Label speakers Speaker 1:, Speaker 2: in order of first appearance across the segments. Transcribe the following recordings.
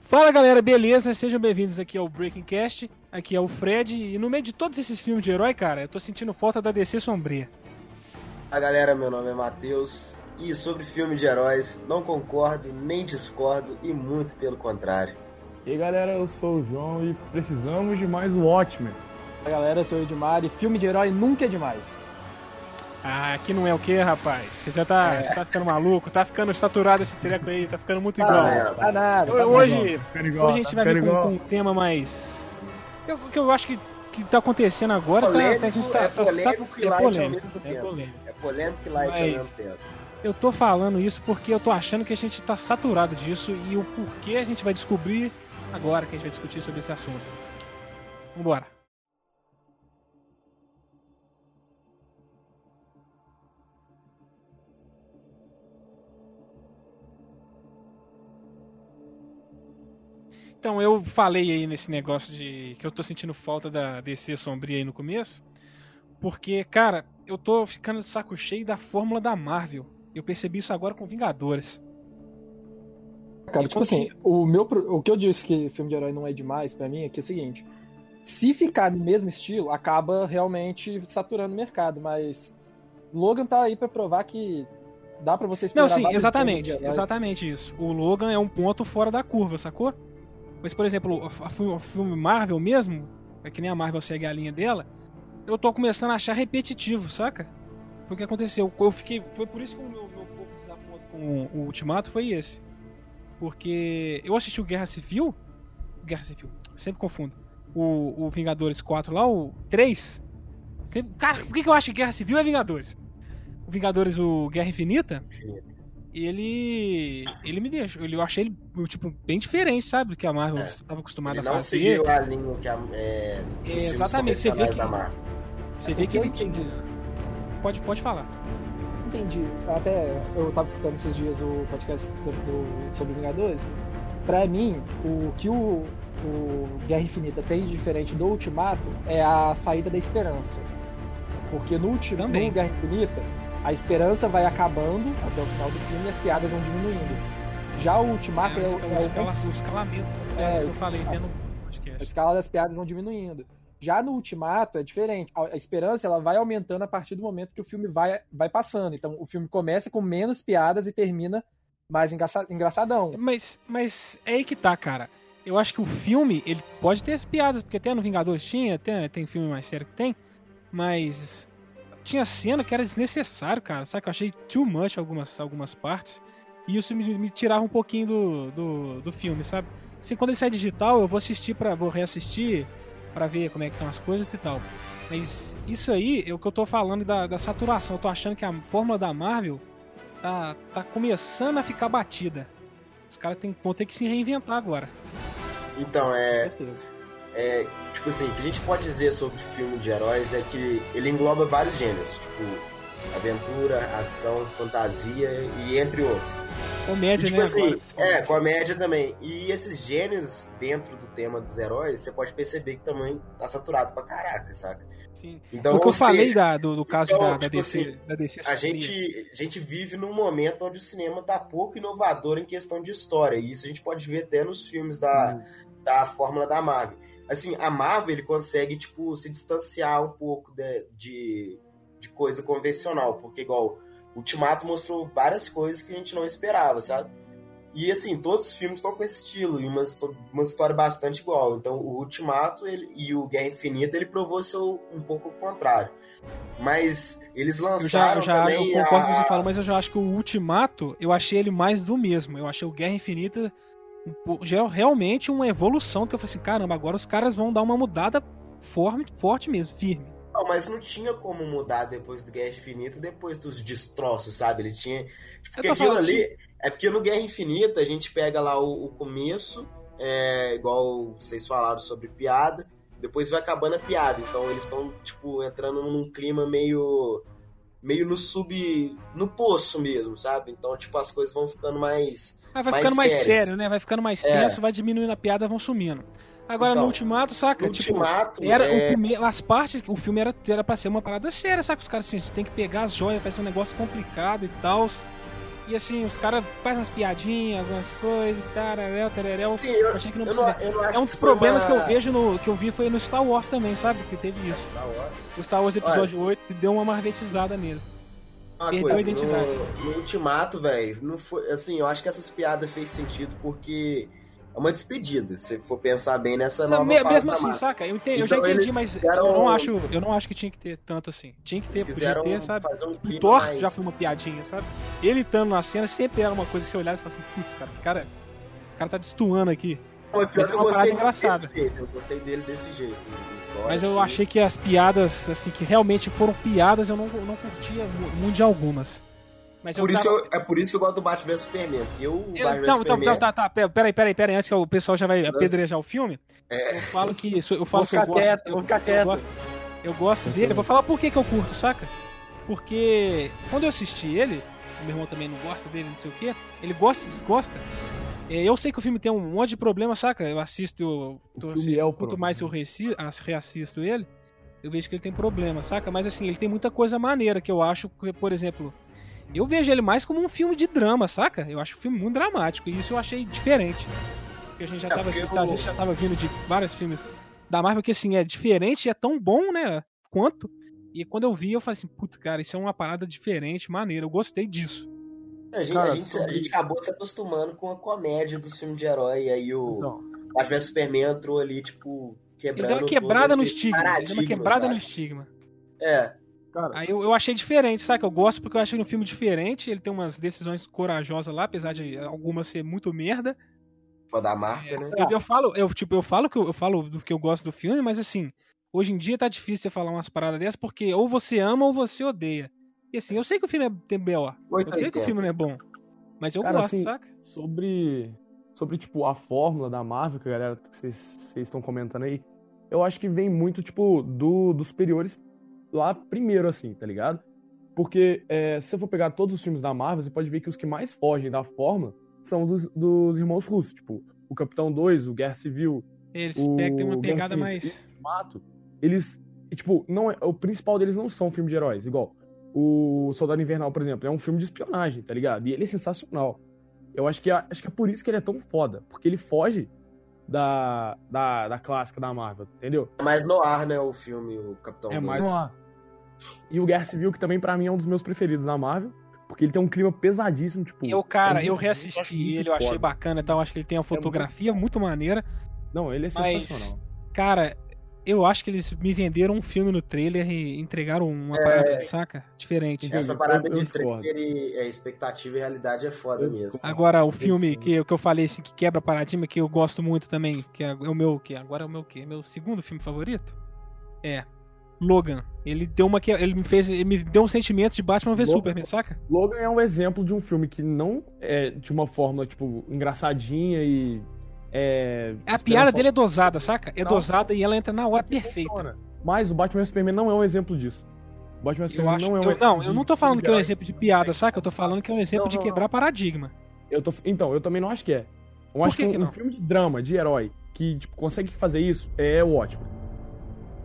Speaker 1: Fala galera, beleza? Sejam bem-vindos aqui ao Breaking Cast. Aqui é o Fred e no meio de todos esses filmes de herói, cara, eu tô sentindo falta da DC sombria.
Speaker 2: A galera, meu nome é Matheus e sobre filme de heróis não concordo nem discordo e muito pelo contrário.
Speaker 3: E aí galera, eu sou o João e precisamos de mais um Watchmen.
Speaker 4: Fala galera, eu sou o Edmar e filme de herói nunca é demais.
Speaker 1: Ah, aqui não é o que, rapaz? Você já tá,
Speaker 2: É.
Speaker 1: já tá ficando maluco, tá ficando saturado esse treco aí, tá ficando muito igual.
Speaker 2: é,
Speaker 4: Tá nada.
Speaker 1: Eu- hoje,
Speaker 3: Fica igual,
Speaker 1: hoje a gente
Speaker 3: tá
Speaker 1: vai vir
Speaker 3: ficando
Speaker 1: com,
Speaker 3: igual.
Speaker 1: com um tema mais. Eu, o que eu acho que, que tá acontecendo agora tá,
Speaker 2: Polêmico,
Speaker 1: a gente tá,
Speaker 2: é
Speaker 1: tá
Speaker 2: polêmico
Speaker 1: sat-
Speaker 2: e
Speaker 1: é
Speaker 2: light ao mesmo
Speaker 1: polêmico, é
Speaker 2: tempo.
Speaker 1: polêmico.
Speaker 2: É polêmico e light
Speaker 1: Mas-
Speaker 2: ao mesmo tempo.
Speaker 1: Eu tô falando isso porque eu tô achando que a gente tá saturado disso e o porquê a gente vai descobrir agora que a gente vai discutir sobre esse assunto. Vambora. Então, eu falei aí nesse negócio de que eu tô sentindo falta da DC sombria aí no começo, porque, cara, eu tô ficando de saco cheio da fórmula da Marvel. Eu percebi isso agora com Vingadores.
Speaker 4: Cara, tipo assim, o, meu, pro- o que eu disse que filme de herói não é demais pra mim é que é o seguinte: se ficar no mesmo estilo, acaba realmente saturando o mercado, mas Logan tá aí pra provar que dá pra vocês
Speaker 1: Não, sim, exatamente, exatamente isso. O Logan é um ponto fora da curva, sacou? Mas, por exemplo, o f- o filme Marvel mesmo, é que nem a Marvel segue a linha dela, eu tô começando a achar repetitivo, saca? Foi o que aconteceu. Eu fiquei. Foi por isso que o meu, meu pouco desaponto com o Ultimato foi esse. Porque eu assisti o Guerra Civil. Guerra Civil, sempre confundo. O, o Vingadores 4 lá, o 3. Sempre- cara, por que, que eu acho que Guerra Civil é Vingadores? O Vingadores, o Guerra Infinita, e ele. Ele me deixou. ele- Eu achei ele, tipo, bem diferente, sabe? Do que a Marvel
Speaker 2: É.
Speaker 1: estava acostumada
Speaker 2: Ele
Speaker 1: a
Speaker 2: não
Speaker 1: fazer.
Speaker 2: seguiu a linha que a, é, dos
Speaker 1: É,
Speaker 2: filmes
Speaker 1: exatamente, você vê
Speaker 2: convencionais
Speaker 1: que-
Speaker 2: da Marvel.
Speaker 1: Você vê que ele. Pode, pode falar.
Speaker 4: Entendi. Até eu tava escutando esses dias o podcast do- sobre Vingadores. Pra mim, o que o, o Guerra Infinita tem de diferente do Ultimato é a saída da esperança. Porque no último no
Speaker 1: Também.
Speaker 4: Guerra Infinita, a esperança vai acabando até o final do filme e as piadas vão diminuindo. Já o
Speaker 2: Ah,
Speaker 4: Ultimato é,
Speaker 1: os
Speaker 4: o,
Speaker 1: escala-
Speaker 4: é o é,
Speaker 1: escala- o escalamento das palavras que
Speaker 2: É,
Speaker 1: eu
Speaker 4: es-
Speaker 1: falei até
Speaker 4: as-
Speaker 1: no
Speaker 4: a
Speaker 1: podcast.
Speaker 4: escala das piadas vão diminuindo. Já no Ultimato é diferente. A a esperança ela vai aumentando a partir do momento que o filme vai, vai passando. Então o filme começa com menos piadas e termina mais engraça- engraçadão.
Speaker 1: Mas, mas é aí que tá, cara. Eu acho que o filme, ele pode ter as piadas, porque até no Vingadores tinha, tem, tem filme mais sério que tem, mas tinha cena que era desnecessário, cara. Sabe que eu achei too much algumas, algumas partes. E isso me, me tirava um pouquinho do, do, do filme, sabe? Assim, quando ele sai digital, eu vou assistir para vou reassistir pra ver como é que estão as coisas e tal. Mas isso aí é o que eu tô falando da, da saturação. Eu tô achando que a fórmula da Marvel tá, tá começando a ficar batida. Os caras tem- vão ter que se reinventar agora.
Speaker 2: Então, é,
Speaker 4: Com certeza.
Speaker 2: é, tipo assim, o que a gente pode dizer sobre filme de heróis é que ele engloba vários gêneros, tipo aventura, ação, fantasia e entre outros.
Speaker 1: Comédia,
Speaker 2: tipo
Speaker 1: né?
Speaker 2: assim,
Speaker 1: agora,
Speaker 2: é,
Speaker 1: principalmente.
Speaker 2: comédia também. E esses gêneros dentro do tema dos heróis, você pode perceber que também tá saturado pra caraca, saca?
Speaker 1: Sim.
Speaker 2: Então,
Speaker 1: o que eu
Speaker 2: ou
Speaker 1: falei
Speaker 2: seja,
Speaker 1: da- do, do caso
Speaker 2: então,
Speaker 1: da, da
Speaker 2: tipo
Speaker 1: DC,
Speaker 2: assim,
Speaker 1: da DC
Speaker 2: a
Speaker 1: sombria.
Speaker 2: gente, a gente vive num momento onde o cinema tá pouco inovador em questão de história. E isso a gente pode ver até nos filmes da,
Speaker 3: Ah.
Speaker 2: da fórmula da Marvel. Assim, a Marvel ele consegue, tipo, se distanciar um pouco de, de, de coisa convencional, porque igual Ultimato mostrou várias coisas que a gente não esperava, sabe? E assim, todos os filmes estão com esse estilo e uma, histo- uma história bastante igual. Então, o Ultimato ele- e o Guerra Infinita, ele provou ser um pouco o contrário. Mas eles
Speaker 1: Eu já,
Speaker 2: lançaram
Speaker 1: eu já eu
Speaker 2: também
Speaker 1: concordo com o que
Speaker 2: a-
Speaker 1: você fala, mas eu já acho que o Ultimato, eu achei ele mais do mesmo. Eu achei o Guerra Infinita um po- já realmente uma evolução, que eu falei assim, caramba, agora os caras vão dar uma mudada forte, forte mesmo, firme.
Speaker 2: Não, mas não tinha como mudar depois do Guerra Infinita, depois dos destroços, sabe? Ele tinha. tipo, Porque
Speaker 1: tô
Speaker 2: aquilo
Speaker 1: falando
Speaker 2: ali. É porque no Guerra Infinita a gente pega lá o, o começo, é, igual vocês falaram sobre piada, depois vai acabando a piada. Então eles estão, tipo, entrando num clima meio. meio no sub. no poço mesmo, sabe? Então, tipo, as coisas vão ficando mais.
Speaker 1: Ah, vai
Speaker 2: Mais
Speaker 1: ficando mais
Speaker 2: sérias.
Speaker 1: sério, né? Vai ficando mais
Speaker 2: É.
Speaker 1: tenso, vai diminuindo a piada, vão sumindo. Agora
Speaker 2: Então,
Speaker 1: no Ultimato, saca?
Speaker 2: No
Speaker 1: Tipo,
Speaker 2: ultimato.
Speaker 1: Era o
Speaker 2: é,
Speaker 1: primeiro, as partes, o filme era, era pra ser uma parada séria, sabe? Os caras assim, você tem que pegar as joias, vai ser um negócio complicado e tal. E assim, os caras fazem umas piadinhas, algumas coisas, tararel, tererel.
Speaker 2: Sim, eu,
Speaker 1: achei que não
Speaker 2: eu não,
Speaker 1: precisava.
Speaker 2: eu não acho
Speaker 1: É um dos
Speaker 2: que foi
Speaker 1: problemas que
Speaker 2: uma-
Speaker 1: eu vejo no. que eu vi foi no Star Wars também, sabe? Que teve isso.
Speaker 2: Star Wars.
Speaker 1: O Star Wars episódio 8 deu uma marvetizada nele.
Speaker 2: Uma
Speaker 1: Perdeu
Speaker 2: coisa,
Speaker 1: a identidade.
Speaker 2: No, no Ultimato, velho, não foi. Assim, eu acho que essas piadas fez sentido porque é uma despedida, se for pensar bem nessa
Speaker 1: Não,
Speaker 2: nova
Speaker 1: me-
Speaker 2: fase
Speaker 1: mesmo
Speaker 2: da
Speaker 1: assim,
Speaker 2: Marvel.
Speaker 1: saca? Eu, entendi, eu já
Speaker 2: Então,
Speaker 1: entendi,
Speaker 2: eles
Speaker 1: mas eu
Speaker 2: fizeram- um
Speaker 1: não acho. Eu não acho que tinha que ter tanto assim. Tinha que ter,
Speaker 2: Eles
Speaker 1: podia
Speaker 2: quiseram
Speaker 1: ter, sabe?
Speaker 2: fazer um
Speaker 1: O
Speaker 2: clima
Speaker 1: Thor
Speaker 2: mais-
Speaker 1: já foi uma piadinha, sabe? Ele estando na cena sempre era uma coisa que você olhava e falava assim, putz, cara, que cara. O cara tá destoando aqui.
Speaker 2: Não, é pior
Speaker 1: Mas
Speaker 2: que
Speaker 1: é
Speaker 2: eu
Speaker 1: uma parada
Speaker 2: gostei dele
Speaker 1: engraçada.
Speaker 2: desse jeito. Eu gostei dele desse jeito. O Thor,
Speaker 1: Mas eu
Speaker 2: assim,
Speaker 1: achei que as piadas, assim, que realmente foram piadas, eu não, não curtia mu- muito de algumas. Mas
Speaker 2: Por
Speaker 1: eu
Speaker 2: isso
Speaker 1: tava-
Speaker 2: eu- é por isso que eu gosto do Batman vs Superman. Porque eu, o
Speaker 1: Eu,
Speaker 2: Batman vs
Speaker 1: não, então,
Speaker 2: Superman.
Speaker 1: não, tá, tá, pera- peraí, peraí, peraí, antes que o pessoal já vai
Speaker 2: Nossa.
Speaker 1: apedrejar o filme.
Speaker 3: é.
Speaker 1: Eu falo que isso, eu falo
Speaker 4: Vou
Speaker 1: que eu
Speaker 4: ficar
Speaker 1: gosto,
Speaker 4: quieto,
Speaker 1: eu,
Speaker 4: vou ficar
Speaker 1: eu
Speaker 4: quieto.
Speaker 1: gosto. Eu gosto dele, eu vou falar por que que eu curto, saca? Porque quando eu assisti ele, o meu irmão também não gosta dele, não sei o quê, ele gosta e desgosta. É, Eu sei que o filme tem um monte de problema, saca? Eu assisto, eu, tô,
Speaker 3: O filme é o
Speaker 1: quanto
Speaker 3: problema.
Speaker 1: mais eu reci- as- reassisto ele, eu vejo que ele tem problema, saca? Mas assim, ele tem muita coisa maneira que eu acho, que, por exemplo, eu vejo ele mais como um filme de drama, saca? Eu acho o filme muito dramático, e isso eu achei diferente. Porque a gente já
Speaker 2: É,
Speaker 1: tava,
Speaker 2: porque
Speaker 1: assistindo- a
Speaker 2: o-
Speaker 1: gente já tava vindo de vários filmes da Marvel que assim, é diferente e é tão bom, né? Quanto. E quando eu vi, eu falei assim, puta, cara, isso é uma parada diferente, maneira, eu gostei disso.
Speaker 2: A gente,
Speaker 3: Cara,
Speaker 2: a, gente,
Speaker 3: sobre-
Speaker 2: a gente acabou se acostumando com a comédia dos filmes de herói. E aí o
Speaker 3: Então,
Speaker 2: Batman vs Superman entrou ali, tipo,
Speaker 1: Ele
Speaker 2: quebrando.
Speaker 1: deu uma
Speaker 2: todo
Speaker 1: Então, é quebrada no
Speaker 2: esse
Speaker 1: estigma, ele deu uma
Speaker 2: paradigma,
Speaker 1: quebrada no
Speaker 2: sabe?
Speaker 1: estigma.
Speaker 2: É.
Speaker 3: cara,
Speaker 1: Aí eu, eu achei diferente, saca? Eu gosto porque eu achei ele um filme diferente. Ele tem umas decisões corajosas lá, apesar de algumas ser muito merda.
Speaker 2: Pra dar marca,
Speaker 3: É.
Speaker 2: né?
Speaker 1: É, Eu, eu falo, eu tipo, eu falo que eu, eu falo do que eu gosto do filme, mas assim, hoje em dia tá difícil você falar umas paradas dessas porque ou você ama ou você odeia. E assim, eu sei que o filme é tem B.O. Eu sei que o
Speaker 2: 880.
Speaker 1: filme não é bom, mas eu
Speaker 3: Cara,
Speaker 1: gosto,
Speaker 3: assim,
Speaker 1: saca?
Speaker 3: sobre, sobre, tipo, a fórmula da Marvel, que a galera, que vocês vocês estão comentando aí, eu acho que vem muito, tipo, do, dos superiores lá primeiro, assim, tá ligado? Porque é, se você for pegar todos os filmes da Marvel, você pode ver que os que mais fogem da fórmula são os dos, dos irmãos russos, tipo, o Capitão 2, o Guerra Civil,
Speaker 1: Eles
Speaker 3: o
Speaker 1: pegam, tem uma
Speaker 3: Guerra
Speaker 1: pegada
Speaker 3: Civil
Speaker 1: mais.
Speaker 3: e o Ultimato, eles, e, tipo, não é, o principal deles não são filmes de heróis, igual o Soldado Invernal, por exemplo, é um filme de espionagem, tá ligado? E ele é sensacional. Eu acho que, é- acho que é por isso que ele é tão foda, porque ele foge da, da, da clássica da Marvel, entendeu?
Speaker 2: É mais no ar, né? O filme, o Capitão
Speaker 3: é
Speaker 2: Dois.
Speaker 3: mais lá. E o Guerra Civil, que também pra mim é um dos meus preferidos na Marvel, porque ele tem um clima pesadíssimo, tipo...
Speaker 1: Eu, cara,
Speaker 3: é
Speaker 1: eu
Speaker 3: muito- acho
Speaker 1: reassisti
Speaker 3: muito
Speaker 1: ele, eu achei
Speaker 3: foda. É
Speaker 1: bacana e tal. Acho que ele tem uma
Speaker 3: muito-
Speaker 1: fotografia muito maneira.
Speaker 3: Não, ele é
Speaker 1: Mas-
Speaker 3: sensacional.
Speaker 1: Cara, eu acho que eles me venderam um filme no trailer e entregaram uma
Speaker 3: É.
Speaker 1: parada, saca? Diferente.
Speaker 2: Essa
Speaker 3: Eu-
Speaker 2: parada
Speaker 3: eu
Speaker 2: de
Speaker 3: discordo.
Speaker 2: trailer e é, expectativa e realidade é foda
Speaker 3: Eu
Speaker 2: mesmo. é
Speaker 1: Agora, o filme que, que eu falei assim, que quebra paradigma, que eu gosto muito também, que é o meu, que agora é o meu que? Meu segundo filme favorito? É. Logan. Ele deu uma que ele me fez, ele me deu um sentimento de Batman vs
Speaker 3: Logan.
Speaker 1: Superman, saca?
Speaker 3: Logan é um exemplo de um filme que não é de uma forma, tipo, engraçadinha e... É,
Speaker 1: A piada dele é dosada, saca? É dosada e ela entra na hora perfeita.
Speaker 3: Funciona. Mas o Batman vs Superman não é um exemplo disso. O Batman vs
Speaker 1: Eu
Speaker 3: Superman
Speaker 1: acho,
Speaker 3: não é um
Speaker 1: eu, não,
Speaker 3: de
Speaker 1: eu não tô falando que é um
Speaker 3: liberar-
Speaker 1: exemplo de piada, saca? Eu tô falando que é um exemplo
Speaker 3: Não,
Speaker 1: de
Speaker 3: não,
Speaker 1: quebrar paradigma.
Speaker 3: Eu tô- então, eu também não acho que é. Eu
Speaker 1: Por
Speaker 3: acho
Speaker 1: que
Speaker 3: que, um,
Speaker 1: que
Speaker 3: um
Speaker 1: não?
Speaker 3: filme de drama, de herói, que tipo, consegue fazer isso é o Watchmen.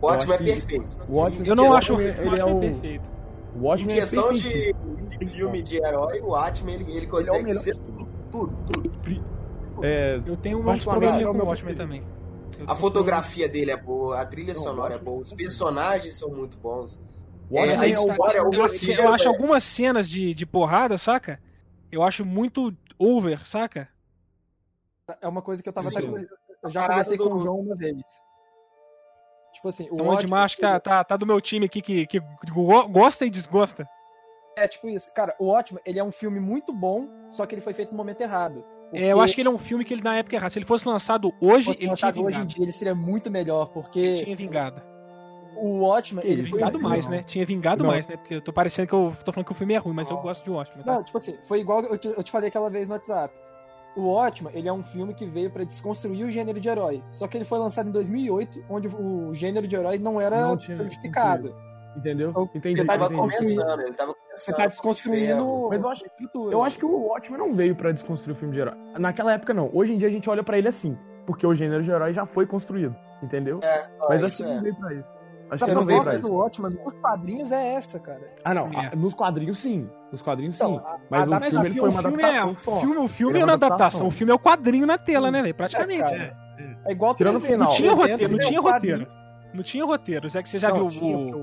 Speaker 2: O Ótimo é
Speaker 3: acho que-
Speaker 2: perfeito.
Speaker 3: o Ótimo-
Speaker 1: Eu não
Speaker 2: Em
Speaker 1: acho
Speaker 2: questão-
Speaker 1: ruim,
Speaker 3: ele
Speaker 1: eu não
Speaker 3: é
Speaker 1: acho ele
Speaker 3: o-
Speaker 1: perfeito.
Speaker 3: O
Speaker 2: Em
Speaker 3: Watchmen é
Speaker 2: questão de,
Speaker 3: perfeitíssimo.
Speaker 2: de filme de herói, o Atman ele, ele
Speaker 3: Ele é o
Speaker 2: consegue
Speaker 3: melhor.
Speaker 2: ser tudo, tudo.
Speaker 3: É,
Speaker 1: Eu tenho um
Speaker 3: Particularmente,
Speaker 1: probleminha
Speaker 3: é o
Speaker 1: com o
Speaker 3: meu
Speaker 1: Watchmen também.
Speaker 3: preferido.
Speaker 1: Eu tenho
Speaker 2: A
Speaker 1: um
Speaker 2: fotografia dele é boa, a trilha
Speaker 3: Não,
Speaker 2: sonora é
Speaker 3: ótimo.
Speaker 2: boa, os personagens são muito bons.
Speaker 3: o Watchmen
Speaker 2: a
Speaker 3: é, o
Speaker 2: história-
Speaker 3: Batman.
Speaker 2: o
Speaker 1: eu,
Speaker 2: meu
Speaker 1: acho, eu
Speaker 2: filho,
Speaker 1: acho
Speaker 2: velho.
Speaker 1: algumas cenas de, de porrada, saca? Eu acho muito over, saca?
Speaker 4: É uma coisa que eu tava
Speaker 2: Sim.
Speaker 4: até com- eu já
Speaker 2: Parado
Speaker 4: conversei com
Speaker 2: do-
Speaker 4: o João uma vez. Tipo assim, o
Speaker 1: Então, o
Speaker 4: Watchmen-
Speaker 1: Edmar acho que tá, tá, tá do meu time aqui que, que go- gosta e desgosta.
Speaker 4: É tipo isso. Cara, o Watchmen, ele é um filme muito bom, só que ele foi feito no momento errado.
Speaker 1: É, eu acho que ele é um filme que ele na época errada. Se ele fosse lançado hoje,
Speaker 4: hoje,
Speaker 1: ele tinha vingado.
Speaker 4: hoje em dia ele seria muito melhor,
Speaker 1: Ele
Speaker 4: porque
Speaker 1: tinha vingado.
Speaker 4: o Watchmen,
Speaker 3: Que
Speaker 4: ele
Speaker 3: isso,
Speaker 4: foi
Speaker 1: Vingado
Speaker 3: não.
Speaker 1: mais, né? Tinha vingado
Speaker 3: Não.
Speaker 1: mais, né? Porque eu tô parecendo que eu tô falando que o filme é ruim, mas eu
Speaker 3: Não.
Speaker 1: gosto de Watchmen. Tá?
Speaker 4: Não, tipo assim, foi igual eu te, eu te falei aquela vez no WhatsApp. O Watchmen, ele é um filme que veio pra desconstruir o gênero de herói. Só que ele foi lançado em 2008, onde o gênero de herói não era
Speaker 3: Não tinha-
Speaker 4: solidificado.
Speaker 3: Entendeu?
Speaker 4: Eu-
Speaker 3: Entendi.
Speaker 4: eu tava
Speaker 2: Tava
Speaker 3: entendi.
Speaker 2: começando, ele tava começando.
Speaker 4: Você tá desconstruindo
Speaker 3: Mas eu acho-
Speaker 4: a estrutura.
Speaker 3: Eu acho que o Watchmen não veio pra desconstruir o filme de herói. Naquela época, não. Hoje em dia a gente olha pra ele assim, porque o gênero de herói já foi construído, entendeu?
Speaker 2: Ah,
Speaker 3: Mas
Speaker 2: isso
Speaker 3: acho que
Speaker 2: é.
Speaker 3: não veio pra isso. Acho Acho
Speaker 4: A
Speaker 3: que eu não veio pra
Speaker 4: proposta
Speaker 3: isso.
Speaker 4: do Watchmen nos quadrinhos é essa, cara.
Speaker 3: Ah, não.
Speaker 1: É.
Speaker 3: a- nos quadrinhos, sim. Nos quadrinhos, sim.
Speaker 4: Então, a-
Speaker 3: mas
Speaker 4: a
Speaker 3: o
Speaker 4: data-
Speaker 1: Mas
Speaker 3: filme ele
Speaker 1: o
Speaker 3: foi uma
Speaker 1: filme
Speaker 3: adaptação
Speaker 1: é,
Speaker 3: só.
Speaker 1: o filme, o filme
Speaker 3: Ele
Speaker 1: é
Speaker 3: é
Speaker 1: uma
Speaker 3: uma
Speaker 1: adaptação.
Speaker 3: adaptação.
Speaker 1: O filme é o quadrinho na tela, né, velho?
Speaker 4: É,
Speaker 1: Praticamente.
Speaker 4: cara.
Speaker 1: é.
Speaker 4: É igual
Speaker 3: Tirando o
Speaker 4: 300.
Speaker 1: Não
Speaker 3: Não,
Speaker 1: tinha
Speaker 3: o
Speaker 1: roteiro, não
Speaker 4: é um
Speaker 1: tinha
Speaker 4: quadrinho.
Speaker 1: roteiro. Não tinha roteiro. Zé, que você já
Speaker 3: Não,
Speaker 1: viu
Speaker 3: tinha,
Speaker 1: o,
Speaker 3: pô.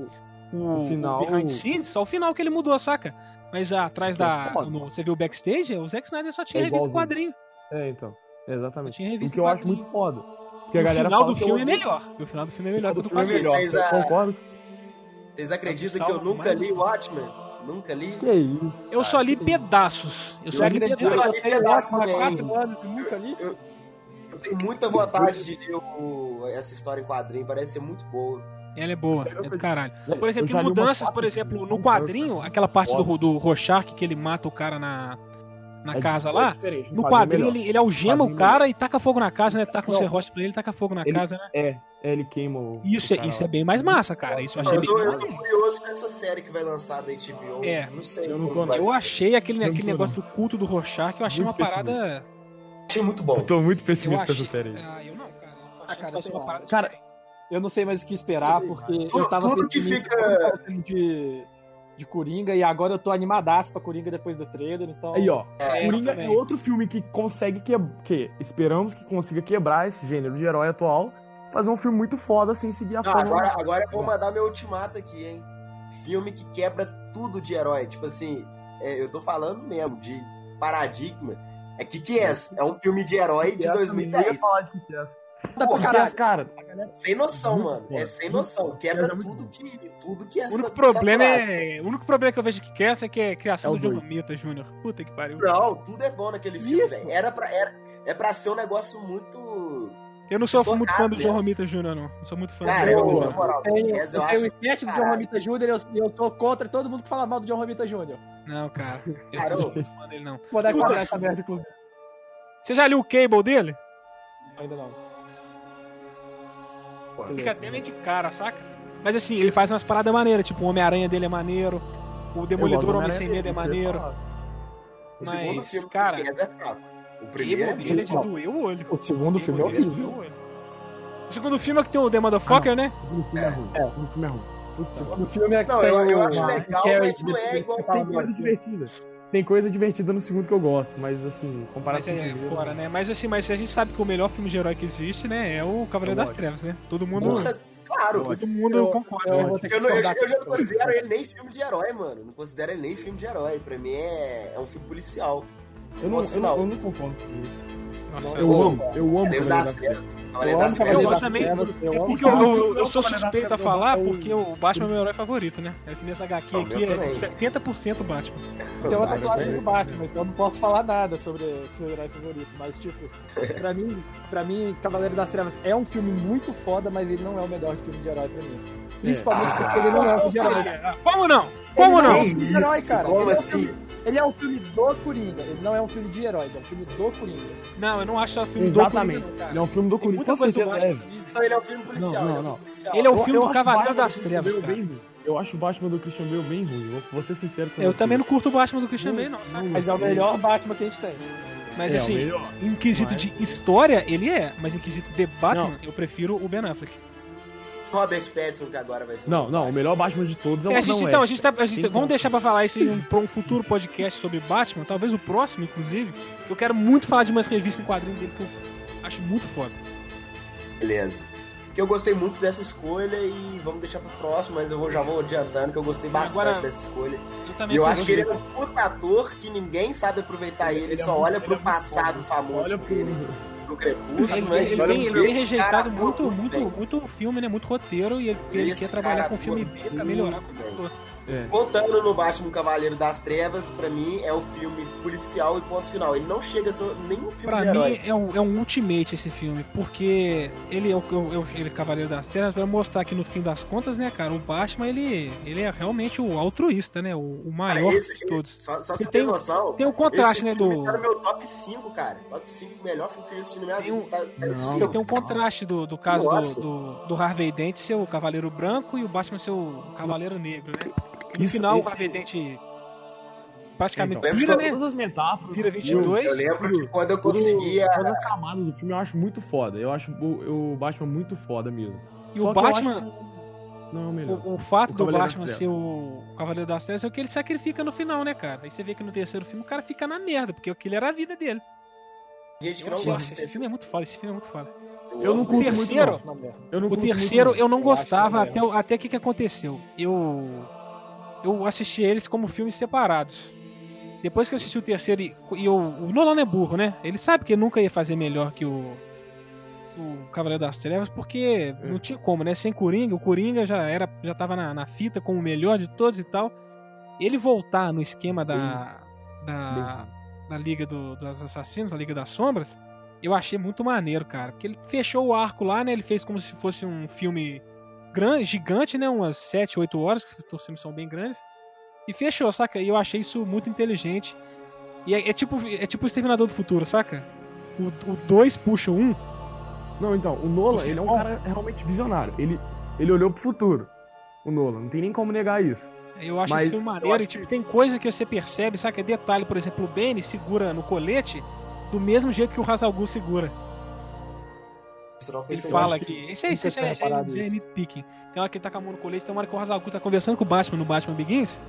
Speaker 1: o,
Speaker 3: o final-
Speaker 1: o behind scenes? Só o final que ele mudou, saca? Mas atrás
Speaker 3: Que
Speaker 1: da.
Speaker 3: é foda.
Speaker 1: no- você viu o backstage? O Zack Snyder só tinha
Speaker 3: É
Speaker 1: revista em
Speaker 3: igualzinho.
Speaker 1: quadrinho.
Speaker 3: É, então.
Speaker 1: Só
Speaker 3: Exatamente.
Speaker 1: tinha
Speaker 3: O
Speaker 1: revista
Speaker 3: que
Speaker 1: em
Speaker 3: eu acho
Speaker 1: um quadrinho.
Speaker 3: muito foda. Porque a
Speaker 1: o
Speaker 3: galera
Speaker 1: final
Speaker 3: fala
Speaker 1: do
Speaker 3: que eu
Speaker 1: filme é
Speaker 3: odeio-
Speaker 1: melhor. E o final do filme é
Speaker 3: O
Speaker 1: melhor
Speaker 3: final
Speaker 1: que o
Speaker 3: do
Speaker 1: do
Speaker 3: filme é
Speaker 1: quadrinho.
Speaker 2: quadrinho.
Speaker 3: melhor.
Speaker 2: Vocês,
Speaker 3: Eu
Speaker 2: ah,
Speaker 3: concordo. tá
Speaker 2: Vocês acreditam que
Speaker 1: Salva
Speaker 2: eu nunca
Speaker 1: mais
Speaker 2: li
Speaker 1: um.
Speaker 2: Watchmen? Nunca li?
Speaker 3: Que é isso.
Speaker 1: Eu só li
Speaker 3: que-
Speaker 1: pedaços. Eu só
Speaker 4: Eu
Speaker 1: li
Speaker 4: acredito que
Speaker 1: pedaços.
Speaker 4: eu
Speaker 2: Olha,
Speaker 4: tenho
Speaker 2: pedaço
Speaker 4: Watchmen há
Speaker 2: também.
Speaker 4: quatro anos e nunca li.
Speaker 2: Eu tenho muita vontade de ler o- essa história em quadrinho, parece ser muito boa.
Speaker 1: Ela é boa, é do caralho. Por
Speaker 3: Eu já
Speaker 1: exemplo,
Speaker 3: li umas
Speaker 1: mudanças,
Speaker 3: quatro
Speaker 1: por exemplo,
Speaker 3: vezes.
Speaker 1: no quadrinho,
Speaker 3: É
Speaker 1: aquela parte do,
Speaker 3: Foda.
Speaker 1: do Rorschach que ele mata o cara na, na
Speaker 3: É
Speaker 1: casa
Speaker 3: diferente,
Speaker 1: lá.
Speaker 3: diferente,
Speaker 1: No
Speaker 3: é
Speaker 1: quadrinho,
Speaker 3: melhor.
Speaker 1: ele, ele algema o
Speaker 3: Quadrinho
Speaker 1: cara e taca fogo na casa, né? Taca um
Speaker 3: Não.
Speaker 1: serrote pra ele, taca fogo na
Speaker 3: Ele-
Speaker 1: casa, né?
Speaker 3: É, é, ele queima o.
Speaker 1: Isso,
Speaker 3: o
Speaker 1: é,
Speaker 3: cara
Speaker 1: isso é
Speaker 3: lá.
Speaker 1: bem mais massa, cara. Isso eu achei
Speaker 2: Eu
Speaker 3: Não,
Speaker 1: bem
Speaker 2: tô, eu
Speaker 1: mais
Speaker 2: tô
Speaker 1: massa.
Speaker 2: curioso com essa série que vai lançar da HBO.
Speaker 1: É.
Speaker 2: Não sei.
Speaker 3: Eu não tô,
Speaker 2: como
Speaker 3: não.
Speaker 2: vai
Speaker 1: Eu
Speaker 2: ser.
Speaker 1: achei aquele,
Speaker 3: Eu
Speaker 1: aquele
Speaker 3: não tô,
Speaker 1: negócio do culto do Rorschach, eu achei uma
Speaker 3: Muito
Speaker 1: parada.
Speaker 2: Achei muito bom.
Speaker 3: tô muito
Speaker 1: Eu
Speaker 3: pessimista com essa
Speaker 1: achei...
Speaker 3: série. aí.
Speaker 1: Ah, eu não, cara. Eu
Speaker 4: Ah,
Speaker 1: achei que
Speaker 4: cara,
Speaker 1: fosse
Speaker 2: é
Speaker 4: sei
Speaker 1: uma
Speaker 4: lá.
Speaker 1: parada
Speaker 3: Cara,
Speaker 1: diferente.
Speaker 4: Eu não sei mais o que esperar, porque
Speaker 2: Tudo-
Speaker 4: eu tava
Speaker 2: tudo que
Speaker 4: sentindo
Speaker 2: fica-
Speaker 4: eu tava sentindo de, de Coringa e agora eu tô animadaço pra Coringa depois do trailer, então.
Speaker 3: Aí, ó.
Speaker 1: É, eu
Speaker 3: Coringa é
Speaker 1: também.
Speaker 3: outro filme que consegue que, que esperamos que consiga quebrar esse gênero de herói atual, fazer um filme muito foda sem seguir a
Speaker 2: Não,
Speaker 3: fórmula.
Speaker 2: Ah, agora, agora é eu vou mandar meu ultimato aqui, hein? Filme que quebra tudo de herói. Tipo assim, é, eu tô falando mesmo de paradigma. É que que é? É um filme de herói de
Speaker 3: Essa nem ia
Speaker 2: 2010.
Speaker 3: falar assim, de que essa.
Speaker 4: Tá pra
Speaker 3: Porque
Speaker 4: caralho.
Speaker 3: essa, cara,
Speaker 2: Sem noção,
Speaker 3: Muito
Speaker 2: mano.
Speaker 3: bom.
Speaker 2: É sem
Speaker 3: Muito
Speaker 2: noção.
Speaker 3: bom.
Speaker 2: Quebra
Speaker 3: Mas é muito
Speaker 2: tudo
Speaker 3: bom.
Speaker 2: que, tudo que é
Speaker 1: O único
Speaker 2: sa-
Speaker 1: problema
Speaker 2: saturado.
Speaker 1: é. O único problema que eu vejo que quer essa é que é a criação
Speaker 3: É o
Speaker 1: do
Speaker 3: dois.
Speaker 1: Diomita Júnior. Puta que pariu.
Speaker 2: Não, tudo é bom naquele filme,
Speaker 4: Isso.
Speaker 2: velho. Era pra, era, é pra ser um negócio muito.
Speaker 1: Eu não sou
Speaker 2: Sou
Speaker 1: muito fã do
Speaker 2: rápido,
Speaker 1: João Romita Jr., não. Não sou muito fã
Speaker 2: Cara,
Speaker 1: do
Speaker 2: eu,
Speaker 1: João
Speaker 4: eu-
Speaker 2: na
Speaker 1: Romita Jr.
Speaker 2: moral,
Speaker 4: Eu tenho,
Speaker 2: Jazz, eu
Speaker 4: eu
Speaker 3: um
Speaker 2: acho.
Speaker 4: tenho o sketch do John
Speaker 2: caralho.
Speaker 4: Romita Jr. e eu, e eu sou contra todo mundo que fala mal do John Romita Jr.
Speaker 1: Não, cara. Eu
Speaker 2: Cara,
Speaker 1: não sou
Speaker 2: eu-
Speaker 1: muito fã dele, não.
Speaker 4: Vou dar
Speaker 1: Puta.
Speaker 4: contra essa merda, inclusive.
Speaker 1: Você já liu o Cable dele?
Speaker 4: Ainda não.
Speaker 2: Pô,
Speaker 1: Fica até meio de cara, saca? Mas assim, ele faz umas paradas maneiras, tipo o Homem-Aranha dele é maneiro, o
Speaker 3: eu gosto
Speaker 1: Demolidor
Speaker 3: do
Speaker 1: Homem Sem
Speaker 3: Homem-Aranha
Speaker 1: Medo é
Speaker 3: dele, eu ia
Speaker 1: maneiro.
Speaker 3: falar.
Speaker 2: O segundo
Speaker 1: Mas,
Speaker 2: filme
Speaker 1: cara,
Speaker 2: do Jazz é fraco. O primeiro é
Speaker 1: Cable dele é
Speaker 2: muito
Speaker 1: de
Speaker 4: bom.
Speaker 1: doer o olho.
Speaker 4: O segundo filme é
Speaker 1: Cable dele é de
Speaker 4: horrível.
Speaker 1: doer o olho. O segundo filme é que tem o The Motherfucker, né?
Speaker 3: O segundo filme é ruim.
Speaker 4: É.
Speaker 3: O segundo filme é ruim.
Speaker 4: O
Speaker 3: Putz,
Speaker 4: segundo filme é que
Speaker 2: Não,
Speaker 4: tem
Speaker 2: eu- eu
Speaker 4: o-
Speaker 2: acho
Speaker 4: a-
Speaker 2: legal,
Speaker 4: Carrie
Speaker 2: mas não é
Speaker 4: Smith,
Speaker 2: igual-
Speaker 4: que tá
Speaker 3: Tem
Speaker 4: no-
Speaker 3: coisa divertida. Tem coisa divertida no segundo que eu gosto, mas assim, comparado
Speaker 1: Mas
Speaker 3: com o
Speaker 1: é
Speaker 3: primeiro,
Speaker 1: fora, né? Mas assim, mas a gente sabe que o melhor filme de herói que existe, né? É o Cavaleiro
Speaker 3: Eu
Speaker 1: das
Speaker 3: gosto.
Speaker 1: Trevas, né? Todo mundo.
Speaker 2: bom. Claro.
Speaker 1: Todo mundo
Speaker 4: Eu-
Speaker 1: concorda.
Speaker 3: é
Speaker 4: Eu vou ter que
Speaker 2: Eu, não, eu,
Speaker 4: discordar
Speaker 2: eu já não
Speaker 4: com você.
Speaker 2: considero ele nem filme de herói, mano. Não considero ele nem filme de herói. Pra mim é, é um filme policial.
Speaker 3: Eu não, eu não,
Speaker 2: Final.
Speaker 3: eu não concordo com isso.
Speaker 1: Nossa,
Speaker 3: Eu
Speaker 2: Pô,
Speaker 3: amo, eu amo.
Speaker 2: Cavaleiro
Speaker 3: Cavaleiro
Speaker 2: das
Speaker 3: das Trevas.
Speaker 2: Trevas.
Speaker 4: Eu
Speaker 2: Cavaleiro
Speaker 4: amo
Speaker 2: das Trevas.
Speaker 4: Cavaleiro
Speaker 1: Eu
Speaker 4: das
Speaker 1: também-
Speaker 4: Trevas, eu
Speaker 1: É
Speaker 4: amo
Speaker 1: porque eu,
Speaker 4: Cavaleiro
Speaker 1: eu- eu sou
Speaker 3: Cavaleiro das
Speaker 1: suspeito a
Speaker 3: Trevas,
Speaker 1: falar,
Speaker 3: eu-
Speaker 1: porque o Batman é meu herói favorito, né? Nessa HQ
Speaker 2: Não, meu
Speaker 1: aqui é
Speaker 2: também.
Speaker 1: 70% Batman.
Speaker 4: Tem uma
Speaker 2: Batman,
Speaker 4: tatuagem
Speaker 2: né?
Speaker 4: do Batman, então eu não posso falar nada sobre seu herói favorito. Mas, tipo, pra mim, pra mim, Cavaleiro das Trevas é um filme muito foda, mas ele não é o melhor filme de herói pra mim. Principalmente porque ele não é um
Speaker 1: Ou
Speaker 4: filme de herói.
Speaker 1: seja, ah, Como não? Como
Speaker 4: Ele
Speaker 1: não?
Speaker 4: é um filme de herói,
Speaker 2: Isso,
Speaker 4: cara.
Speaker 2: Como
Speaker 4: Ele é um
Speaker 2: assim?
Speaker 4: Ele é um filme do Coringa, ele não é um filme de herói, ele é um filme do Coringa.
Speaker 1: Não, eu não acho o filme
Speaker 3: Exatamente.
Speaker 1: do Coringa, não, cara.
Speaker 3: Ele é um filme do
Speaker 1: Tem
Speaker 3: Coringa.
Speaker 1: muita
Speaker 3: Com
Speaker 1: coisa do
Speaker 3: certeza,
Speaker 1: Batman
Speaker 3: é.
Speaker 1: pra mim, velho.
Speaker 2: Não, ele é um filme policial.
Speaker 3: Não,
Speaker 2: ele é um
Speaker 3: não,
Speaker 2: filme policial.
Speaker 1: Ele é um
Speaker 3: Eu-
Speaker 1: filme
Speaker 3: eu
Speaker 1: do
Speaker 3: acho
Speaker 1: Cavaleiro
Speaker 3: Batman
Speaker 1: das
Speaker 3: do
Speaker 1: Trevas,
Speaker 3: Christian Bale
Speaker 1: cara.
Speaker 3: bem ruim. Eu acho o Batman do Christian Bale bem ruim. Vou, vou ser sincero com
Speaker 1: Eu
Speaker 3: você.
Speaker 1: também não curto o Batman do Christian Bale, não,
Speaker 3: Não,
Speaker 1: sabe?
Speaker 3: não.
Speaker 4: Mas é o melhor Batman que a gente tem.
Speaker 1: Mas
Speaker 3: É, o
Speaker 1: assim,
Speaker 3: melhor.
Speaker 1: em quesito de história, ele é, mas em quesito de Batman, eu prefiro o Ben Affleck.
Speaker 2: Robert Pattinson que agora vai ser.
Speaker 3: Não, não, o melhor Batman de todos é o
Speaker 1: É, a gente,
Speaker 3: não
Speaker 1: então,
Speaker 3: é.
Speaker 1: a gente tá. a gente-
Speaker 3: Tem
Speaker 1: vamos
Speaker 3: como.
Speaker 1: deixar pra falar isso em um, pra um futuro podcast sobre Batman, talvez o próximo, inclusive. que Eu quero muito falar de umas revistas em quadrinho dele que eu acho muito foda.
Speaker 2: Beleza. Que eu gostei muito dessa escolha e vamos deixar pro próximo, mas eu vou, já vou adiantando que eu gostei bastante
Speaker 1: Agora-
Speaker 2: dessa escolha.
Speaker 1: Eu também
Speaker 2: E eu
Speaker 1: tô
Speaker 2: acho que ele é
Speaker 1: gostando.
Speaker 2: um puta ator que ninguém sabe aproveitar ele,
Speaker 3: Ele é
Speaker 2: só
Speaker 3: muito-
Speaker 2: olha
Speaker 3: ele é
Speaker 2: pro
Speaker 3: muito
Speaker 2: passado famoso
Speaker 3: Olha pro.
Speaker 2: dele, do Crepúsculo,
Speaker 1: Ele,
Speaker 2: né?
Speaker 1: ele
Speaker 2: Olha
Speaker 1: tem, ele
Speaker 2: pro-
Speaker 1: tem
Speaker 2: esse
Speaker 1: rejeitado
Speaker 2: cara
Speaker 1: muito,
Speaker 2: atua
Speaker 1: muito,
Speaker 2: bem.
Speaker 1: muito filme, né? Muito roteiro e ele, ele
Speaker 2: Esse
Speaker 1: quer trabalhar
Speaker 2: cara
Speaker 1: com o filme
Speaker 2: atua
Speaker 1: dele pra
Speaker 2: muito
Speaker 1: melhorar como
Speaker 2: bem.
Speaker 1: ator.
Speaker 3: É.
Speaker 2: Voltando no Batman Cavaleiro das Trevas, pra mim é o filme policial e ponto final. Ele não chega a ser nenhum filme
Speaker 1: Pra
Speaker 2: de herói.
Speaker 1: mim é um, é um ultimate esse filme, porque ele é o eu- eu- ele é Cavaleiro das Trevas, vai mostrar que no fim das contas, né, cara, o Batman ele, ele é realmente o altruísta, né? O, o
Speaker 2: Cara,
Speaker 1: maior
Speaker 2: esse-
Speaker 1: de todos.
Speaker 2: Só, só
Speaker 1: Que
Speaker 2: pra ter
Speaker 1: tem-
Speaker 2: noção.
Speaker 1: Tem o contraste,
Speaker 2: esse
Speaker 1: né,
Speaker 2: filme
Speaker 1: do.
Speaker 2: tá no meu top 5, cara. Top 5 melhor filme que eu já assisti na minha
Speaker 1: Tem um-
Speaker 2: vida. Tá, tá esse
Speaker 3: Não,
Speaker 2: filme.
Speaker 1: Tem um contraste do, do caso
Speaker 2: Nossa.
Speaker 1: do, do, do Harvey Dent ser o Cavaleiro Branco e o Batman ser o Cavaleiro Negro, né? E no
Speaker 3: Isso,
Speaker 1: final o
Speaker 3: esse-
Speaker 1: Harvey Dent praticamente
Speaker 3: Então.
Speaker 1: vira, né?
Speaker 3: Todas as metáforas.
Speaker 1: Vira
Speaker 3: do
Speaker 1: 22.
Speaker 3: filme,
Speaker 2: Eu lembro que quando eu
Speaker 3: tudo-
Speaker 2: conseguia.
Speaker 3: Todas as camadas do filme eu acho muito foda. Eu acho o, o Batman muito foda mesmo.
Speaker 1: E
Speaker 3: Só
Speaker 1: o
Speaker 3: que eu
Speaker 1: Batman,
Speaker 3: acho que- Não, é o melhor.
Speaker 1: O, o fato
Speaker 3: O
Speaker 1: do
Speaker 3: Cavaleiro
Speaker 1: Batman
Speaker 3: das
Speaker 1: ser o Cavaleiro das Trevas é o que ele sacrifica no final, né, cara? Aí você vê que no terceiro filme o cara fica na merda, porque aquilo era a vida dele.
Speaker 2: Gente que não
Speaker 1: Gente,
Speaker 2: gosta
Speaker 1: esse
Speaker 2: desse
Speaker 1: filme é muito foda, esse filme é muito foda.
Speaker 3: Eu não
Speaker 2: amo
Speaker 3: curto
Speaker 1: O
Speaker 3: muito,
Speaker 1: terceiro-
Speaker 3: não.
Speaker 4: Uma merda.
Speaker 3: Eu não
Speaker 1: O
Speaker 3: curto muito,
Speaker 1: terceiro
Speaker 3: não.
Speaker 1: eu não
Speaker 4: Eu
Speaker 1: gostava
Speaker 4: acho que
Speaker 1: até o até que, que aconteceu. Eu eu assisti eles como filmes separados. Depois que eu assisti o terceiro e, e o, o Nolan é burro, né? Ele sabe que ele nunca ia fazer melhor que o o Cavaleiro das Trevas, porque
Speaker 3: É.
Speaker 1: não tinha como, né? Sem Coringa, o Coringa já era já tava na, na fita como o melhor de todos e tal. Ele voltar no esquema da da, da Liga do- dos Assassinos, da Liga das Sombras, eu achei muito maneiro, cara. Porque ele fechou o arco lá, né? Ele fez como se fosse um filme grande, gigante, né? Umas 7, 8 horas, que os filmes são bem grandes. E fechou, saca? E eu achei isso muito inteligente. E é, é tipo é tipo o Exterminador do Futuro, saca? O 2 puxa o 1. Um.
Speaker 3: Não, então, o Nolan,
Speaker 1: Você
Speaker 3: ele é um
Speaker 1: não?
Speaker 3: cara realmente visionário. Ele, ele olhou pro futuro. O Nolan, não tem nem como negar isso.
Speaker 1: Eu acho
Speaker 3: Mas
Speaker 1: esse filme
Speaker 3: eu
Speaker 1: maneiro.
Speaker 3: acho
Speaker 1: E tipo, tem coisa que você percebe, saca? É detalhe, por exemplo, o Benny segura no colete do mesmo jeito que o Hazalgu segura.
Speaker 2: isso, não,
Speaker 1: Ele
Speaker 2: pensei
Speaker 1: fala
Speaker 2: hoje.
Speaker 1: que. Esse aí,
Speaker 4: nunca
Speaker 1: esse já,
Speaker 4: tinha
Speaker 1: é- já, é-
Speaker 4: reparado
Speaker 1: já é
Speaker 4: isso.
Speaker 1: nitpicking. Tem hora que ele tá com a mão no colete, tem uma hora que o Hazalgu tá conversando com o Batman no Batman Begins,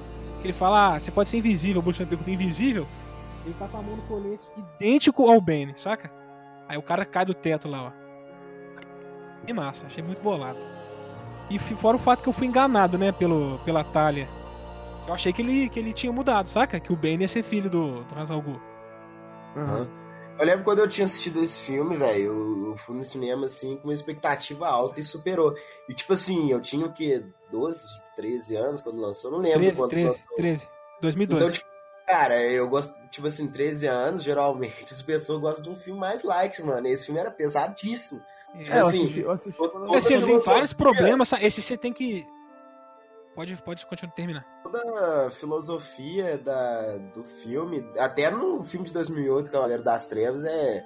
Speaker 1: que ele fala, ah, você pode ser invisível, o Batman pergunta invisível. Ele tá com a mão no colete idêntico ao Bane, saca? Aí o cara cai do teto lá, ó. É massa, achei muito bolado. E f- fora o fato que eu fui enganado, né, pelo, pela Talia. Eu achei que ele, que ele tinha mudado, saca? Que o Bane ia ser filho do, do Hazalgu.
Speaker 3: Aham.
Speaker 2: Eu lembro quando eu tinha assistido esse filme, velho, eu, eu fui no cinema, assim, com uma expectativa alta e superou. E, tipo assim, eu tinha o quê? 12, 13 anos quando lançou? Não lembro
Speaker 1: 13,
Speaker 2: quando
Speaker 1: 13,
Speaker 2: lançou.
Speaker 1: 13.
Speaker 2: Então,
Speaker 1: 2012.
Speaker 2: tipo, cara, eu gosto, tipo assim, 13 anos, geralmente, as pessoas gostam de um filme mais light, mano. Esse filme era pesadíssimo.
Speaker 3: É, eu
Speaker 2: assim,
Speaker 3: assisti, eu assisti
Speaker 2: eu-
Speaker 3: quando-
Speaker 2: Toda
Speaker 1: Você tem
Speaker 2: filosofia-
Speaker 1: vários problemas, sa- esse você tem que. Pode, pode continuar terminar.
Speaker 2: Toda a filosofia da, do filme, até no filme de 2008, Cavaleiro das Trevas, é,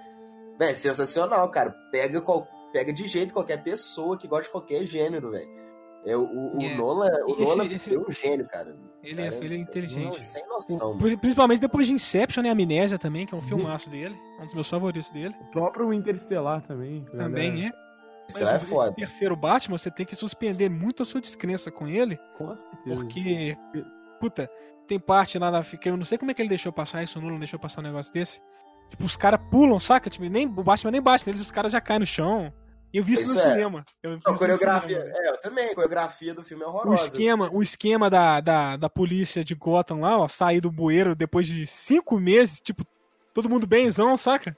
Speaker 2: é sensacional, cara. Pega, qual- pega de jeito qualquer pessoa que gosta de qualquer gênero, velho. É, o o,
Speaker 1: É.
Speaker 2: o Nolan, o
Speaker 1: Esse-
Speaker 2: Nolan
Speaker 1: esse-
Speaker 2: é um gênio, cara.
Speaker 1: Ele é,
Speaker 2: Cara,
Speaker 1: ele é
Speaker 2: Não, Uhum.
Speaker 1: inteligente.
Speaker 2: sem noção, mano.
Speaker 1: Pri- Principalmente depois de Inception e Amnésia também, que é um filmaço dele. Um dos meus favoritos dele.
Speaker 3: O próprio Interestelar também. tá que a
Speaker 1: Também
Speaker 3: galera-
Speaker 1: é.
Speaker 2: Isso
Speaker 1: Mas
Speaker 2: é
Speaker 1: esse
Speaker 2: foda.
Speaker 1: terceiro Batman, você tem que suspender muito a sua descrença com ele,
Speaker 3: Com certeza.
Speaker 1: porque. Puta, tem parte lá na. que Eu não sei como é que ele deixou passar isso, o Nolan deixou passar um negócio desse. Tipo, os caras pulam, saca? Tipo, nem, o Batman nem bate neles, os caras já caem no chão. E eu vi isso,
Speaker 2: Isso
Speaker 1: no
Speaker 2: é.
Speaker 1: cinema. Eu vi isso
Speaker 2: Não,
Speaker 1: no
Speaker 2: a coreografia,
Speaker 1: cinema.
Speaker 2: é, eu também, a coreografia do filme é
Speaker 1: né? o
Speaker 2: horrorosa.
Speaker 1: Um esquema, o esquema da, da, da polícia de Gotham lá, ó, sair do bueiro depois de cinco meses, tipo, todo mundo benzão, saca?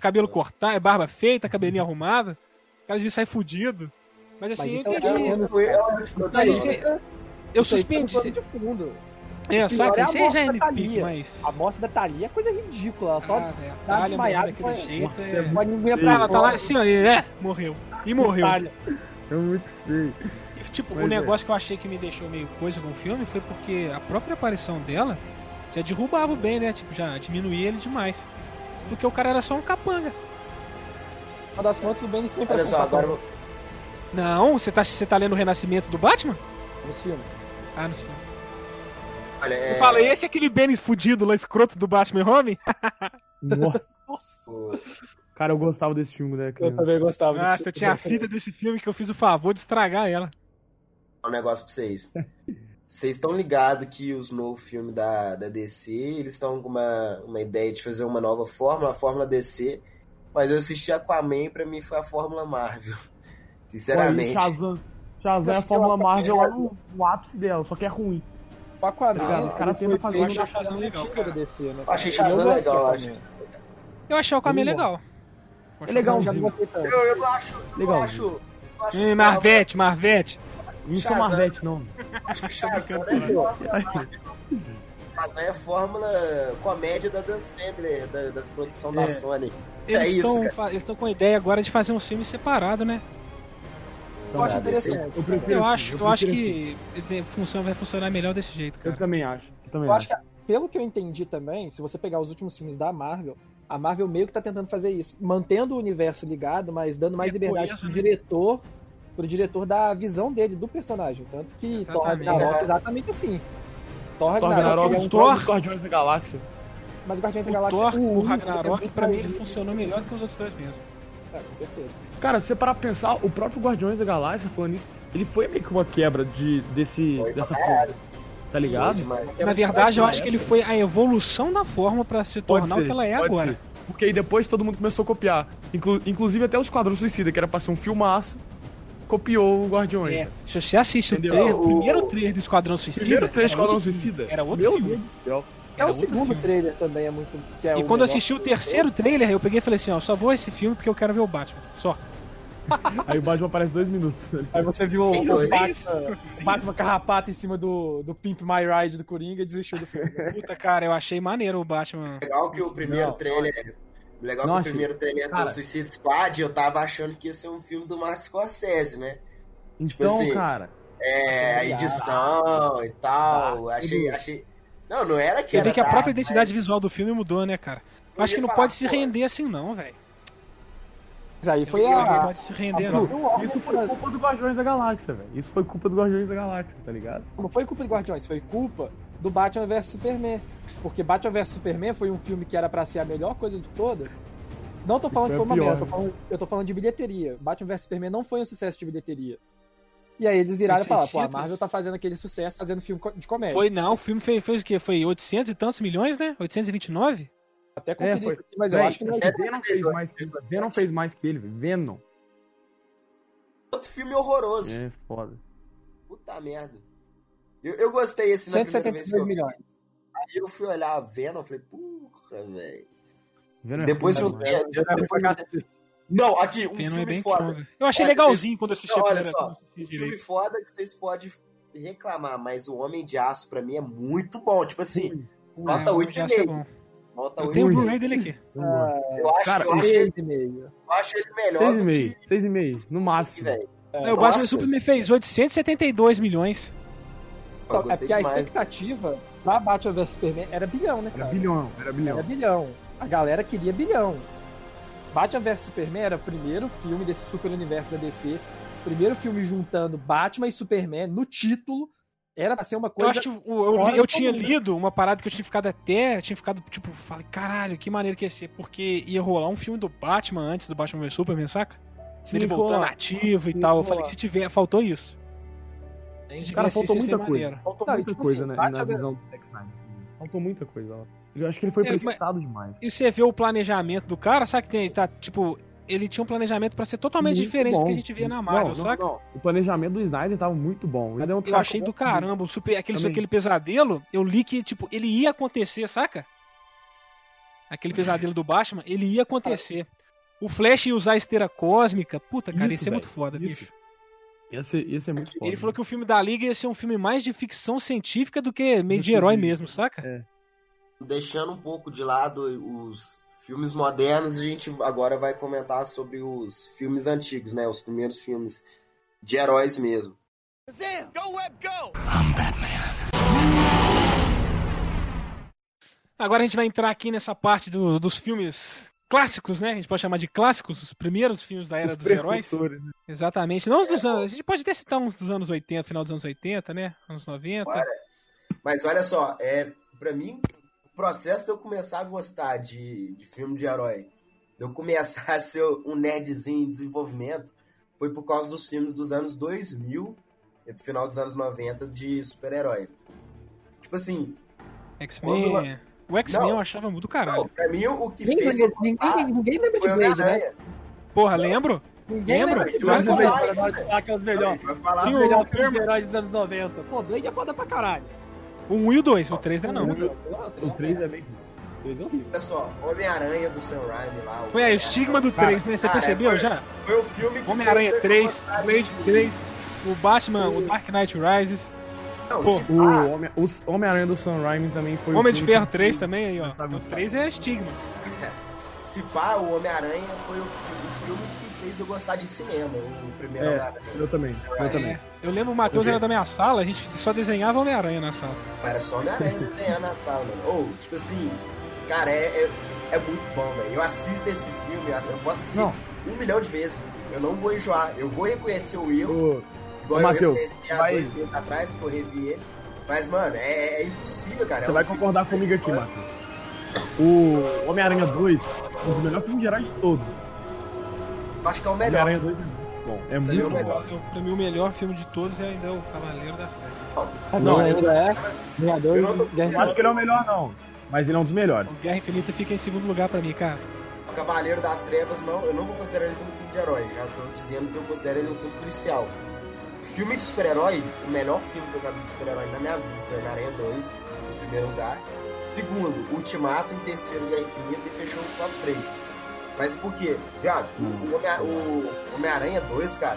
Speaker 1: Cabelo cortado, barba feita, cabelinho arrumado. O cara devia sair fudido. Mas assim,
Speaker 4: isso
Speaker 1: eu,
Speaker 4: é
Speaker 1: entendi.
Speaker 4: um-
Speaker 2: Foi- foi- é uma
Speaker 4: Isso aí
Speaker 1: Mas
Speaker 2: produção,
Speaker 1: você-
Speaker 2: né?
Speaker 4: fica-
Speaker 1: eu
Speaker 4: isso aí fica
Speaker 1: suspendi.
Speaker 4: no plano
Speaker 1: cê-
Speaker 4: de fundo.
Speaker 1: É,
Speaker 4: pior
Speaker 1: saca?
Speaker 4: é a
Speaker 1: Isso aí já é
Speaker 4: morte da
Speaker 1: nitpick,
Speaker 4: Thalia.
Speaker 1: mas.
Speaker 4: A morte da Thalia é coisa ridícula. Ela só
Speaker 1: Ah, velho, a
Speaker 4: tá
Speaker 1: Thalia
Speaker 4: desmaiada,
Speaker 1: morrendo daquele
Speaker 4: foi-
Speaker 1: jeito.
Speaker 3: Nossa,
Speaker 1: é-
Speaker 3: é muito-
Speaker 4: pode vir pra
Speaker 1: Ela tá lá
Speaker 4: fora.
Speaker 1: assim, ó, e, é, morreu. E morreu.
Speaker 4: Thalia.
Speaker 3: É muito feio.
Speaker 1: E, Tipo,
Speaker 3: Pois
Speaker 1: o
Speaker 3: é.
Speaker 1: negócio que eu achei que me deixou meio coisa com o filme foi porque a própria aparição dela já derrubava o Ben, né? Tipo, já diminuía ele demais. Porque o cara era só um capanga.
Speaker 4: Uma das contas, o Bendis sempre é
Speaker 2: Olha só, agora eu-
Speaker 1: Não, você tá, você tá lendo o Renascimento do Batman?
Speaker 4: Nos filmes.
Speaker 1: Ah, não sei.
Speaker 2: olha,
Speaker 1: Eu
Speaker 2: é,
Speaker 1: falei, esse é aquele Ben fudido lá, escroto do Batman e Robin?
Speaker 3: Nossa,
Speaker 4: Nossa.
Speaker 2: o-
Speaker 3: cara, eu gostava desse filme, né?
Speaker 4: Eu
Speaker 3: criança?
Speaker 4: também gostava desse
Speaker 1: Nossa, eu
Speaker 4: filme.
Speaker 1: tinha a fita desse filme que eu fiz o favor de estragar ela.
Speaker 2: um negócio pra vocês. Vocês estão ligados que os novos filmes da, da DC, eles estão com uma, uma ideia de fazer uma nova fórmula, a fórmula DC, mas eu assisti Aquaman e pra mim foi a fórmula Marvel. Sinceramente.
Speaker 3: Olha aí, Shazam. Shazam é a
Speaker 4: Acho que
Speaker 3: Fórmula
Speaker 4: eu-
Speaker 3: Marvel lá no, no ápice dela, só que é ruim.
Speaker 4: O
Speaker 3: Obrigado,
Speaker 4: Aquaman,
Speaker 3: os caras
Speaker 4: ele
Speaker 3: tentam
Speaker 4: foi
Speaker 3: fazer
Speaker 4: feito
Speaker 1: uma
Speaker 4: na
Speaker 1: Shazam
Speaker 4: versão
Speaker 1: legal,
Speaker 4: antiga
Speaker 1: cara.
Speaker 4: da DC, né, cara?
Speaker 2: Eu achei
Speaker 4: E
Speaker 2: Shazam
Speaker 4: gosto
Speaker 2: legal,
Speaker 4: de
Speaker 2: eu
Speaker 4: Aquaman.
Speaker 1: Eu achei o Aquaman
Speaker 3: Hum.
Speaker 1: legal.
Speaker 3: É legal,
Speaker 4: Já
Speaker 3: Shazam.
Speaker 4: não gostei tanto.
Speaker 2: Eu, eu acho. Eu
Speaker 3: Legal.
Speaker 2: acho. Eu acho é
Speaker 1: Hum,
Speaker 2: foda,
Speaker 1: Marvete, Marvete.
Speaker 3: Não sou
Speaker 2: Shazam.
Speaker 3: Marvete, não.
Speaker 2: eu acho que Shazam
Speaker 1: brincando,
Speaker 2: é fórmula Marvel. Shazam é fórmula comédia da Dan Sandler, da, das produções
Speaker 1: É.
Speaker 2: da Sony. É
Speaker 1: Eles
Speaker 2: isso, cara.
Speaker 1: estão com a ideia agora de fazer um filme separado, né?
Speaker 4: Eu acho
Speaker 2: Ah, desse-
Speaker 4: interessante.
Speaker 3: Eu
Speaker 4: cara.
Speaker 3: prefiro-
Speaker 1: Eu
Speaker 3: Sim,
Speaker 1: acho,
Speaker 3: eu
Speaker 1: eu acho que
Speaker 3: prefiro
Speaker 1: ele funciona, vai funcionar melhor desse jeito,
Speaker 3: Eu
Speaker 1: cara.
Speaker 3: também acho. Eu também
Speaker 4: Eu
Speaker 3: acho.
Speaker 4: acho que, pelo que eu entendi também, se você pegar os últimos filmes da Marvel, a Marvel meio que tá tentando fazer isso, mantendo o universo ligado, mas dando mais
Speaker 1: É
Speaker 4: liberdade
Speaker 1: coeso,
Speaker 4: pro
Speaker 1: né?
Speaker 4: diretor, pro diretor da visão dele, do personagem. Tanto que Thor
Speaker 1: Exatamente.
Speaker 4: Ragnarok é exatamente assim. Thor
Speaker 3: Thor
Speaker 4: Ragnarok,
Speaker 3: Ragnarok
Speaker 4: ele é
Speaker 3: é
Speaker 4: um
Speaker 3: um
Speaker 1: Thor.
Speaker 3: dos Guardiões da Galáxia.
Speaker 4: mas Guardiões da
Speaker 1: O
Speaker 4: Galáxia
Speaker 1: Thor,
Speaker 4: um,
Speaker 1: o
Speaker 4: ele é
Speaker 1: Ragnarok,
Speaker 4: muito
Speaker 1: pra mim
Speaker 4: mais
Speaker 1: ele
Speaker 4: livre.
Speaker 1: funcionou melhor do que os outros dois mesmo.
Speaker 4: É, com certeza.
Speaker 3: Cara, se você parar pra pensar, o próprio Guardiões da Galáxia falando isso, ele foi meio que uma quebra de, desse,
Speaker 2: Foi
Speaker 3: dessa
Speaker 2: pra
Speaker 3: forma.
Speaker 2: caralho.
Speaker 3: Tá ligado?
Speaker 4: É
Speaker 2: Demais.
Speaker 4: um
Speaker 1: Na verdade, eu acho que ele foi a evolução da forma pra se tornar o que ela é
Speaker 3: pode
Speaker 1: agora.
Speaker 3: ser. Porque aí depois todo mundo começou a copiar. Inclu- inclusive até o Esquadrão Suicida, que era pra ser um filmaço, copiou o Guardiões.
Speaker 1: É, se você assiste o,
Speaker 3: Entendeu?
Speaker 1: trailer,
Speaker 2: O-
Speaker 1: o primeiro trailer do Esquadrão Suicida.
Speaker 3: Primeiro três
Speaker 1: era outro-
Speaker 3: Esquadrão Suicida.
Speaker 1: Era outro
Speaker 3: Meu
Speaker 1: filme.
Speaker 3: Deus do céu.
Speaker 4: É
Speaker 1: Era
Speaker 4: o
Speaker 1: outro
Speaker 4: segundo
Speaker 1: filme.
Speaker 4: trailer também, é muito. Que é
Speaker 1: E
Speaker 4: o
Speaker 1: quando eu
Speaker 4: melhor.
Speaker 1: assisti o terceiro trailer, eu peguei e falei assim, ó, só vou esse filme porque eu quero ver o Batman. Só.
Speaker 3: Aí o Batman aparece dois minutos.
Speaker 4: Aí você viu o,
Speaker 2: Isso,
Speaker 4: o Batman, Batman Carrapato em cima do, do Pimp My Ride do Coringa e desistiu do filme.
Speaker 1: Puta, cara, eu achei maneiro o Batman.
Speaker 2: Legal que o primeiro
Speaker 3: Não,
Speaker 2: trailer. Legal
Speaker 3: Não
Speaker 2: que o
Speaker 3: achei.
Speaker 2: primeiro trailer é
Speaker 3: Cara.
Speaker 2: do Suicide Squad, eu tava achando que ia ser um filme do Martin Scorsese, né?
Speaker 1: tipo
Speaker 3: Então,
Speaker 2: assim,
Speaker 3: cara.
Speaker 2: É, a edição e tal.
Speaker 3: Ah,
Speaker 2: achei,
Speaker 3: tudo.
Speaker 2: achei. Não, não era que
Speaker 1: Você
Speaker 2: era
Speaker 1: vê que a própria
Speaker 2: dark, mas
Speaker 1: identidade visual do filme mudou, né, cara?
Speaker 2: eu
Speaker 1: Acho
Speaker 2: ia
Speaker 1: que não
Speaker 2: falar,
Speaker 1: pode se
Speaker 2: pô,
Speaker 1: render assim não, velho.
Speaker 4: Mas aí foi
Speaker 1: Não
Speaker 4: a.
Speaker 1: pode se render
Speaker 4: a-
Speaker 1: não.
Speaker 4: Não,
Speaker 3: Isso foi culpa do Guardiões da Galáxia, velho. Isso foi culpa do Guardiões da Galáxia, tá ligado?
Speaker 4: não foi culpa do Guardiões, foi culpa do Batman vs Superman. Porque Batman vs Superman foi um filme que era pra ser a melhor coisa de todas. Não tô falando que
Speaker 3: foi
Speaker 4: foi
Speaker 3: a pior,
Speaker 4: uma merda, eu tô
Speaker 3: né?
Speaker 4: falando, eu tô falando de bilheteria. Batman vs Superman não foi um sucesso de bilheteria. E aí eles viraram e
Speaker 1: Foi
Speaker 4: falaram, pô, a
Speaker 1: 600?
Speaker 4: Marvel tá fazendo aquele sucesso fazendo filme co- de comédia.
Speaker 1: Foi não, o filme fez, fez o quê? Foi 800 e tantos milhões, né? 829?
Speaker 4: Até conferir
Speaker 3: É, foi.
Speaker 4: isso aqui, mas eu
Speaker 3: Véi,
Speaker 4: acho que não é
Speaker 2: é-
Speaker 3: Venom fez mais que ele. Venom fez mais que ele, velho. Venom.
Speaker 2: Outro filme horroroso.
Speaker 3: É foda.
Speaker 2: Puta merda. Eu, eu gostei esse na primeira vez que
Speaker 4: 172
Speaker 2: eu vi.
Speaker 4: milhões.
Speaker 2: Aí eu fui olhar Venom, eu falei, porra, velho.
Speaker 3: Venom é
Speaker 2: Depois de
Speaker 3: foda,
Speaker 2: um
Speaker 3: velho.
Speaker 2: tempo. de- Depois de um tempo- Não, aqui, um
Speaker 1: Venom
Speaker 2: filme
Speaker 1: é bem
Speaker 2: foda.
Speaker 1: foda. Eu achei
Speaker 2: Olha,
Speaker 1: legalzinho quando eu assisti
Speaker 2: Não,
Speaker 1: a
Speaker 2: olha
Speaker 1: primeira
Speaker 2: só,
Speaker 1: vez, eu
Speaker 2: Um
Speaker 1: assisti direito.
Speaker 2: filme foda que vocês podem reclamar, mas o Homem de Aço pra mim é muito bom. Tipo assim, nota
Speaker 1: É, eu
Speaker 2: 8,5.
Speaker 1: já achei bom.
Speaker 2: nota
Speaker 1: Eu
Speaker 2: 8,5.
Speaker 1: tenho o
Speaker 3: Ruim.
Speaker 1: Blu-ray dele aqui.
Speaker 3: Eu
Speaker 4: Ah,
Speaker 3: gosto.
Speaker 2: Eu acho,
Speaker 3: um Cara, é
Speaker 2: eu acho, ele,
Speaker 4: Três e meio.
Speaker 2: eu acho ele melhor do que
Speaker 3: 6,5. 6,5, no
Speaker 2: esse,
Speaker 3: máximo.
Speaker 2: velho.
Speaker 1: Não, É, o Batman
Speaker 2: Nossa.
Speaker 1: Superman fez 872 milhões.
Speaker 2: Eu
Speaker 4: é
Speaker 2: gostei
Speaker 4: porque a
Speaker 2: demais.
Speaker 4: expectativa pra Batman vs Superman era bilhão, né,
Speaker 3: Era
Speaker 4: cara?
Speaker 3: bilhão, era bilhão.
Speaker 4: Era bilhão. A galera queria bilhão. Batman vs Superman era o primeiro filme desse super universo da DC. Primeiro filme juntando Batman e Superman no título. Era pra ser uma
Speaker 1: Eu
Speaker 4: coisa.
Speaker 1: acho que o- eu,
Speaker 4: fora
Speaker 1: li- eu
Speaker 4: do
Speaker 1: tinha
Speaker 4: comum, né?
Speaker 1: lido uma parada que eu tinha ficado até. Eu tinha ficado, tipo, falei, caralho, que maneiro que ia ser. Porque ia rolar um filme do Batman antes do Batman vs Superman, saca? Ele
Speaker 4: Sim,
Speaker 1: voltando
Speaker 4: rolar.
Speaker 1: ativo e
Speaker 4: Sim,
Speaker 1: tal. Eu
Speaker 4: rolar.
Speaker 1: falei que se tiver, faltou isso. Se
Speaker 3: Cara,
Speaker 1: tivesse,
Speaker 3: faltou
Speaker 1: isso ia ser
Speaker 3: muita coisa.
Speaker 1: maneiro.
Speaker 3: Faltou
Speaker 4: Não, e
Speaker 3: muita
Speaker 4: tipo
Speaker 3: coisa
Speaker 4: assim,
Speaker 3: né,
Speaker 4: bate
Speaker 3: na
Speaker 4: a-
Speaker 3: visão do Zack Snyder. Faltou muita coisa, ó. Eu acho que ele foi
Speaker 1: É,
Speaker 3: precipitado demais.
Speaker 1: E você vê o planejamento do cara, sabe que tem, tá, tipo, ele tinha um planejamento pra ser totalmente
Speaker 3: Muito
Speaker 1: diferente do
Speaker 3: bom.
Speaker 1: que a gente via na Marvel,
Speaker 3: não, não,
Speaker 1: saca?
Speaker 3: não. O planejamento do Snyder tava muito bom. O Snyder é um
Speaker 1: Eu
Speaker 3: cara
Speaker 1: achei
Speaker 3: que
Speaker 1: do
Speaker 3: eu gosto muito.
Speaker 1: caramba, o super, aquele,
Speaker 3: Também.
Speaker 1: aquele pesadelo, eu li que, tipo, ele ia acontecer, saca? Aquele pesadelo do Batman, ele ia acontecer. O Flash ia usar a esteira cósmica, puta, cara,
Speaker 3: Isso,
Speaker 1: ia ser muito
Speaker 3: velho,
Speaker 1: foda,
Speaker 3: isso.
Speaker 1: bicho.
Speaker 3: Ia ser, ia ser muito foda.
Speaker 1: Ele falou que o filme da Liga ia ser um filme mais de ficção científica do que meio de herói mesmo, saca?
Speaker 2: deixando um pouco de lado os filmes modernos, a gente agora vai comentar sobre os filmes antigos, né? Os primeiros filmes de heróis mesmo.
Speaker 1: Agora a gente vai entrar aqui nessa parte do- dos filmes clássicos, né? A gente pode chamar de clássicos, os primeiros filmes da era
Speaker 3: Os
Speaker 1: dos heróis.
Speaker 3: precursores, né?
Speaker 1: Exatamente. Não os dos anos. A gente pode até citar uns dos anos 80, final dos anos 80, né? Anos 90.
Speaker 2: Bora. Mas olha só, é para mim o processo de eu começar a gostar de, de filme de herói, de eu começar a ser um nerdzinho em desenvolvimento, foi por causa dos filmes dos anos 2000 e do final dos anos 90 de super-herói. Tipo assim, Quando
Speaker 1: X-Men. O X-Men
Speaker 2: Não.
Speaker 1: eu achava muito do
Speaker 2: não,
Speaker 1: caralho.
Speaker 2: pra mim o que
Speaker 4: Ninguém,
Speaker 2: fez
Speaker 4: lembra- ninguém, ninguém lembra
Speaker 2: foi
Speaker 4: de
Speaker 2: o
Speaker 4: Blade, né?
Speaker 2: Homem-Aranha.
Speaker 1: Porra, lembro?
Speaker 4: Ninguém
Speaker 1: Lembra?
Speaker 4: lembra de
Speaker 2: Mas
Speaker 4: Blade.
Speaker 2: o
Speaker 4: Blade.
Speaker 2: Blade,
Speaker 4: Blade, falar que é os
Speaker 2: Ah, Não, a
Speaker 4: melhores.
Speaker 2: gente vai falar
Speaker 1: Sim,
Speaker 4: Os
Speaker 1: o
Speaker 2: sobre-
Speaker 4: melhores filmes de heróis dos anos 90. Pô, Blade é foda pra caralho.
Speaker 1: O 1 e o 2. O 3 não é
Speaker 4: O
Speaker 1: não.
Speaker 3: O 3 é bem.
Speaker 4: três é horrível.
Speaker 2: Olha só, Homem-Aranha do Sam Raimi lá. o-
Speaker 1: Foi aí, o estigma do 3, né? Você
Speaker 2: cara,
Speaker 1: percebeu
Speaker 2: foi-
Speaker 1: já?
Speaker 2: Foi o filme que
Speaker 1: Homem-Aranha
Speaker 2: fez-
Speaker 1: 3, Blade 3, o Batman, o Dark Knight Rises,
Speaker 2: Não,
Speaker 1: Pô,
Speaker 2: se
Speaker 3: O
Speaker 2: pá,
Speaker 3: Homem- o Homem-Aranha do Sam Raimi também foi. o
Speaker 1: Ah! Homem de
Speaker 3: filme
Speaker 1: Ferro
Speaker 3: que-
Speaker 1: 3 também aí, ó.
Speaker 3: Sabe?
Speaker 1: O 3 é estigma.
Speaker 2: Se pá, o Homem-Aranha foi o, o filme que fez eu gostar de cinema, o primeiro
Speaker 3: É,
Speaker 2: Homem-Aranha.
Speaker 3: Eu também. Eu também.
Speaker 1: É, eu lembro o Matheus
Speaker 3: Ok.
Speaker 1: era da minha sala, a gente só desenhava Homem-Aranha na sala.
Speaker 2: Era só Homem-Aranha desenhando na sala, mano. Ou, tipo assim, cara, é, é, é muito bom, velho. Eu assisto esse filme, eu posso assistir
Speaker 3: Não.
Speaker 2: um milhão de vezes. Eu não vou enjoar, eu vou reconhecer o erro,
Speaker 3: O-
Speaker 2: igual
Speaker 3: ô,
Speaker 2: eu
Speaker 3: Matheus,
Speaker 2: reconheci há
Speaker 3: vai-
Speaker 2: dois minutos atrás que eu revi ele. Mas, mano, é, é impossível, cara.
Speaker 3: Você vai concordar comigo aqui, Matheus. O Homem-Aranha 2 é um dos melhores filmes gerais de todos.
Speaker 2: Eu acho que é o melhor.
Speaker 3: Homem-Aranha 2 é muito bom. É
Speaker 2: mim é o
Speaker 3: muito
Speaker 2: melhor.
Speaker 3: bom.
Speaker 1: Eu, pra mim, o melhor filme de todos é ainda o Cavaleiro das Trevas.
Speaker 4: Não,
Speaker 3: Não, eu-
Speaker 4: ainda é.
Speaker 2: eu
Speaker 4: Vingadores,
Speaker 2: não tô-
Speaker 3: Não
Speaker 4: Guerra
Speaker 3: acho que ele é o melhor, não. Mas ele é um dos melhores.
Speaker 1: O Guerra Infinita fica em segundo lugar pra mim, cara.
Speaker 2: O Cavaleiro das Trevas, não, eu não vou considerar ele como um filme de herói. Já tô dizendo que eu considero ele um filme policial. Filme de super-herói, o melhor filme que eu já vi de super-herói na minha vida foi Homem-Aranha 2, em primeiro lugar. Segundo, Ultimato, em terceiro, Guerra Infinita e fechou o top 3. Mas por quê? Viado, o Homem- o Homem-Aranha 2, cara,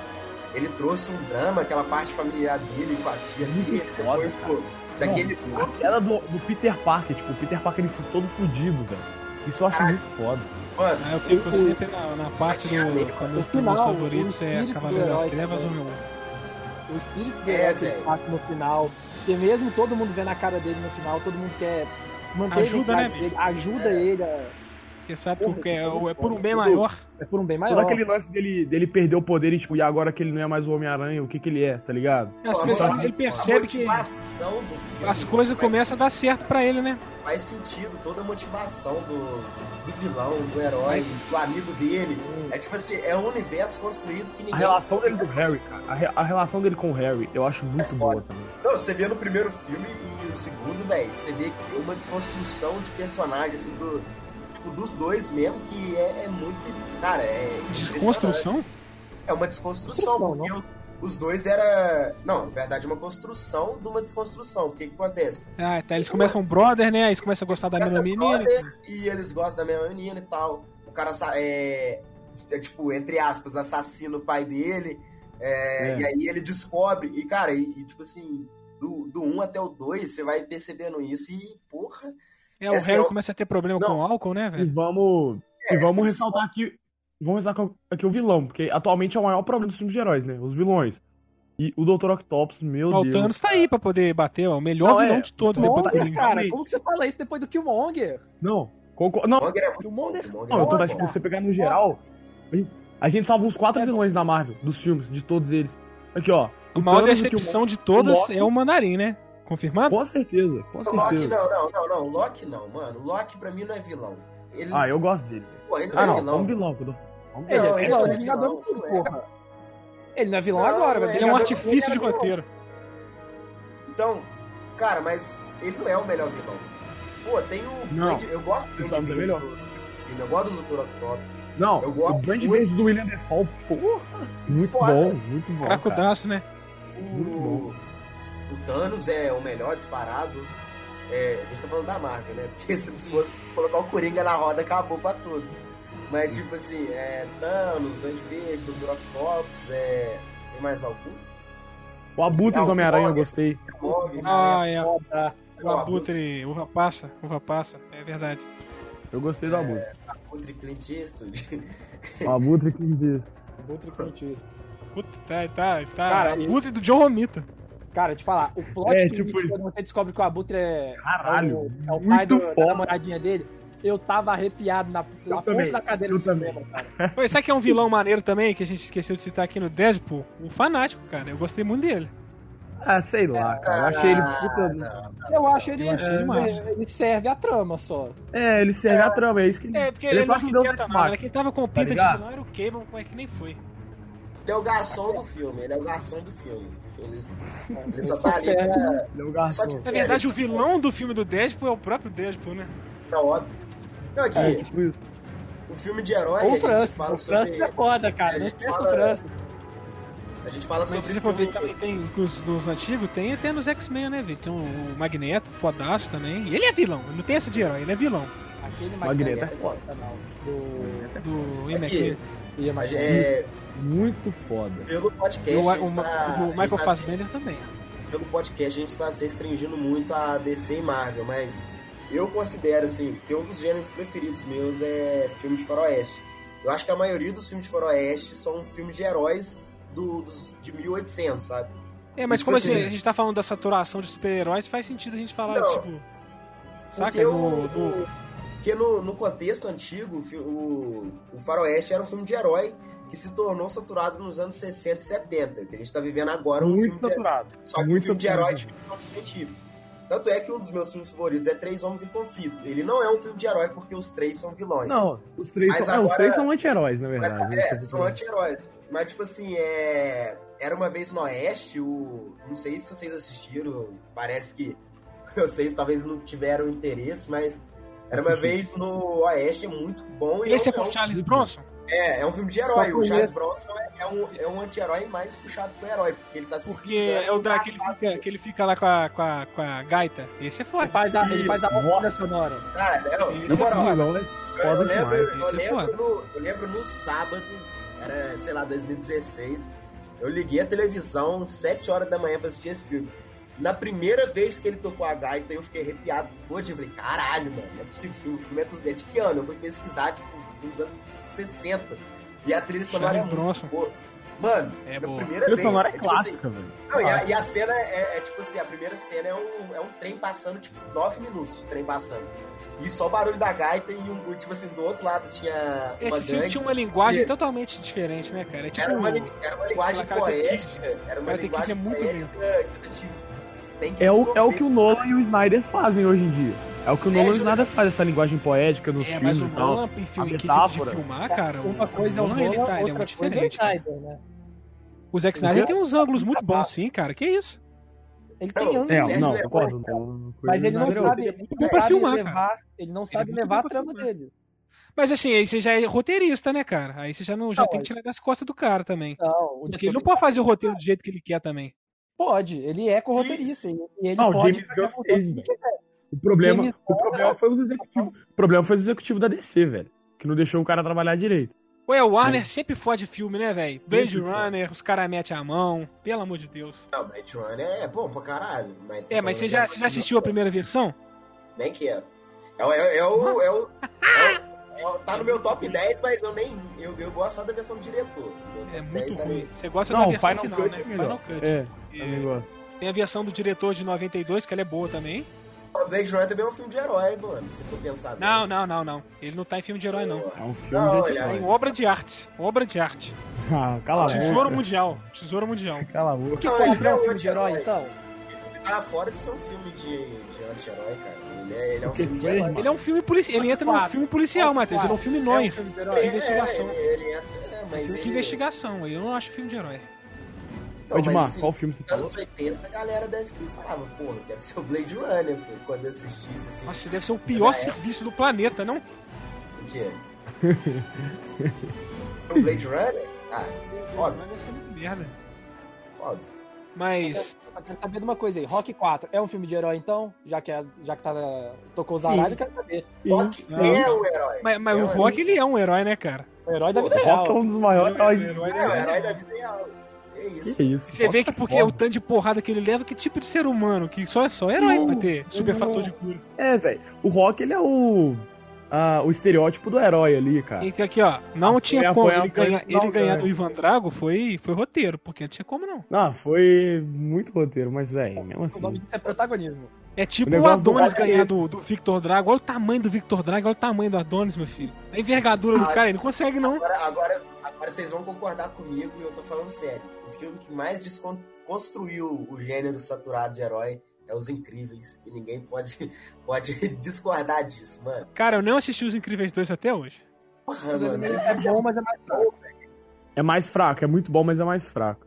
Speaker 2: ele trouxe um drama, aquela parte familiar dele com a tia dele,
Speaker 3: foda,
Speaker 2: depois, pô, daquele outro
Speaker 3: Aquela do, do Peter Parker, tipo, o Peter Parker ele se todo fudido, velho. Isso eu acho
Speaker 2: Caraca.
Speaker 3: muito foda.
Speaker 2: mano.
Speaker 1: Aí eu fico
Speaker 4: O-
Speaker 1: sempre na, na parte do. Quando
Speaker 4: o
Speaker 1: meus
Speaker 4: final,
Speaker 1: meus favoritos
Speaker 4: o
Speaker 1: é
Speaker 4: espírito
Speaker 1: Cavaleiro
Speaker 4: do
Speaker 1: das
Speaker 4: herói,
Speaker 1: Trevas
Speaker 4: né?
Speaker 1: ou meu.
Speaker 4: o espírito do
Speaker 2: É,
Speaker 4: herói que
Speaker 2: velho.
Speaker 4: ele bate no final. Porque mesmo todo mundo vendo a cara dele no final, todo mundo quer manter
Speaker 1: Ajuda,
Speaker 4: ele,
Speaker 1: né,
Speaker 4: atrás dele, ajuda
Speaker 2: É.
Speaker 4: ele a-
Speaker 1: Porque sabe
Speaker 4: Porra,
Speaker 1: que é,
Speaker 4: isso é muito
Speaker 1: é por um
Speaker 4: bom.
Speaker 1: bem maior.
Speaker 4: é por um bem
Speaker 3: Todo
Speaker 4: maior.
Speaker 3: aquele lance dele, dele perder o poder e, tipo, e agora que ele não é mais o Homem-Aranha, o que que ele é, tá ligado?
Speaker 1: Mas
Speaker 2: Pô, a
Speaker 1: pensa-
Speaker 2: motiva-
Speaker 1: ele percebe
Speaker 2: a
Speaker 1: que
Speaker 2: motivação do filme,
Speaker 1: as coisas
Speaker 2: vai-
Speaker 1: começam a dar certo pra ele, né?
Speaker 2: faz sentido toda a motivação do, do vilão, do herói, do amigo dele. É tipo assim, é um universo construído que
Speaker 3: A
Speaker 2: ninguém.
Speaker 3: relação dele com o Harry, cara. A, re- a relação dele com o Harry, eu acho muito boa
Speaker 2: É foda.
Speaker 3: também.
Speaker 2: Não, você vê no primeiro filme e o segundo, velho, você vê é uma desconstrução de personagem, assim, do, tipo, dos dois mesmo, que é, é muito. Cara, é.
Speaker 1: Desconstrução?
Speaker 2: É uma desconstrução,
Speaker 4: Desconstrução,
Speaker 2: porque o- os dois era. Não, na verdade, é uma construção de uma desconstrução. O que, que acontece?
Speaker 1: Ah, tá. Eles começam brother, né? Aí Eles começam a gostar da
Speaker 2: Essa
Speaker 3: é
Speaker 2: é
Speaker 1: mesma
Speaker 4: um
Speaker 1: menina.
Speaker 2: brother, E eles gostam da mesma menina e tal. O cara sa- é, é, tipo, entre aspas, assassina o pai dele. é,
Speaker 3: É.
Speaker 2: E aí ele descobre. E, cara, e, e, tipo assim, do, do 1 até o 2, você vai percebendo isso e, porra.
Speaker 1: É, o
Speaker 2: Essa
Speaker 1: Harry
Speaker 2: é o-
Speaker 1: começa a ter problema
Speaker 3: Não.
Speaker 1: com álcool, né,
Speaker 3: E
Speaker 1: velho?
Speaker 3: vamos. E vamos
Speaker 2: é
Speaker 3: ressaltar aqui. Vamos ressaltar aqui o vilão, porque atualmente é o maior problema dos filmes de heróis, né? Os vilões. E o Dr. Octopus, meu
Speaker 1: Ó, O
Speaker 3: Deus.
Speaker 1: Thanos tá aí pra poder bater, ó. O melhor
Speaker 3: Não,
Speaker 1: vilão
Speaker 3: é.
Speaker 1: de todos depois do
Speaker 4: Killmonger,
Speaker 1: Coringa.
Speaker 4: cara, como que você fala isso depois do Killmonger?
Speaker 3: Não, concordo. Não,
Speaker 2: O Monger é muito
Speaker 4: O
Speaker 2: bom,
Speaker 4: Monger-
Speaker 2: o Monger
Speaker 3: não, eu tô,
Speaker 2: é
Speaker 3: tá,
Speaker 2: muito
Speaker 3: tipo,
Speaker 2: bom.
Speaker 3: se você pegar no geral. a gente- A gente salva uns
Speaker 1: É.
Speaker 3: quatro vilões da Marvel, dos filmes, de todos eles. Aqui, ó.
Speaker 1: A maior
Speaker 3: Thanos, o
Speaker 1: decepção de
Speaker 3: o
Speaker 1: todas
Speaker 3: Loki-
Speaker 1: é o Mandarim, né? Confirmado?
Speaker 3: Com certeza, com
Speaker 2: O Loki,
Speaker 3: certeza.
Speaker 2: não, não, não, não. O Loki não, mano. O Loki pra mim não é vilão. Ele,
Speaker 3: Ah, eu gosto dele.
Speaker 2: pô, ele não é
Speaker 3: Ah, não,
Speaker 2: vilão.
Speaker 3: vamos vilão. quando- Vamos
Speaker 4: Ele,
Speaker 2: Não,
Speaker 4: é
Speaker 2: ele
Speaker 4: vilão,
Speaker 2: não
Speaker 4: ele
Speaker 2: é
Speaker 4: é Vingador do
Speaker 2: vilão,
Speaker 4: Futuro,
Speaker 2: não é.
Speaker 4: porra. Ele não é vilão
Speaker 2: Não,
Speaker 4: agora,
Speaker 2: não
Speaker 4: mas
Speaker 1: Ele é
Speaker 2: é.
Speaker 1: um
Speaker 4: Vingador do
Speaker 1: artifício de
Speaker 4: Futuro, ele é
Speaker 1: roteiro.
Speaker 2: Então, cara, mas ele não é o melhor vilão. Pô, tem o.
Speaker 3: Não.
Speaker 2: Blade- eu gosto do Blade
Speaker 3: Ele tá muito
Speaker 2: Verde
Speaker 3: melhor.
Speaker 2: do do filme, eu gosto do Dr. Octopus.
Speaker 3: Não,
Speaker 2: Eu gosto
Speaker 3: o Brand
Speaker 2: muito.
Speaker 3: Verde do William Defoe, porra. Muito
Speaker 2: Foda.
Speaker 3: bom, muito bom. cara.
Speaker 1: Cracudaço, né?
Speaker 3: Muito
Speaker 2: O, o Thanos é o melhor disparado. É, a gente tá falando da Marvel, né? Porque se fosse colocar o Coringa na roda, acabou pra todos. Mas, tipo assim, é Thanos, Dante Verde, Dr. Octopus, é. Tem mais algum?
Speaker 3: O Abutre
Speaker 2: É, o
Speaker 3: do Homem-Aranha eu
Speaker 2: Mogre.
Speaker 3: gostei.
Speaker 2: Move,
Speaker 1: Ah, é. O
Speaker 4: foda.
Speaker 1: Abutre, uva passa, uva passa. É verdade.
Speaker 3: Eu gostei do Abutre.
Speaker 2: Abutre, Clint Eastwood. É.
Speaker 3: O Abutre que me diz.
Speaker 4: Abutre Clint Eastwood.
Speaker 1: Puta, tá, tá, tá.
Speaker 4: Cara,
Speaker 1: Abutre do John Romita.
Speaker 4: Cara, te falar, o plot
Speaker 3: É,
Speaker 4: twist,
Speaker 3: tipo-
Speaker 4: quando você descobre que o Abutre é,
Speaker 3: Caralho,
Speaker 4: é o, é o pai
Speaker 3: muito
Speaker 4: do,
Speaker 3: foda.
Speaker 4: da namoradinha dele, eu tava arrepiado na, na ponta
Speaker 3: também,
Speaker 4: da cadeira
Speaker 3: eu
Speaker 4: do
Speaker 3: também.
Speaker 4: cinema, cara.
Speaker 1: Pô, e sabe que é um vilão maneiro também, que a gente esqueceu de citar aqui no Deadpool? O Fanático, cara. Eu gostei muito dele.
Speaker 3: Ah, sei lá, cara. Eu achei ele puta.
Speaker 4: Eu acho ele,
Speaker 1: Eu acho ele
Speaker 4: ele-
Speaker 1: massa.
Speaker 4: ele serve a trama só.
Speaker 3: É, ele serve a trama, é isso que ele.
Speaker 1: É, porque ele, não
Speaker 3: faz um Deus
Speaker 1: arquiteta nada.
Speaker 3: Ex
Speaker 1: né?
Speaker 3: Machina. tá
Speaker 1: Quem tava com o pinta de
Speaker 3: ligado?
Speaker 1: vilão era o Cable, como é que nem foi?
Speaker 2: Ele é o garçom do filme, ele é o garçom do filme. Eles, ele só
Speaker 4: Ele
Speaker 2: tá
Speaker 4: só
Speaker 2: ali
Speaker 4: serve.
Speaker 2: pra.
Speaker 3: Ele é o garçom.
Speaker 2: Só te-
Speaker 1: Na verdade, o vilão do filme do Deadpool é o próprio Deadpool, né?
Speaker 2: pra É óbvio. Não, aqui,
Speaker 3: É, tipo isso.
Speaker 2: o filme de herói,
Speaker 4: Ou
Speaker 2: a
Speaker 4: o
Speaker 2: gente
Speaker 4: Francis.
Speaker 2: fala
Speaker 4: O
Speaker 2: sobre.
Speaker 4: Francis é foda, cara. Não
Speaker 2: Ele
Speaker 4: esqueça o
Speaker 2: fala-
Speaker 4: Francis.
Speaker 2: A gente fala
Speaker 1: Mas se
Speaker 2: sobre.
Speaker 1: você for ver
Speaker 2: filme-
Speaker 1: também tem nos, nos antigos, tem até nos X-Men, né, velho? Tem o Magneto, fodaço também. E ele é vilão, ele não tem esse de herói, ele é vilão.
Speaker 4: Aquele
Speaker 3: Magneto
Speaker 4: Magneto
Speaker 3: é
Speaker 4: é foda. Do...
Speaker 1: Do né?
Speaker 2: Aqui,
Speaker 1: MX.
Speaker 4: Ia
Speaker 2: mas,
Speaker 4: Magneto.
Speaker 2: é,
Speaker 3: Muito foda.
Speaker 2: pelo
Speaker 1: E
Speaker 2: podcast.
Speaker 1: o,
Speaker 2: a gente
Speaker 1: o,
Speaker 2: tá-
Speaker 1: o
Speaker 2: a gente
Speaker 1: Michael
Speaker 2: tá-
Speaker 1: Fassbender também.
Speaker 2: Pelo podcast, a gente está se restringindo muito a DC e Marvel, mas eu considero, assim, que um dos gêneros preferidos meus é filme de faroeste. Eu acho que a maioria dos filmes de faroeste são filmes de heróis do, dos, de 1800, sabe?
Speaker 1: É, mas
Speaker 2: Tipo
Speaker 1: como assim,
Speaker 2: assim,
Speaker 1: a gente tá falando da saturação de super-heróis, faz sentido a gente falar,
Speaker 2: Não.
Speaker 1: tipo. Saca?
Speaker 2: Porque
Speaker 1: No,
Speaker 2: o-
Speaker 1: no-
Speaker 2: Porque no, no contexto antigo, o fi- o, o Faroeste era um filme de herói que se tornou saturado nos anos 60 e 70. O que a gente está vivendo agora é um filme
Speaker 3: Muito
Speaker 2: de
Speaker 3: saturado.
Speaker 2: Só que
Speaker 3: muito
Speaker 2: um filme de
Speaker 3: saturado.
Speaker 2: herói de ficção científica. Tanto é que um dos meus filmes favoritos é Três Homens em Conflito. Ele não é um filme de herói porque os três são vilões.
Speaker 3: Não, os três,
Speaker 2: Mas
Speaker 3: são,
Speaker 2: agora-
Speaker 3: não, os três são anti-heróis, na
Speaker 2: Mas,
Speaker 3: verdade.
Speaker 2: é, são anti-heróis. Mas, tipo assim, é... era uma vez no Oeste, o... não sei se vocês assistiram, parece que vocês talvez não tiveram interesse, mas era uma vez no Oeste, é muito bom. e
Speaker 1: Esse é
Speaker 2: um-
Speaker 1: com o Charles Bronson?
Speaker 2: é, é um filme de
Speaker 4: Só
Speaker 2: herói.
Speaker 4: que
Speaker 2: O
Speaker 4: o
Speaker 2: Charles
Speaker 4: Ian-
Speaker 2: Bronson é, é um, é um anti-herói mais puxado pro herói, porque ele tá se
Speaker 1: Porque
Speaker 2: fudendo
Speaker 1: é o da
Speaker 2: pra-
Speaker 1: que ele fica, que ele fica lá com a, com, a, com a gaita. Esse é
Speaker 4: Ele
Speaker 1: foda.
Speaker 4: faz a, ele
Speaker 2: Isso.
Speaker 4: faz a roda sonora.
Speaker 2: Cara, é, na
Speaker 1: Isso,
Speaker 2: moral, Eu
Speaker 3: Foda
Speaker 2: lembro,
Speaker 3: demais.
Speaker 2: eu,
Speaker 1: Isso é
Speaker 2: lembro no, eu lembro no sábado, era, sei lá, 2016, eu liguei a televisão 7 horas da manhã pra assistir esse filme. Na primeira vez que ele tocou a gaita, eu fiquei arrepiado. Pô, eu falei, caralho, mano, não é possível. O filme, o filme é dos é de que ano? Eu fui pesquisar, tipo, nos anos 60. E a trilha sonora é
Speaker 1: Charles
Speaker 2: muito
Speaker 1: Bronson.
Speaker 2: boa. Mano,
Speaker 1: É
Speaker 2: na
Speaker 1: boa.
Speaker 2: primeira
Speaker 3: Trilha
Speaker 2: vez...
Speaker 3: sonora é
Speaker 2: tipo assim,
Speaker 3: clássica, velho.
Speaker 2: não, e, a, e a cena é, é tipo assim, a primeira cena é um, é um trem passando, tipo, nove minutos, o trem passando. E só o barulho da gaita e um, tipo assim, do outro lado tinha uma
Speaker 1: Esse filme
Speaker 2: gangue.
Speaker 1: tinha uma linguagem
Speaker 2: E-
Speaker 1: totalmente diferente, né, cara? É tipo.
Speaker 2: é Era uma, li- era uma linguagem
Speaker 1: Karate Kid.
Speaker 2: poética, era
Speaker 1: Karate
Speaker 2: uma
Speaker 1: Kid
Speaker 2: linguagem
Speaker 1: é muito
Speaker 2: poética que a gente tem que
Speaker 3: É o, é o
Speaker 2: absorver.
Speaker 3: que o Nolan e o Snyder fazem hoje em dia. É o que o
Speaker 2: É,
Speaker 3: Nolan e o
Speaker 2: Júlio.
Speaker 3: Snyder fazem, essa linguagem poética nos
Speaker 1: É, mas
Speaker 3: filmes
Speaker 1: o
Speaker 3: e tal.
Speaker 1: Nolan, em filme,
Speaker 3: A
Speaker 1: em quesito de
Speaker 3: metáfora.
Speaker 1: filmar, cara.
Speaker 4: Uma coisa é o
Speaker 1: o Nolan, ele
Speaker 4: Nolan,
Speaker 1: tá- ele é
Speaker 4: outra
Speaker 1: muito
Speaker 4: coisa é o
Speaker 1: diferente. cara.
Speaker 4: Snyder, né?
Speaker 1: O Zack Snyder tem uns ângulos muito bons, sim, cara. Que isso?
Speaker 4: Ele
Speaker 2: Não,
Speaker 4: tem anos,
Speaker 3: É,
Speaker 2: Sérgio
Speaker 3: não,
Speaker 2: Leone,
Speaker 3: concordo. Nolan-
Speaker 4: mas ele não
Speaker 3: Snyder é outro.
Speaker 4: sabe, ele
Speaker 1: muito bom
Speaker 4: não
Speaker 1: pra
Speaker 4: sabe
Speaker 1: filmar, cara.
Speaker 4: levar, ele não sabe
Speaker 1: muito
Speaker 4: levar
Speaker 1: bom
Speaker 4: a
Speaker 1: pra
Speaker 4: trama
Speaker 1: filmar.
Speaker 4: dele.
Speaker 1: Mas assim, aí você já é roteirista, né, cara? Aí você já não já
Speaker 4: Não,
Speaker 1: tem que tirar das costas do cara também.
Speaker 4: Não, o
Speaker 1: Porque ele não pode fazer o roteiro do jeito que ele quer também.
Speaker 4: pode, ele é corroteirista e ele
Speaker 3: Não, o
Speaker 4: pode
Speaker 3: James
Speaker 4: fazer
Speaker 3: Gunn
Speaker 4: a mudança
Speaker 3: fez,
Speaker 4: que
Speaker 3: velho.
Speaker 4: quiser.
Speaker 3: O problema,
Speaker 4: James
Speaker 3: o problema foi os executivos.
Speaker 1: é.
Speaker 3: O problema foi os executivos da DC, velho. Que não deixou o cara trabalhar direito.
Speaker 1: Ué, o Warner sempre fode filme, né, velho? Blade
Speaker 3: Sempre
Speaker 1: Runner, os caras metem a mão, pelo amor de Deus.
Speaker 2: Não, Blade Runner é bom pra caralho. Mas
Speaker 1: É, mas você já, você já assistiu a primeira versão?
Speaker 2: Nem quero. É, o- é, o- é o... É o, é o- é o- tá no meu top 10, mas eu nem... Eu, eu gosto só da versão do diretor. Meu
Speaker 1: É
Speaker 2: top
Speaker 1: muito
Speaker 2: 10 é
Speaker 1: ruim. Você gosta da
Speaker 3: Não,
Speaker 1: versão
Speaker 3: Final
Speaker 1: final,
Speaker 3: Cut
Speaker 1: né?
Speaker 3: é
Speaker 1: Final
Speaker 3: melhor.
Speaker 1: Cut.
Speaker 3: É,
Speaker 1: É,
Speaker 3: amigo.
Speaker 1: Tem a versão do diretor de 92, que ela é boa também.
Speaker 2: O Blade Runner também é um filme de herói, mano. Se for pensar. bem.
Speaker 1: Não, não, não, não. Ele não tá em filme de herói, não.
Speaker 3: É um filme
Speaker 2: Não,
Speaker 3: de
Speaker 2: olha,
Speaker 1: Tá em
Speaker 3: herói.
Speaker 1: obra de arte. Obra de arte.
Speaker 3: Ah, cala a
Speaker 1: Tesouro
Speaker 3: boca.
Speaker 1: mundial. Tesouro mundial.
Speaker 3: Cala a boca.
Speaker 4: Que
Speaker 2: Não,
Speaker 4: porra
Speaker 2: ele
Speaker 4: é
Speaker 2: não é
Speaker 4: um filme de herói,
Speaker 2: anti-herói.
Speaker 4: então?
Speaker 2: Ele tá fora de ser um filme de, de anti-herói, cara. Ele é, ele é um
Speaker 3: Porque
Speaker 2: filme de
Speaker 3: foi,
Speaker 2: herói.
Speaker 3: irmão.
Speaker 1: Ele é um filme policial. Ele entra num
Speaker 4: Quatro.
Speaker 1: filme policial, Matheus. Ele é um filme
Speaker 4: É um
Speaker 1: noir.
Speaker 4: filme de
Speaker 2: Ele-
Speaker 4: herói.
Speaker 1: de investigação.
Speaker 2: Ele, ele, é, é, mas
Speaker 1: Filme de
Speaker 2: ele-
Speaker 1: investigação. Eu não acho filme de herói.
Speaker 2: Então,
Speaker 3: Ô, Edmar,
Speaker 2: mas, assim,
Speaker 3: qual filme você
Speaker 2: nos
Speaker 3: falou?
Speaker 2: anos 80, a galera deve que falava, porra, eu quero ser o Blade Runner, pô, quando eu assistisse, assim,
Speaker 1: Nossa, deve ser o pior
Speaker 2: Já é.
Speaker 1: serviço do planeta, não?
Speaker 2: o quê? o Blade Runner? Ah, óbvio,
Speaker 1: Deve ser muito merda.
Speaker 2: óbvio.
Speaker 1: Mas.
Speaker 4: Eu quero saber de uma coisa aí, Rock 4 é um filme de herói, então? Já que, é- já que tá na... tocou os
Speaker 3: Sim.
Speaker 4: aralhos, eu quero saber.
Speaker 2: Rock
Speaker 1: não.
Speaker 2: é o herói.
Speaker 1: Mas, mas
Speaker 2: É
Speaker 1: o
Speaker 2: um
Speaker 1: Rock, ele é um herói, né, cara?
Speaker 4: O herói da
Speaker 2: Pô,
Speaker 4: vida real.
Speaker 3: Rock é um dos maiores heróis.
Speaker 1: Herói
Speaker 2: É o herói da vida real. É isso.
Speaker 3: Que isso?
Speaker 1: Você vê
Speaker 3: Rock
Speaker 1: que
Speaker 3: é
Speaker 1: porque
Speaker 3: foda.
Speaker 1: o tanto de porrada que ele leva, que tipo de ser humano? Que só é só herói pra ter super fator de cura.
Speaker 3: É, velho. O Rock, ele é o. ah, o estereótipo do herói ali, cara.
Speaker 1: Então aqui, ó, não
Speaker 3: Ah,
Speaker 1: tinha
Speaker 3: apanha,
Speaker 1: como
Speaker 3: apanha,
Speaker 1: ele ganhar,
Speaker 3: apanha,
Speaker 1: ele
Speaker 3: não
Speaker 1: ganhar
Speaker 3: ganha.
Speaker 1: do Ivan Drago foi, foi roteiro, porque não tinha como não.
Speaker 3: Não, Ah, foi muito roteiro, mas, velho, mesmo
Speaker 4: O nome
Speaker 3: assim.
Speaker 4: disso é protagonismo.
Speaker 1: É tipo
Speaker 3: O
Speaker 1: o,
Speaker 3: negócio do
Speaker 1: Adonis
Speaker 3: Rock é
Speaker 1: ganhar
Speaker 3: esse.
Speaker 1: do, do Victor Drago. Olha o tamanho do Victor Drago, olha o tamanho do Adonis, meu filho. A envergadura do
Speaker 2: Ah,
Speaker 1: cara, ele não consegue não.
Speaker 2: Agora, agora, agora vocês vão concordar comigo e eu tô falando sério. O filme que mais desconstruiu o gênero saturado de herói é Os Incríveis. E ninguém pode, pode discordar disso, mano.
Speaker 1: Cara, eu não assisti Os Incríveis 2 até hoje.
Speaker 2: Porra, mano.
Speaker 4: É bom, mas é mais fraco.
Speaker 3: É mais fraco, é muito bom, mas é mais fraco.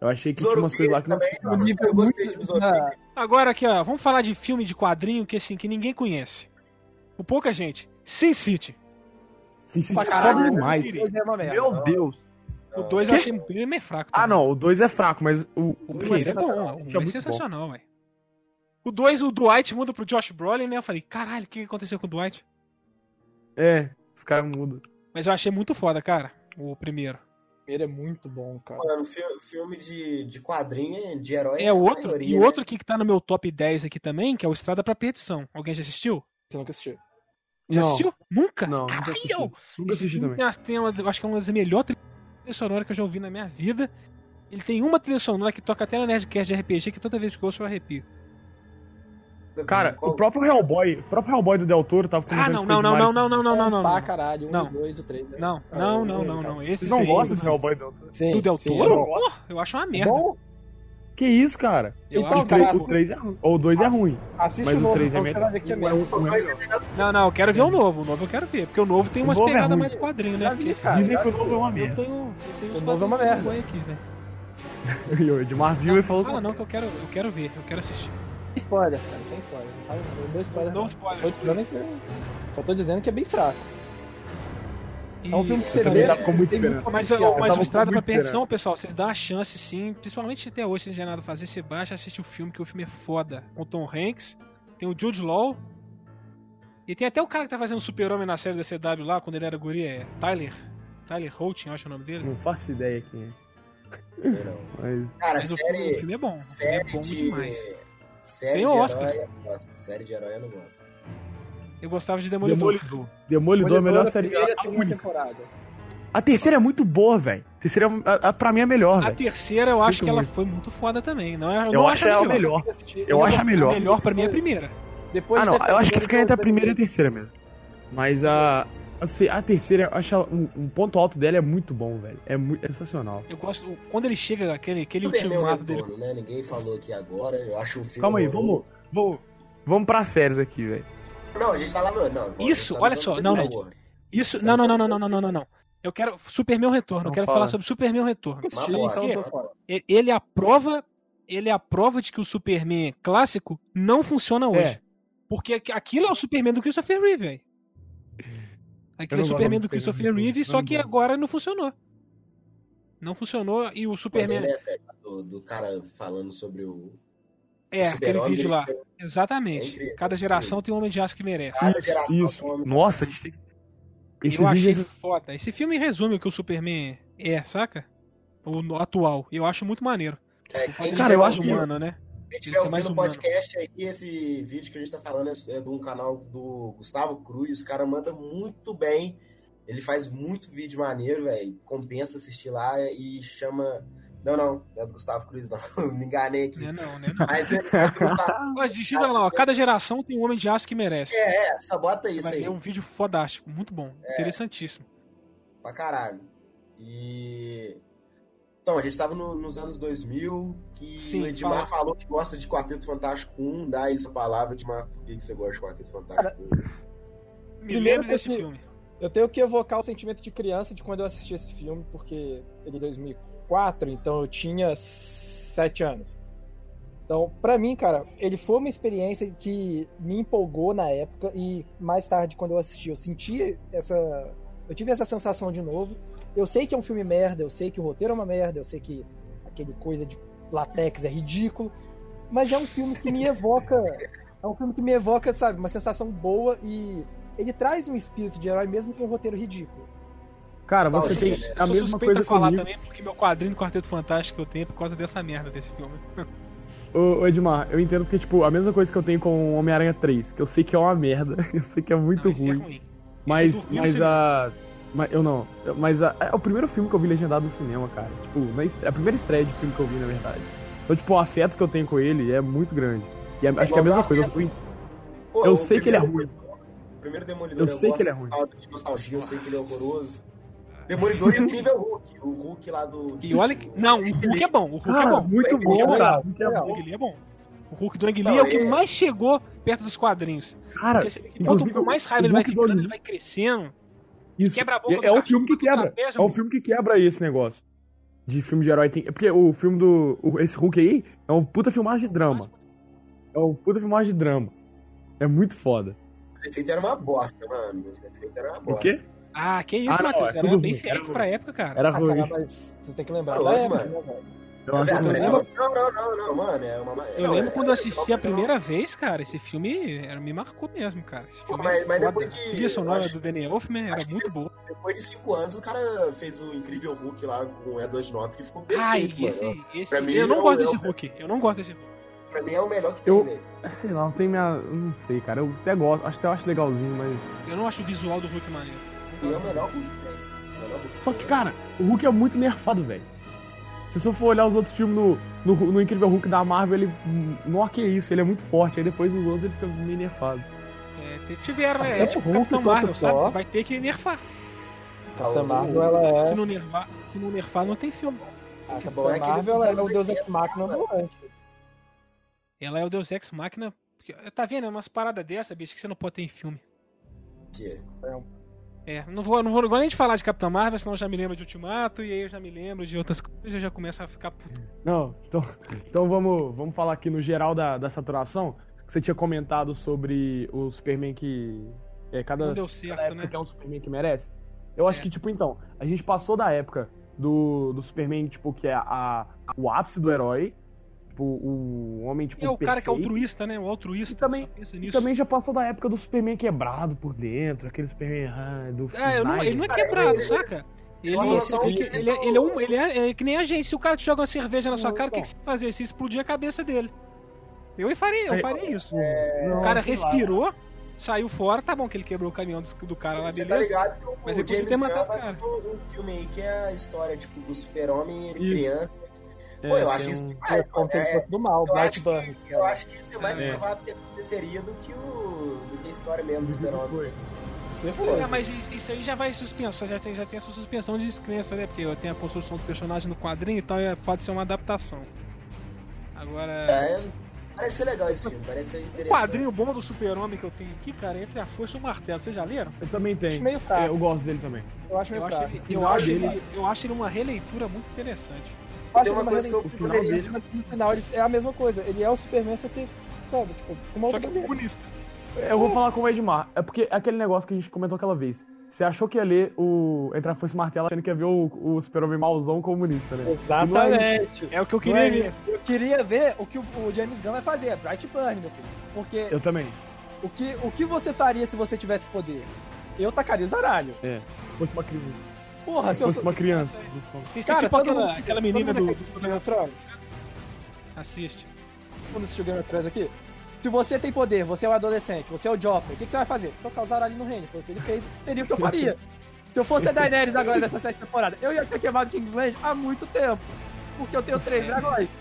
Speaker 3: Eu achei que tinha umas coisas lá que não.
Speaker 2: Também,
Speaker 3: precisava.
Speaker 2: eu gostei de Besouro
Speaker 4: Ah,
Speaker 2: Negro.
Speaker 1: Agora aqui, ó, vamos falar de filme de quadrinho que assim, que ninguém conhece. Por pouca gente. Sin City.
Speaker 3: Sim, sim,
Speaker 4: Pra
Speaker 3: foda
Speaker 1: né?
Speaker 4: caralho.
Speaker 3: demais.
Speaker 4: Pois é, uma merda.
Speaker 3: Meu Deus.
Speaker 1: O 2 eu
Speaker 3: Que?
Speaker 1: achei bem meio fraco.
Speaker 3: Ah,
Speaker 1: também.
Speaker 3: não, o 2 é fraco, mas o,
Speaker 1: O primeiro é bom, ó. o
Speaker 3: Sim,
Speaker 1: primeiro é
Speaker 3: muito
Speaker 1: sensacional, velho. O 2, o Dwight muda pro Josh Brolin, né? Eu falei, caralho, o que aconteceu com o Dwight?
Speaker 3: bom. É, os caras mudam.
Speaker 1: Mas eu achei muito foda, cara, o primeiro.
Speaker 4: O primeiro é muito bom, cara.
Speaker 2: Mano, fi- filme de, de quadrinho, de herói.
Speaker 1: É o
Speaker 2: a
Speaker 1: outro,
Speaker 2: maioria,
Speaker 1: e
Speaker 2: né?
Speaker 1: o outro aqui que tá no meu top 10 aqui também, que é o Estrada pra Perdição. Alguém já assistiu?
Speaker 4: Você nunca assistiu.
Speaker 1: Já
Speaker 3: Não.
Speaker 1: assistiu? Nunca?
Speaker 3: Não, nunca
Speaker 1: Caralho!
Speaker 3: assisti. Nunca
Speaker 1: Esse
Speaker 3: assisti
Speaker 1: filme
Speaker 3: também.
Speaker 1: tem, umas- tem uma, eu acho que é uma das melhores trilhas sonoras que eu já ouvi na minha vida. Ele tem uma trilha sonora que toca até na Nerdcast de RPG, que toda vez que eu ouço eu arrepio.
Speaker 3: Cara,
Speaker 2: né? Qual-
Speaker 3: o próprio Hellboy, o próprio Hellboy do Del Toro tava
Speaker 1: Ah,
Speaker 3: comentando
Speaker 1: não,
Speaker 3: isso
Speaker 1: não,
Speaker 3: com o
Speaker 1: não, não,
Speaker 3: Edmar,
Speaker 1: não, não, não, não, não,
Speaker 4: Pra
Speaker 1: não.
Speaker 4: caralho, um,
Speaker 1: Não.
Speaker 4: dois, o três. né?
Speaker 1: Não,
Speaker 4: Ah,
Speaker 1: não,
Speaker 4: eu-
Speaker 1: não, não,
Speaker 4: cara.
Speaker 1: não. Esse
Speaker 3: Vocês não
Speaker 1: aí-
Speaker 3: gostam do Hellboy do Del Toro?
Speaker 4: Sim,
Speaker 1: Do Del
Speaker 4: sim.
Speaker 1: Toro?
Speaker 3: eu gosto.
Speaker 1: Pô, eu acho uma merda.
Speaker 4: Bom?
Speaker 3: Que isso, cara?
Speaker 1: Eu
Speaker 3: Então,
Speaker 1: acho
Speaker 3: o
Speaker 1: que
Speaker 3: tre-
Speaker 1: eu-
Speaker 3: o 3 é ruim. Ou o 2 é ruim.
Speaker 4: Assiste
Speaker 3: Mas
Speaker 4: o
Speaker 3: o
Speaker 4: novo,
Speaker 3: três é
Speaker 4: então,
Speaker 3: melhor.
Speaker 4: você vai ver que é melhor.
Speaker 2: O dois é melhor
Speaker 1: Não, não, eu quero ver o novo. O novo eu quero ver. Porque o novo tem umas
Speaker 3: O novo é
Speaker 1: pegadas
Speaker 3: ruim.
Speaker 1: mais do quadrinho, né?
Speaker 4: Já vi,
Speaker 1: Porque
Speaker 4: cara,
Speaker 3: Dizem
Speaker 4: já
Speaker 3: que o novo é uma
Speaker 1: eu
Speaker 3: merda.
Speaker 1: tenho. Eu tenho uns
Speaker 4: O novo é uma
Speaker 1: quadrinhos
Speaker 4: merda.
Speaker 1: aqui, velho.
Speaker 3: E o Edmar viu e falou.
Speaker 1: Não Tá, fala Ah, não, que eu quero, eu quero ver, eu quero assistir.
Speaker 4: Spoilers, cara, sem spoiler. Não fala não, dou spoiler.
Speaker 1: Não
Speaker 4: não.
Speaker 1: spoilers,
Speaker 4: Só tô dizendo que- Só tô dizendo que é bem fraco.
Speaker 1: E-
Speaker 4: É um filme que
Speaker 3: Eu
Speaker 4: você
Speaker 3: também
Speaker 4: vê.
Speaker 3: tava com muita
Speaker 4: tem muito
Speaker 3: esperança.
Speaker 1: Mas,
Speaker 4: potencial.
Speaker 1: ó, mas o
Speaker 3: com
Speaker 1: Estrada da
Speaker 3: muita
Speaker 1: Perdição, pessoal, vocês dão a chance sim, principalmente até hoje, se não tiver nada a fazer, você baixa, assiste o filme, que o filme é foda. Com o Tom Hanks, tem o Jude Law, e tem até o cara que tá fazendo super-homem na série da CW lá, quando ele era guri, é Tyler, Tyler Holt, eu acho o nome dele.
Speaker 3: Não faço ideia quem é.
Speaker 2: Não.
Speaker 3: Mas.
Speaker 2: Cara,
Speaker 1: Mas o filme, o
Speaker 2: série.
Speaker 1: filme é bom, o filme é
Speaker 2: Série
Speaker 1: bom
Speaker 2: de.
Speaker 1: demais.
Speaker 2: Série
Speaker 1: Tem
Speaker 2: de
Speaker 1: o
Speaker 2: herói
Speaker 1: Oscar.
Speaker 2: eu não gosto. Série de herói eu não gosto.
Speaker 1: Eu gostava de Demolidor.
Speaker 3: Demolidor. Demolidor é a melhor
Speaker 4: da
Speaker 3: série.
Speaker 4: primeira e
Speaker 3: A
Speaker 4: segunda
Speaker 3: única.
Speaker 4: temporada.
Speaker 3: A terceira é muito boa, velho. A terceira, é- a- a- pra mim, é a melhor,
Speaker 1: A
Speaker 3: velho.
Speaker 1: terceira eu
Speaker 3: Sinto
Speaker 1: acho que ela
Speaker 3: muito.
Speaker 1: foi muito foda também. Não, é, eu,
Speaker 3: Eu
Speaker 1: não
Speaker 3: acho ela a melhor. Eu acho a melhor.
Speaker 1: A melhor pra mim é a primeira.
Speaker 4: Depois
Speaker 3: Ah, não.
Speaker 4: de ter
Speaker 3: Eu acho que
Speaker 4: feito
Speaker 3: fica entre a
Speaker 4: o
Speaker 3: primeira e a terceira mesmo. Mas a. assim, A terceira, eu acho ela- um, um ponto alto dela é muito bom, velho. É muito é sensacional.
Speaker 1: Eu gosto. Quando ele chega, aquele, aquele
Speaker 2: Superman
Speaker 1: ultimato dele.
Speaker 2: Tá Retorno, né? Ninguém falou aqui agora. Eu acho um filme.
Speaker 3: Calma aí,
Speaker 2: horroroso.
Speaker 3: vamos. Vamos, vamos pra séries aqui, velho.
Speaker 2: Não, a gente tá lá no. Não, agora,
Speaker 1: Isso,
Speaker 2: a gente tá
Speaker 1: olha
Speaker 2: nos
Speaker 1: só,
Speaker 2: anos
Speaker 1: não,
Speaker 2: 2000,
Speaker 1: não.
Speaker 2: porra.
Speaker 1: Isso. Não, não, não, não, não, não, não, não, não. Eu quero. Superman Retorno. eu
Speaker 3: Não
Speaker 1: quero
Speaker 3: fala.
Speaker 1: falar sobre Superman Retorno.
Speaker 4: primeiro-
Speaker 2: Mas bora.
Speaker 4: Então eu tô fora.
Speaker 1: E- Ele é a prova. Ele é a prova de que o Superman é clássico não funciona hoje.
Speaker 3: É.
Speaker 1: Porque aqu- aquilo é o Superman do Christopher Reeve, velho. Aquilo é
Speaker 3: não
Speaker 1: o Superman do
Speaker 3: gosto do Superman
Speaker 1: Christopher
Speaker 3: Retorno,
Speaker 1: Reeve,
Speaker 3: não
Speaker 1: só que
Speaker 3: gosto.
Speaker 1: agora não funcionou. Não funcionou e o Superman.
Speaker 2: Quando ele é, velho, do, do cara falando sobre o.
Speaker 1: É, aquele
Speaker 2: super-homem,
Speaker 1: vídeo
Speaker 2: ele
Speaker 1: lá.
Speaker 2: fica-
Speaker 1: Exatamente.
Speaker 2: É incrível,
Speaker 1: Cada
Speaker 2: é
Speaker 1: geração tem um homem de aço que merece.
Speaker 2: Cada geração
Speaker 3: Isso.
Speaker 2: tem um homem-
Speaker 3: Nossa, a gente tem. Esse
Speaker 1: eu achei
Speaker 3: vídeo. é
Speaker 1: foda. Esse filme resume o que o Superman é, saca? O no- atual. Eu acho muito maneiro.
Speaker 2: É,
Speaker 1: O fato dele
Speaker 2: quem
Speaker 3: Cara,
Speaker 1: ser
Speaker 2: tiver
Speaker 3: eu
Speaker 1: mais
Speaker 3: acho
Speaker 2: ouvindo-
Speaker 1: humano, né?
Speaker 2: Quem
Speaker 1: Ele
Speaker 2: tiver
Speaker 1: ser
Speaker 2: ouvindo
Speaker 1: mais
Speaker 2: é o
Speaker 1: humano.
Speaker 2: podcast aí, esse vídeo que a gente tá falando é, é de um canal do Gustavo Cruz. O cara manda muito bem. Ele faz muito vídeo maneiro, velho. Compensa assistir lá e chama. Não, não, não é do Gustavo Cruz, não. Me enganei aqui.
Speaker 1: Né, não, né? Não.
Speaker 2: Mas ele é do Gustavo.
Speaker 1: Mas de China, lá, ó, cada geração tem um homem de aço que merece.
Speaker 2: É, é, só bota isso
Speaker 1: Vai
Speaker 2: aí. É.
Speaker 1: ver um vídeo fodástico, muito bom, interessantíssimo.
Speaker 2: Pra caralho. E. Então, a gente tava no- nos anos 2000 e
Speaker 1: Sim,
Speaker 2: o
Speaker 1: fala.
Speaker 2: Edmar falou que gosta de Quarteto Fantástico 1. Dá isso a palavra, Edmar. Por que que você gosta de Quarteto
Speaker 4: Cara,
Speaker 2: Fantástico 1?
Speaker 1: Me
Speaker 4: Primeiro
Speaker 1: lembro desse
Speaker 4: porque-
Speaker 1: filme.
Speaker 4: Eu tenho que evocar o sentimento de criança de quando eu assisti esse filme, porque ele é 2004, então eu tinha 7 anos. Então, pra mim, cara, ele foi uma experiência que me empolgou na época e mais tarde, quando eu assisti, eu senti essa. Eu tive essa sensação de novo. Eu sei que é um filme merda, eu sei que o roteiro é uma merda, eu sei que aquele coisa de latex é ridículo, mas é um filme que me evoca. É um filme que me evoca, sabe, uma sensação boa e ele traz um espírito de herói mesmo com um roteiro ridículo.
Speaker 3: Cara, você
Speaker 2: Nostalgia,
Speaker 3: tem
Speaker 2: né?
Speaker 1: Eu
Speaker 3: a
Speaker 1: sou
Speaker 3: mesma
Speaker 1: suspeito
Speaker 3: coisa
Speaker 1: a falar
Speaker 3: comigo.
Speaker 1: também, porque meu quadrinho do Quarteto Fantástico que eu tenho é por causa dessa merda desse filme.
Speaker 3: Ô, ô, Edmar, eu entendo porque, tipo, a mesma coisa que eu tenho com Homem-Aranha 3, que eu sei que é uma merda, eu sei que é muito
Speaker 1: Não, esse é
Speaker 3: ruim.
Speaker 1: ruim.
Speaker 3: Mas,
Speaker 1: Esse eu
Speaker 3: mas
Speaker 1: duvido
Speaker 3: a. Mas, eu não. Mas a, é o primeiro filme que eu vi legendado no cinema, cara. Tipo, na est- a primeira estreia de filme que eu vi, na verdade. Então, tipo, o afeto que eu tenho com ele é muito grande. E a- acho que é a mesma coisa. Eu, eu
Speaker 2: Pô,
Speaker 3: Eu
Speaker 2: o
Speaker 3: sei que ele é
Speaker 2: primeiro- O primeiro Demolidor
Speaker 3: Eu sei
Speaker 2: gosto
Speaker 3: que ele é ruim.
Speaker 2: Por causa de nostalgia, eu sei que ele é horroroso. Demolidor e o Incrível Hulk. O Hulk lá do.
Speaker 1: E olha que. Não, o Hulk é bom. O Hulk é
Speaker 3: cara,
Speaker 1: bom.
Speaker 3: muito
Speaker 2: Ele é
Speaker 3: bom,
Speaker 1: legal,
Speaker 3: cara. Muito
Speaker 4: legal.
Speaker 1: O
Speaker 3: bom.
Speaker 1: Ang Lee é bom. O Hulk do Ang Lee
Speaker 2: Não,
Speaker 1: é o que
Speaker 2: ele-
Speaker 1: mais chegou perto dos quadrinhos.
Speaker 3: Cara,
Speaker 1: Porque você vê que quanto
Speaker 3: inclusive,
Speaker 1: mais
Speaker 3: o
Speaker 1: raiva ele vai
Speaker 3: Hulk do
Speaker 1: ficando,
Speaker 3: Ang
Speaker 1: ele vai crescendo.
Speaker 3: isso.
Speaker 1: quebra a boca do
Speaker 3: é, é um
Speaker 1: cachorro,
Speaker 3: filme que
Speaker 1: do
Speaker 3: quebra.
Speaker 1: trapézio,
Speaker 3: É um
Speaker 1: mano.
Speaker 3: filme que quebra aí esse negócio. De filme de herói tem. é Porque o filme do. o- Esse Hulk aí é um puta filmagem de drama. É um puta filmagem de drama. É muito foda.
Speaker 2: Os efeitos eram uma bosta, mano. Os efeitos eram uma
Speaker 3: O
Speaker 2: bosta.
Speaker 3: quê?
Speaker 1: Ah, que isso,
Speaker 3: Ah, não,
Speaker 1: Matheus.
Speaker 3: é
Speaker 1: Era
Speaker 3: tudo
Speaker 1: bem
Speaker 3: ruim, era
Speaker 1: feito
Speaker 3: ruim.
Speaker 1: pra época, cara.
Speaker 3: Era
Speaker 4: Ah,
Speaker 3: ruim.
Speaker 4: cara, mas você tem que lembrar.
Speaker 2: Cara,
Speaker 4: da
Speaker 2: nossa,
Speaker 4: época,
Speaker 2: mano.
Speaker 4: né, velho?
Speaker 3: Eu acho
Speaker 2: Velho,
Speaker 3: que-
Speaker 2: parece
Speaker 4: eu
Speaker 2: É, uma- Não, não, não, não, é mano. Era uma...
Speaker 1: Eu lembro quando eu assisti a primeira vez, cara, esse filme era, me marcou mesmo, cara. Esse filme
Speaker 2: mas-
Speaker 1: é
Speaker 2: mas
Speaker 1: foda.
Speaker 2: depois de-
Speaker 1: A trilha sonora
Speaker 2: acho-
Speaker 1: do Daniel Elfman era
Speaker 2: acho que
Speaker 1: muito boa.
Speaker 2: Depois de cinco anos, o cara fez o Incrível Hulk lá com Edward Norton, que ficou perfeito,
Speaker 1: Ai,
Speaker 2: mano.
Speaker 1: esse, esse-
Speaker 2: Pra mim,
Speaker 1: eu não
Speaker 2: eu-
Speaker 1: gosto
Speaker 2: eu-
Speaker 1: desse Hulk. Eu não gosto desse Hulk.
Speaker 2: Pra mim é o melhor que
Speaker 3: Eu-
Speaker 2: tem, velho.
Speaker 3: Sei lá, não tem minha. eu Não sei, cara. Eu até gosto, acho, até acho legalzinho, mas.
Speaker 1: Eu não acho o visual do Hulk maneiro.
Speaker 2: Pra mim é o melhor Hulk que tem. O melhor Hulk
Speaker 3: Só que,
Speaker 2: tem.
Speaker 3: cara, o Hulk é muito nerfado, velho. Se você for olhar os outros filmes no, no, no Incrível Hulk da Marvel, ele. hum, Não que é isso, ele é muito forte. Aí depois os outros ele fica meio nerfado.
Speaker 1: É, te-
Speaker 3: Ah,
Speaker 1: tiveram, é,
Speaker 4: Até o
Speaker 1: tipo
Speaker 4: Hulk
Speaker 1: Capitão
Speaker 4: quanto
Speaker 1: Marvel, sabe?
Speaker 4: Thor.
Speaker 1: Vai ter que nerfar.
Speaker 4: Capitã
Speaker 2: o-
Speaker 4: Marvel, ela é.
Speaker 1: Se não nerfar, se não nerfar, não tem filme.
Speaker 4: A Capitã Marvel ela é o Deus Ex Machina ambulante.
Speaker 2: É,
Speaker 1: Ela é o Deus Ex Machina. porque- Tá vendo? É umas paradas dessa, bicho, que você não pode ter em filme.
Speaker 2: Que
Speaker 1: É, não vou, não vou nem te falar de Capitã Marvel, senão eu já me lembro de Ultimato, e aí eu já me lembro de outras coisas, eu já começo a ficar puto.
Speaker 3: Não, então, então vamos, vamos falar aqui no geral da, da saturação. que Você tinha comentado sobre o Superman que. É, cada,
Speaker 1: Não deu
Speaker 3: cada
Speaker 1: certo,
Speaker 3: época
Speaker 1: né?
Speaker 3: que é um Superman que merece. Eu acho
Speaker 1: É.
Speaker 3: que, tipo, então, a gente passou da época do, do Superman, tipo, que é a, o ápice do herói. Tipo, o homem, tipo.
Speaker 1: E é o cara que é
Speaker 3: perfeito.
Speaker 1: altruísta, né? O altruísta.
Speaker 3: E também-
Speaker 1: só pensa
Speaker 3: E
Speaker 1: nisso.
Speaker 3: também já passou da época do Superman quebrado por dentro, aquele Superman ah, do
Speaker 1: Ah, eu não, ele não é
Speaker 2: Cara,
Speaker 1: quebrado,
Speaker 2: ele-
Speaker 1: saca? Ele,
Speaker 2: Nossa,
Speaker 1: você
Speaker 2: nossa,
Speaker 1: vê que
Speaker 2: ele-
Speaker 1: ele, é- ele é um- ele é, é que nem a gente. Se o cara te joga uma cerveja na sua
Speaker 3: Não,
Speaker 1: cara, o que,
Speaker 3: não.
Speaker 1: que você vai fazer? Se explodir a cabeça dele. Eu faria, eu
Speaker 3: É,
Speaker 1: faria isso.
Speaker 3: Não,
Speaker 1: O cara
Speaker 3: sei lá.
Speaker 1: respirou, saiu fora, tá bom que ele quebrou o caminhão do, do cara lá,
Speaker 2: Você tá
Speaker 1: beleza?
Speaker 2: ligado que o
Speaker 1: Mas ele podia
Speaker 2: James
Speaker 1: ter
Speaker 2: Gunn
Speaker 1: matado
Speaker 2: vai
Speaker 1: o cara.
Speaker 2: fazer um, um filme aí que é a história tipo, do super-homem, ele
Speaker 3: Isso.
Speaker 2: criança.
Speaker 3: É,
Speaker 2: Pô, eu
Speaker 3: tem
Speaker 2: acho isso
Speaker 3: um-
Speaker 2: demais,
Speaker 4: como
Speaker 2: mano.
Speaker 4: se ele
Speaker 2: É,
Speaker 4: fosse do mal,
Speaker 2: eu, acho
Speaker 4: Brightburn.
Speaker 2: que, eu acho que isso é mais
Speaker 3: É.
Speaker 2: provável que aconteceria do que, o, do que a história mesmo do super-homem.
Speaker 4: Você
Speaker 1: Ah, mas isso isso aí já vai suspensão, já tem, já tem essa suspensão de descrença, né? Porque tem a construção do personagem no quadrinho e tal, e pode ser uma adaptação. Agora.
Speaker 2: É, parece ser legal esse filme, parece ser
Speaker 1: O
Speaker 4: É,
Speaker 2: interessante.
Speaker 1: quadrinho bom do super-homem que eu tenho aqui, cara, é entre a força e o martelo. Vocês já leram?
Speaker 3: Eu também
Speaker 4: acho
Speaker 3: tenho.
Speaker 4: meio fraco.
Speaker 3: É, eu gosto dele também.
Speaker 4: Eu acho meio
Speaker 1: Eu acho,
Speaker 4: fraco.
Speaker 1: ele,
Speaker 4: Eu
Speaker 1: eu,
Speaker 3: final
Speaker 1: acho
Speaker 3: dele-
Speaker 1: ele, eu acho ele uma releitura muito interessante.
Speaker 4: acho
Speaker 2: Tem
Speaker 4: ele é
Speaker 2: uma
Speaker 4: uma
Speaker 2: coisa que eu
Speaker 4: releitura,
Speaker 3: final
Speaker 2: poderia
Speaker 3: dele-
Speaker 4: mas no final ele- é a mesma coisa. Ele é o Superman, só que, sabe, tipo, com uma
Speaker 1: Só
Speaker 4: outra
Speaker 1: que é
Speaker 4: bandeira.
Speaker 1: comunista.
Speaker 3: Eu vou falar com o Edmar. É porque é aquele negócio que a gente comentou aquela vez. Você achou que ia ler o Entrar Força e Martelo achando que ia ver o, o super-homem mauzão comunista, né?
Speaker 4: Exatamente.
Speaker 1: É o que eu
Speaker 4: Não é
Speaker 1: queria ver.
Speaker 4: isso. Eu queria ver o que o o James Gunn vai fazer, é Brightburn, meu filho. Porque
Speaker 3: Eu também.
Speaker 4: o, que, o que você faria se você tivesse poder? Eu tacaria o zaralho.
Speaker 3: Se fosse uma criança.
Speaker 4: Porra, se
Speaker 3: Se
Speaker 4: eu
Speaker 3: fosse
Speaker 4: sou...
Speaker 3: uma criança.
Speaker 1: Vocês são
Speaker 4: Cara,
Speaker 1: tipo
Speaker 4: todo
Speaker 1: aquela,
Speaker 4: mundo-
Speaker 1: aquela
Speaker 4: todo
Speaker 1: menina
Speaker 4: mundo
Speaker 1: do.
Speaker 4: aqui Game of Thrones.
Speaker 1: Assiste.
Speaker 4: Todo mundo assistiu Game of Thrones aqui? Se você tem poder, você é um adolescente, você é o Joffrey, o que, que você vai fazer? Tocar o zaralho no reino, foi o que ele fez, seria o que eu faria. Se eu fosse a Daenerys agora nessa sétima temporada, eu ia ter queimado Kingsland há muito tempo. Porque eu tenho três dragões.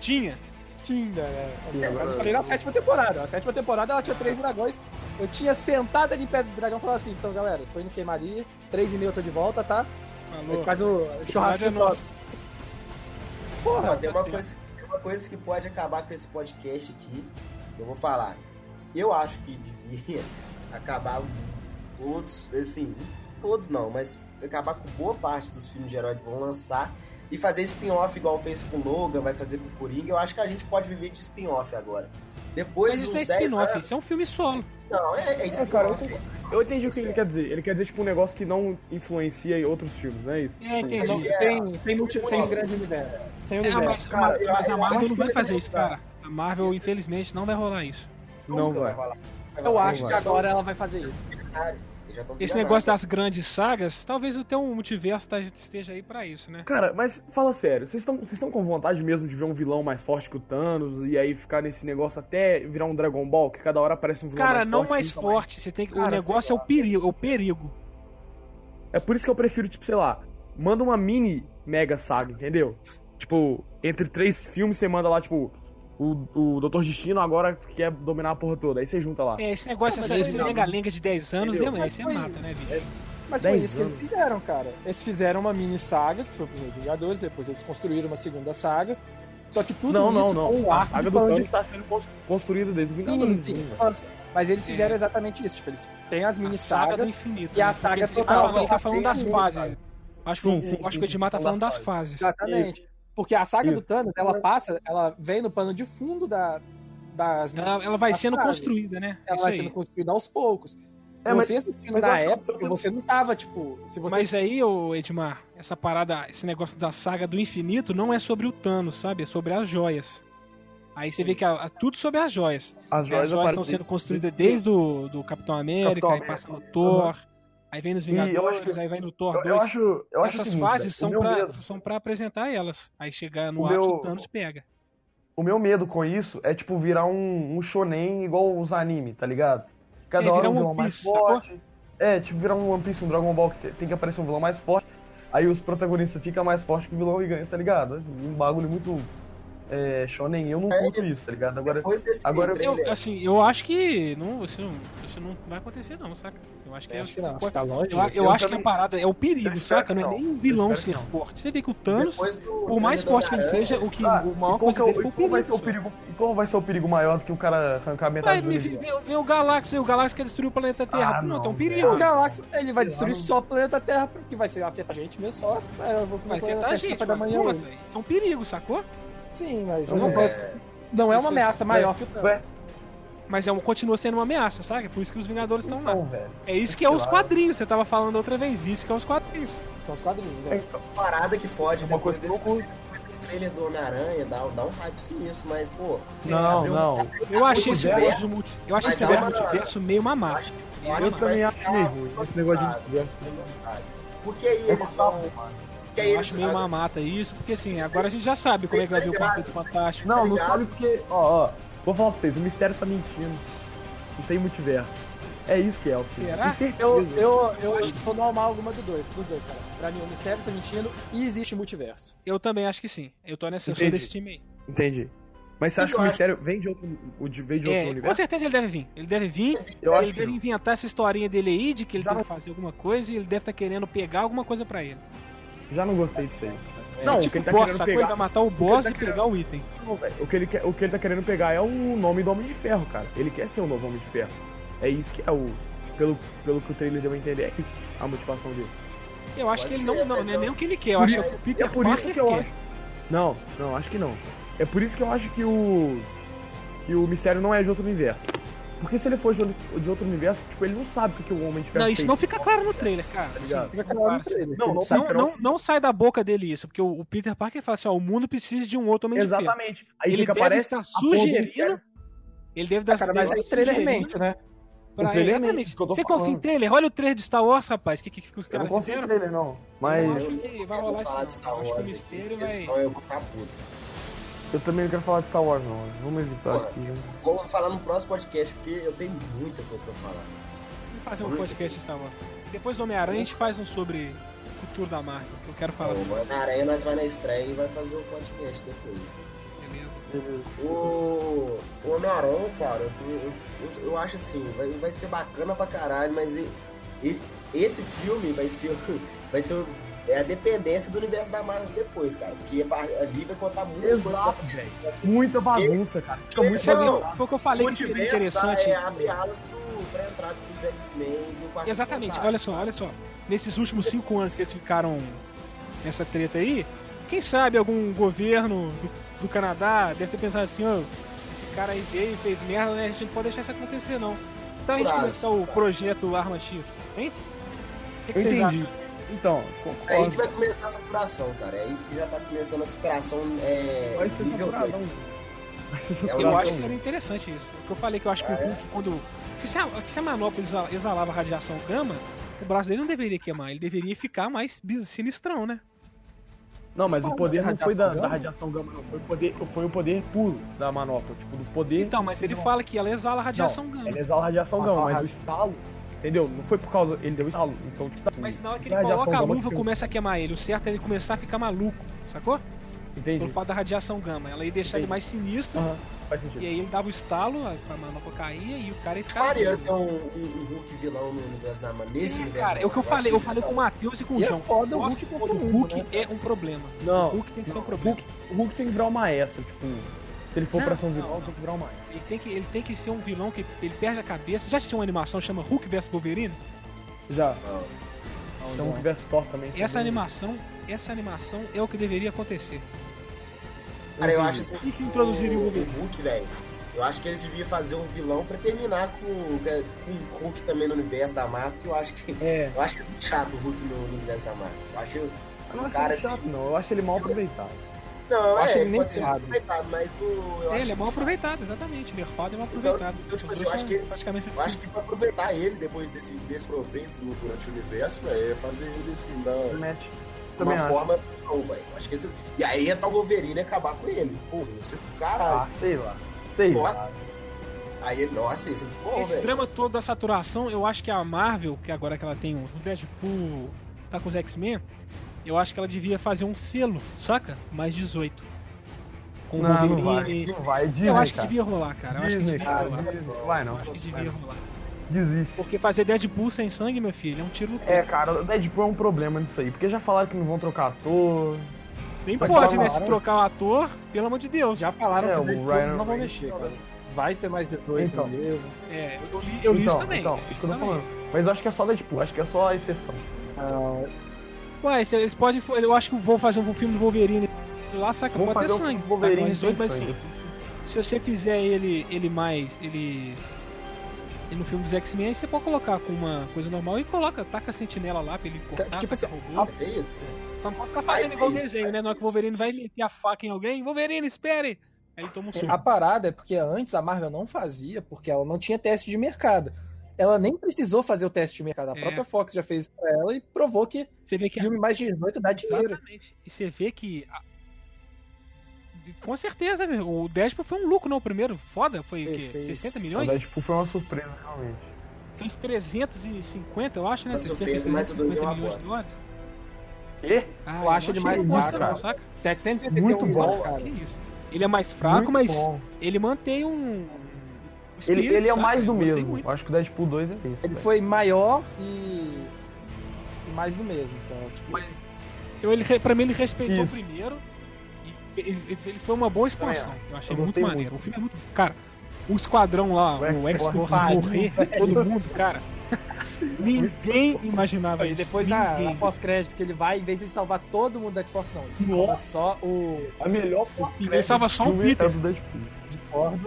Speaker 1: Tinha.
Speaker 4: Tinha, né?
Speaker 3: agora-
Speaker 4: Eu falei na sétima temporada. A sétima temporada ela tinha três dragões. Eu tinha sentado ali perto do dragão e falado assim, então galera, tô indo queimar ali, três e meio eu tô de volta, tá? A
Speaker 1: Falou.
Speaker 4: gente faz o churrasco.
Speaker 1: é nosso.
Speaker 2: Ó, tem,
Speaker 3: assim,
Speaker 2: uma
Speaker 1: Tá
Speaker 2: coisa, tem uma coisa que pode acabar com esse podcast aqui. que Eu vou falar. Eu acho que devia acabar todos, assim, todos não, mas acabar com boa parte dos filmes de herói que vão lançar e fazer spin-off igual fez com o Logan, vai fazer com o Coringa. Eu acho que a gente pode viviver de spin-off agora. Depois
Speaker 1: Mas isso
Speaker 2: de
Speaker 1: não é
Speaker 2: uns 10
Speaker 1: spin-off,
Speaker 2: anos-
Speaker 1: isso é um filme solo.
Speaker 2: Não, é, é
Speaker 3: É, cara, eu
Speaker 2: spin-off.
Speaker 3: Eu entendi o que ele quer dizer. Ele quer dizer, tipo, um negócio que não influencia em outros filmes, não é isso?
Speaker 1: É,
Speaker 2: Mas
Speaker 1: entendeu?
Speaker 2: é-
Speaker 4: Sem, sem, multi- sem grande universo. Sem
Speaker 1: É,
Speaker 4: universo.
Speaker 1: mas,
Speaker 2: cara,
Speaker 1: mas- mas
Speaker 2: eu
Speaker 1: a
Speaker 2: acho
Speaker 1: Marvel não
Speaker 2: que
Speaker 1: vai
Speaker 2: vai ser
Speaker 1: fazer isso,
Speaker 2: mudar.
Speaker 1: cara. A Marvel,
Speaker 2: Isso.
Speaker 1: infelizmente, não vai rolar isso.
Speaker 3: Não
Speaker 2: Nunca
Speaker 3: vai.
Speaker 2: rolar. Vai
Speaker 4: Eu
Speaker 2: rolar.
Speaker 4: acho que
Speaker 2: Já
Speaker 4: agora ela vai fazer isso.
Speaker 2: tão- já tão
Speaker 1: Esse
Speaker 2: milionários.
Speaker 1: negócio das grandes sagas, talvez o teu multiverso tá- esteja aí pra isso, né?
Speaker 3: Cara, mas fala sério, vocês estão vocês estão com vontade mesmo de ver um vilão mais forte que o Thanos e aí ficar nesse negócio até virar um Dragon Ball, que cada hora aparece um vilão
Speaker 1: Cara,
Speaker 3: mais
Speaker 1: não
Speaker 3: forte?
Speaker 1: mais
Speaker 3: nunca
Speaker 1: forte. Você tem que- o
Speaker 3: Cara,
Speaker 1: negócio é
Speaker 3: sei
Speaker 1: o perigo, é o perigo.
Speaker 3: É por isso que eu prefiro, tipo, sei lá, manda uma mini mega saga, entendeu? Tipo, entre três filmes você manda lá, tipo, o, o Doutor Destino agora quer dominar a porra toda. Aí você junta lá.
Speaker 1: É, esse negócio,
Speaker 4: Não,
Speaker 1: essa
Speaker 4: mas
Speaker 1: esse
Speaker 4: aí não.
Speaker 1: lenga-lenga de 10 anos,
Speaker 3: Entendeu?
Speaker 1: né, mano?
Speaker 4: Mas
Speaker 1: Isso é
Speaker 4: foi-
Speaker 1: mata, né, bicho?
Speaker 4: Mas foi
Speaker 3: Dez
Speaker 4: isso que eles
Speaker 3: anos.
Speaker 4: fizeram, cara. Eles fizeram uma mini saga, que foi o primeiro Vingadores, depois eles construíram uma segunda saga. Só que tudo
Speaker 3: não,
Speaker 4: isso
Speaker 3: não,
Speaker 4: com
Speaker 3: não.
Speaker 4: um
Speaker 3: A
Speaker 4: arco
Speaker 3: saga
Speaker 4: de
Speaker 3: do
Speaker 4: plano de
Speaker 3: Thanos tá sendo cons- construída desde o
Speaker 4: Sim,
Speaker 3: Vingadores.
Speaker 4: sim.
Speaker 3: né, velho?
Speaker 4: Mas eles
Speaker 1: Sim.
Speaker 4: fizeram exatamente isso. Tipo, eles têm as
Speaker 1: A
Speaker 4: mini
Speaker 1: saga do
Speaker 4: sagas.
Speaker 1: infinito.
Speaker 4: e a
Speaker 1: né? Porque
Speaker 4: saga
Speaker 1: ele tá
Speaker 4: total,
Speaker 1: falando- Ele tá
Speaker 4: ela
Speaker 1: falando
Speaker 4: tem
Speaker 1: das
Speaker 4: um-
Speaker 1: fases. Acho que,
Speaker 3: Sim,
Speaker 1: o-
Speaker 3: sim,
Speaker 1: acho
Speaker 3: sim,
Speaker 1: que o Edmar tá
Speaker 3: sim,
Speaker 1: falando
Speaker 3: das
Speaker 1: das fases.
Speaker 4: Exatamente. Porque a saga
Speaker 3: Isso.
Speaker 4: do Thanos, ela passa, ela vem no pano de fundo da, das.
Speaker 1: Ela, ela vai
Speaker 4: das
Speaker 1: sendo
Speaker 4: fases.
Speaker 1: construída, né?
Speaker 4: Ela
Speaker 1: Ah, Isso
Speaker 4: vai
Speaker 1: aí.
Speaker 4: sendo construída aos poucos.
Speaker 3: É, mas-
Speaker 4: você assistindo
Speaker 3: mas eu
Speaker 4: na
Speaker 3: acho que-
Speaker 4: época, você não tava, tipo. Se você
Speaker 1: Mas aí, ô Edmar, essa parada, esse negócio da saga do infinito não é sobre o Thanos, sabe? É sobre as joias. Aí você vê que a- a- tudo sobre as joias.
Speaker 3: As
Speaker 1: As joias estão
Speaker 3: aparecem-
Speaker 1: sendo construídas desde o do Capitão América,
Speaker 3: Capitão
Speaker 1: aí passa no Thor, aí vem nos
Speaker 3: E eu acho
Speaker 1: Vingadores,
Speaker 3: que-
Speaker 1: aí vai no Thor
Speaker 3: Eu,
Speaker 1: 2.
Speaker 3: eu acho, eu acho
Speaker 1: Essas
Speaker 3: o seguinte,
Speaker 1: fases
Speaker 3: velho,
Speaker 1: são
Speaker 3: o meu
Speaker 1: pra,
Speaker 3: medo-
Speaker 1: são pra apresentar elas. Aí chegar no
Speaker 3: O
Speaker 1: ápice,
Speaker 3: meu-
Speaker 1: o Thanos pega.
Speaker 3: O meu medo com isso é, tipo, virar um, um shonen igual os anime, tá ligado? Cada
Speaker 1: É,
Speaker 3: hora
Speaker 1: virar
Speaker 3: um
Speaker 1: um
Speaker 3: vilão
Speaker 1: One
Speaker 3: mais
Speaker 1: Piece,
Speaker 3: forte. É, tipo, virar um One Piece, um Dragon Ball, que te- tem que aparecer um vilão mais forte. Aí os protagonistas ficam mais fortes que o vilão e ganha, tá ligado? Um bagulho muito é, shonen, eu não
Speaker 2: É,
Speaker 3: curto
Speaker 2: esse-
Speaker 3: isso, tá ligado? Agora,
Speaker 2: Depois desse
Speaker 3: agora eu-
Speaker 1: Eu,
Speaker 2: trailer,
Speaker 1: assim, eu acho que não, isso, não, isso não vai acontecer, não, saca? Eu acho que é.
Speaker 4: acho que não, acho que tá longe.
Speaker 1: Eu, eu
Speaker 3: Eu
Speaker 1: acho que a
Speaker 3: também-
Speaker 1: parada é o perigo,
Speaker 3: Eu espero
Speaker 1: saca?
Speaker 3: que
Speaker 1: Não é
Speaker 3: não.
Speaker 1: nem o vilão
Speaker 3: Eu espero
Speaker 1: ser
Speaker 3: que não.
Speaker 1: forte. Você vê que o Thanos,
Speaker 2: depois do
Speaker 1: por mais forte
Speaker 2: trailer do
Speaker 1: que ele
Speaker 2: Homem-Aranha,
Speaker 1: seja, o, que,
Speaker 3: Ah,
Speaker 1: o
Speaker 3: e
Speaker 1: maior
Speaker 3: qual,
Speaker 1: coisa
Speaker 3: que é o-
Speaker 1: dele
Speaker 3: e
Speaker 1: foi o
Speaker 3: qual vai ser
Speaker 1: perigo.
Speaker 3: o perigo? E qual vai ser o perigo maior do que um cara arrancar metade
Speaker 1: Vai,
Speaker 3: do
Speaker 1: me-
Speaker 3: olho?
Speaker 1: vem, vem o Galáxia, o Galáxia quer destruir o planeta Terra.
Speaker 3: Ah,
Speaker 1: não, tem um
Speaker 3: não,
Speaker 1: perigo.
Speaker 4: O
Speaker 3: velho.
Speaker 4: Galáxia, ele vai
Speaker 3: Sei lá,
Speaker 4: destruir
Speaker 3: não-
Speaker 4: só o planeta Terra, porque vai ser afetar a gente mesmo só. É, eu vou comer
Speaker 1: Vai
Speaker 4: planeta
Speaker 1: tentar a
Speaker 4: Terra
Speaker 1: gente,
Speaker 4: café
Speaker 1: mas
Speaker 4: da manhã
Speaker 1: porra,
Speaker 4: hoje.
Speaker 1: velho, isso é um perigo, sacou?
Speaker 4: Sim, mas
Speaker 2: é,
Speaker 4: não, não é uma
Speaker 1: isso-
Speaker 4: ameaça maior que o
Speaker 3: Ué,
Speaker 4: Thanos.
Speaker 1: Mas é um, continua sendo uma ameaça, saca? Por isso que os Vingadores estão lá.
Speaker 3: Então, velho.
Speaker 1: É isso
Speaker 3: mas
Speaker 1: que é
Speaker 3: sei
Speaker 1: os
Speaker 3: lá.
Speaker 1: quadrinhos, você tava falando outra vez, isso que é os quadrinhos.
Speaker 4: São os quadrinhos.
Speaker 3: É,
Speaker 4: É.
Speaker 3: então,
Speaker 2: parada que fode
Speaker 3: Uma
Speaker 2: depois
Speaker 3: coisa que eu
Speaker 2: desse, tipo,
Speaker 3: não curto.
Speaker 2: depois desse trailer do Homem-Aranha, dá, dá um hype sinistro, mas, pô,
Speaker 3: Não,
Speaker 2: abriu- um
Speaker 3: não.
Speaker 1: Eu achei esse
Speaker 2: multiverso.
Speaker 1: negócio de multi... Eu achei
Speaker 2: Vai
Speaker 1: esse
Speaker 2: dar
Speaker 1: negócio
Speaker 2: uma-
Speaker 1: de multiverso meio mamar.
Speaker 2: acho que
Speaker 3: Eu
Speaker 2: que
Speaker 3: também
Speaker 2: vai
Speaker 3: acho
Speaker 2: ficar
Speaker 3: meio ruim esse negócio de
Speaker 2: sabe?
Speaker 3: multiverso.
Speaker 2: Porque aí
Speaker 3: Eu
Speaker 2: eles vão. Que aí
Speaker 1: Eu
Speaker 2: eles Ah,
Speaker 1: acho meio
Speaker 2: agora-
Speaker 1: mamata isso, porque assim, agora a gente já sabe como é que vai vir o Quarteto Fantástico. tá
Speaker 3: Não, não
Speaker 2: ligado?
Speaker 3: sabe porque. Ó, ó. Vou falar pra vocês, o mistério tá mentindo. Não tem multiverso. É isso que é o filme.
Speaker 1: Será?
Speaker 3: Tem certeza.
Speaker 4: Eu, eu, eu acho que vou normal alguma dos dois, dos dois, cara. Pra mim, o mistério tá mentindo e existe multiverso.
Speaker 1: Eu também acho que sim. Eu tô nessa, eu sou
Speaker 3: Entendi.
Speaker 1: desse time aí.
Speaker 3: Entendi. Mas você acha
Speaker 2: Eu
Speaker 3: que o
Speaker 2: acho-
Speaker 3: mistério vem de outro, o de- vem de outro
Speaker 1: É, com
Speaker 3: universo?
Speaker 1: certeza ele deve vir. Ele deve vir,
Speaker 3: Eu
Speaker 1: ele
Speaker 3: acho que
Speaker 1: deve
Speaker 3: não.
Speaker 1: inventar essa historinha dele aí de que ele
Speaker 3: Já
Speaker 1: tem que
Speaker 3: não-
Speaker 1: fazer alguma coisa e ele deve estar querendo pegar alguma coisa pra ele.
Speaker 3: já não gostei disso aí.
Speaker 2: É,
Speaker 3: não,
Speaker 1: tipo,
Speaker 3: o que ele tá
Speaker 1: boss,
Speaker 3: querendo
Speaker 1: sacou? Ele vai
Speaker 3: pegar.
Speaker 1: matar o boss
Speaker 3: tá
Speaker 1: e pegar o item.
Speaker 3: Não, velho. O que, ele quer, o que ele tá querendo pegar é o nome do Homem de Ferro, cara. Ele quer ser o novo Homem de Ferro. É isso que é o. Pelo, pelo que o trailer deu a entender, é que isso, a motivação dele.
Speaker 1: Eu acho
Speaker 2: Pode
Speaker 1: que ele
Speaker 2: ser,
Speaker 1: não, não,
Speaker 2: mas
Speaker 1: não é
Speaker 2: eu-
Speaker 1: nem o que ele quer. Eu
Speaker 3: Por
Speaker 1: acho
Speaker 3: isso-
Speaker 1: que o Peter
Speaker 3: é por isso
Speaker 1: Parker
Speaker 3: que eu
Speaker 1: quer.
Speaker 3: acho. Não, não, acho que não. É por isso que eu acho que o. Que o mistério não é de outro universo. Porque se ele for de outro de outro universo, tipo, ele não sabe o que que o Homem de Ferro
Speaker 1: Não, isso
Speaker 3: fez.
Speaker 1: não fica claro no trailer, cara. Assim,
Speaker 3: ligado?
Speaker 4: Fica
Speaker 1: não
Speaker 4: claro no
Speaker 1: parece.
Speaker 4: trailer.
Speaker 3: Não, não tá
Speaker 4: Ele
Speaker 1: Não,
Speaker 4: sabe-
Speaker 3: claro.
Speaker 1: não, não sai da boca dele isso, porque o o Peter Parker fala assim, ó, o mundo precisa de um outro homem de ferro.
Speaker 3: Exatamente. Aí
Speaker 1: Ele
Speaker 3: o que que
Speaker 1: deve
Speaker 3: aparece
Speaker 1: estar
Speaker 3: a porra do
Speaker 1: sugerindo-
Speaker 3: mistério.
Speaker 1: Ele deve dar
Speaker 4: Cara, mas
Speaker 1: deve
Speaker 4: aí o
Speaker 1: dar
Speaker 4: trailer
Speaker 1: sugerindo
Speaker 4: mente, né?
Speaker 1: pra-
Speaker 3: O trailer
Speaker 1: exatamente.
Speaker 3: mente, isso que eu tô
Speaker 1: Você confia em
Speaker 3: falando.
Speaker 1: trailer? Olha o trailer de Star Wars, rapaz. O que, que, que os
Speaker 3: Eu não
Speaker 1: caras
Speaker 3: confio no
Speaker 1: fizeram?
Speaker 3: trailer, não.
Speaker 2: eu
Speaker 1: Mas-
Speaker 3: Mas
Speaker 2: não
Speaker 1: Vai
Speaker 2: quero
Speaker 1: rolar
Speaker 2: falar
Speaker 1: isso, não.
Speaker 2: de Star
Speaker 1: Acho que o
Speaker 2: Wars aqui,
Speaker 1: mistério
Speaker 2: porque
Speaker 1: vai-
Speaker 2: senão eu vou ficar puto.
Speaker 3: eu também não quero falar de Star Wars, não. Vamos evitar
Speaker 2: Porra.
Speaker 3: aqui. né?
Speaker 2: Vou falar no próximo podcast, porque eu tenho muita coisa pra falar.
Speaker 1: Vamos fazer um podcast de Star Wars. Depois do Homem-Aranha, a gente faz um sobre o futuro da marca, que eu quero falar sobre,
Speaker 2: Então, na aranha nós vai na estreia e vai fazer o podcast depois.
Speaker 1: beleza?
Speaker 2: O, o Homem-Aranha, cara, eu, tô- eu- eu- eu acho assim, vai, vai ser bacana pra caralho, mas e- e- esse filme vai ser, o- vai ser o- é a dependência do universo da Marvel depois, cara. Porque a par- ali vai contar muita coisa.
Speaker 3: Exato, velho. Muita bagunça, cara. Fica muito
Speaker 1: Isso é
Speaker 2: Não,
Speaker 1: muito- foi o que eu
Speaker 2: O
Speaker 1: falei que seria
Speaker 2: multiverso tá,
Speaker 1: interessante.
Speaker 2: é abrir alas pro, pra entrada dos X-Men e do Quarteto
Speaker 1: Exatamente,
Speaker 2: Fantástico.
Speaker 1: olha só, olha só. Nesses últimos cinco anos que eles ficaram nessa treta aí, quem sabe algum governo do, do Canadá deve ter pensado assim, ó, esse cara aí veio e fez merda, né? A gente não pode deixar isso acontecer não. Então a gente
Speaker 2: Claro,
Speaker 1: começar o
Speaker 2: claro.
Speaker 1: projeto Arma X, hein? O que, que
Speaker 3: Eu
Speaker 1: vocês
Speaker 3: entendi.
Speaker 1: acham?
Speaker 3: Então,
Speaker 2: É aí que
Speaker 3: concordo.
Speaker 2: vai começar a saturação, cara. É aí que já tá começando a saturação é,
Speaker 3: Vai ser
Speaker 2: nível
Speaker 3: saturadão.
Speaker 2: 2.
Speaker 3: Vai ser
Speaker 2: É o
Speaker 1: Eu
Speaker 3: saturadão.
Speaker 1: acho que seria interessante isso. O que eu falei que eu acho que o Hulk, quando. Que se a, que se a manopla exa- exalava radiação gama, o braço dele não deveria queimar, ele deveria ficar mais bis- sinistrão, né?
Speaker 3: Não, mas o poder não foi da, da
Speaker 4: Radiação gama?
Speaker 3: é radiação gama, não. Foi o, poder, foi o poder puro da manopla. Tipo, do poder.
Speaker 1: Então, mas ele
Speaker 3: Não, é
Speaker 1: fala que ela exala radiação gama.
Speaker 3: Ele exala a radiação gama,
Speaker 4: Ah,
Speaker 3: mas
Speaker 4: tá.
Speaker 3: o estalo. Entendeu? Não foi por causa. Ele deu estalo. Então, tipo, tá-
Speaker 1: Mas na hora que ele
Speaker 3: radiação
Speaker 1: coloca a
Speaker 3: gama
Speaker 1: luva,
Speaker 3: que-
Speaker 1: começa a queimar ele. O certo é ele começar a ficar maluco, sacou? Pelo
Speaker 3: Entendi.
Speaker 1: fato da radiação gama. Ela ia deixar ele
Speaker 3: Entendi. Ah.
Speaker 1: mais sinistro.
Speaker 3: Aham, Faz sentido.
Speaker 1: E aí ele dava o estalo, a a manopla caía e o cara ia ficar.
Speaker 2: Maneiro ter um, um- um Hulk vilão no universo da Marvel.
Speaker 4: um
Speaker 2: Nesse
Speaker 1: É,
Speaker 2: universo
Speaker 4: né?
Speaker 1: cara, é o que eu
Speaker 2: da
Speaker 1: falei.
Speaker 2: Marvel, acho
Speaker 1: Eu
Speaker 2: isso
Speaker 1: falei
Speaker 2: é
Speaker 1: com o Matheus e com o
Speaker 4: E é
Speaker 1: João.
Speaker 4: foda, o
Speaker 1: Eu acho que
Speaker 4: Hulk
Speaker 1: o
Speaker 4: contra o mundo,
Speaker 1: Hulk
Speaker 4: né?
Speaker 1: é um problema. O
Speaker 3: Não,
Speaker 1: Hulk tem que ser um
Speaker 3: o
Speaker 1: problema.
Speaker 3: Hulk, o Hulk tem que virar o maestro, tipo. Se ele for
Speaker 1: Não,
Speaker 3: pra ser um vilão,
Speaker 1: não,
Speaker 3: tem que virar o maestro.
Speaker 1: Ele tem, que, ele tem que ser um vilão que ele perde a cabeça. Já assistiu uma animação que chama Hulk vs Wolverine?
Speaker 3: Já.
Speaker 2: Não.
Speaker 3: Então, o universo Thor também.
Speaker 2: É
Speaker 1: Essa
Speaker 3: também.
Speaker 1: animação, essa animação é o que deveria acontecer.
Speaker 2: Cara, eu acho assim,
Speaker 1: E que introduziria o
Speaker 2: o
Speaker 1: Wolverine?
Speaker 2: Hulk, velho. Eu acho que eles deviam fazer um vilão pra terminar com, com o Hulk também no universo da Marvel, que eu acho que.
Speaker 3: É.
Speaker 2: Eu acho que é muito chato o Hulk no, no universo da Marvel. Eu acho.
Speaker 3: Eu
Speaker 4: é
Speaker 3: não acho
Speaker 2: Cara, assim,
Speaker 3: ele é chato, não. Eu acho ele mal aproveitado.
Speaker 2: Não,
Speaker 4: acho
Speaker 2: é,
Speaker 4: ele nem
Speaker 2: pode ser
Speaker 4: errado.
Speaker 2: aproveitado, mas o. Eu
Speaker 1: É,
Speaker 2: acho
Speaker 1: ele é
Speaker 2: que-
Speaker 1: mal aproveitado, exatamente. Nerfado é mal aproveitado. Os
Speaker 2: então, tipo assim,
Speaker 1: dois
Speaker 2: eu acho
Speaker 1: são
Speaker 2: que-
Speaker 1: praticamente
Speaker 2: Eu acho que pra aproveitar ele depois desse, desse proveito no- durante o universo, velho, é fazer ele assim, da,
Speaker 3: Match. Também
Speaker 2: uma
Speaker 3: acho.
Speaker 2: forma. Não, velho. Acho que esse. E aí entra o Wolverine e acabar com ele. Porra, você. Caralho.
Speaker 3: Ah, sei lá. Sei lá.
Speaker 2: Nossa. Aí ele, nossa, esse é muito bom,
Speaker 1: Esse
Speaker 2: velho.
Speaker 1: drama todo da saturação, eu acho que a Marvel, que agora que ela tem o Deadpool, tá com os X-Men, eu acho que ela devia fazer um selo, saca? Mais 18. com
Speaker 3: não,
Speaker 1: o
Speaker 3: não vai,
Speaker 1: Wolverine.
Speaker 3: não vai. Disney,
Speaker 1: eu acho que
Speaker 3: cara.
Speaker 1: devia rolar, cara. Eu acho que
Speaker 3: Disney,
Speaker 1: devia
Speaker 3: cara,
Speaker 1: rolar.
Speaker 3: Disney. Vai não.
Speaker 1: Eu acho que devia rolar.
Speaker 3: Desiste.
Speaker 1: Porque fazer Deadpool sem sangue, meu filho, é um tiro. no pé.
Speaker 3: É, cara, o Deadpool é um problema nisso aí, porque já falaram que não vão trocar ator.
Speaker 1: Nem
Speaker 3: mas
Speaker 1: pode, né?
Speaker 4: falaram-
Speaker 1: Se trocar o ator, pelo amor de Deus.
Speaker 4: Já falaram
Speaker 3: É,
Speaker 4: que
Speaker 3: o
Speaker 4: o Deadpool
Speaker 3: Ryan
Speaker 4: não vão
Speaker 3: Reynolds.
Speaker 4: mexer, cara. Vai ser mais depois,
Speaker 3: Então.
Speaker 4: entendeu?
Speaker 1: É, eu li, eu li
Speaker 3: então,
Speaker 1: isso também.
Speaker 3: Então,
Speaker 1: eu li
Speaker 3: isso
Speaker 1: isso
Speaker 3: que eu tô
Speaker 1: também.
Speaker 3: falando. Mas eu acho que é só Deadpool, acho que é só a exceção.
Speaker 4: Ah,
Speaker 1: Ué, se eles podem. Eu acho que vão fazer um filme do Wolverine lá, saca?
Speaker 3: Vamos
Speaker 1: pode ter
Speaker 3: fazer um
Speaker 1: sangue.
Speaker 3: Wolverine
Speaker 1: tá? Mas
Speaker 3: sem
Speaker 1: oito, mas
Speaker 3: sangue.
Speaker 1: sim. Se você fizer ele, ele mais. Ele. ele no filme dos X-Men, você pode colocar com uma coisa normal e coloca, taca a sentinela lá pra ele cortar,
Speaker 4: tipo
Speaker 1: taca
Speaker 4: assim,
Speaker 1: robô.
Speaker 2: Vai ser isso.
Speaker 1: Só não pode ficar
Speaker 2: faz
Speaker 1: fazendo igual
Speaker 2: isso,
Speaker 1: desenho,
Speaker 2: faz
Speaker 1: né? Na hora que o
Speaker 2: isso.
Speaker 1: Wolverine vai meter a faca em alguém, Wolverine, espere! Aí ele toma um soco.
Speaker 4: A parada é porque antes a Marvel não fazia, porque ela não tinha teste de mercado. Ela nem precisou fazer o teste de mercado. A
Speaker 1: É.
Speaker 4: própria Fox já fez isso pra ela e provou que
Speaker 1: Você vê que é
Speaker 4: filme mais de 18 dá dinheiro.
Speaker 1: Exatamente. E você vê que. a- Com certeza, meu, o Deadpool foi um lucro, não? O primeiro, foda, foi o
Speaker 4: Ele
Speaker 1: quê?
Speaker 4: fez-
Speaker 1: 60
Speaker 3: O
Speaker 1: milhões?
Speaker 3: Deadpool foi uma surpresa, realmente.
Speaker 1: Fez 350, eu acho, né?
Speaker 2: Tá
Speaker 1: 60,
Speaker 2: surpreso, mas o dois é
Speaker 1: 350
Speaker 2: uma
Speaker 1: milhões de
Speaker 2: bosta.
Speaker 1: dólares.
Speaker 3: Quê?
Speaker 1: Ah,
Speaker 4: Eu acho demais
Speaker 1: ele
Speaker 3: caro,
Speaker 1: bosta,
Speaker 3: cara.
Speaker 1: não, saca?
Speaker 4: 771
Speaker 3: Muito
Speaker 4: milhões,
Speaker 3: bom,
Speaker 4: cara.
Speaker 1: Que isso. Ele é mais fraco,
Speaker 3: Muito
Speaker 1: mas
Speaker 3: bom.
Speaker 1: ele mantém um. um
Speaker 3: Ele,
Speaker 1: espírito,
Speaker 3: ele é
Speaker 1: saca?
Speaker 3: mais do
Speaker 1: Eu gostei
Speaker 3: mesmo.
Speaker 1: muito.
Speaker 3: Eu acho que o Deadpool 2 é isso.
Speaker 4: Ele
Speaker 3: velho.
Speaker 4: foi maior e. e mais do mesmo, sabe? Tipo,
Speaker 1: Então, ele, re- pra mim, ele respeitou
Speaker 3: Isso.
Speaker 1: o primeiro. E ele, ele- ele foi uma boa expansão. Eu achei
Speaker 3: é. Eu
Speaker 1: muito
Speaker 3: gostei
Speaker 1: maneiro.
Speaker 3: muito.
Speaker 1: O filme é muito. Cara, o esquadrão lá,
Speaker 3: O
Speaker 1: o
Speaker 3: X-Force
Speaker 1: X-Force
Speaker 4: pariu,
Speaker 1: morrer, todo mundo, cara. Ninguém imaginava
Speaker 4: e
Speaker 1: isso.
Speaker 4: depois na,
Speaker 1: ninguém.
Speaker 4: na pós-crédito que ele vai, em vez de ele salvar todo mundo da X-Force, não. Ele salva só o
Speaker 3: A melhor
Speaker 1: Ele salva só o
Speaker 3: é
Speaker 1: Peter.
Speaker 3: do Deadpool.
Speaker 4: de Ford.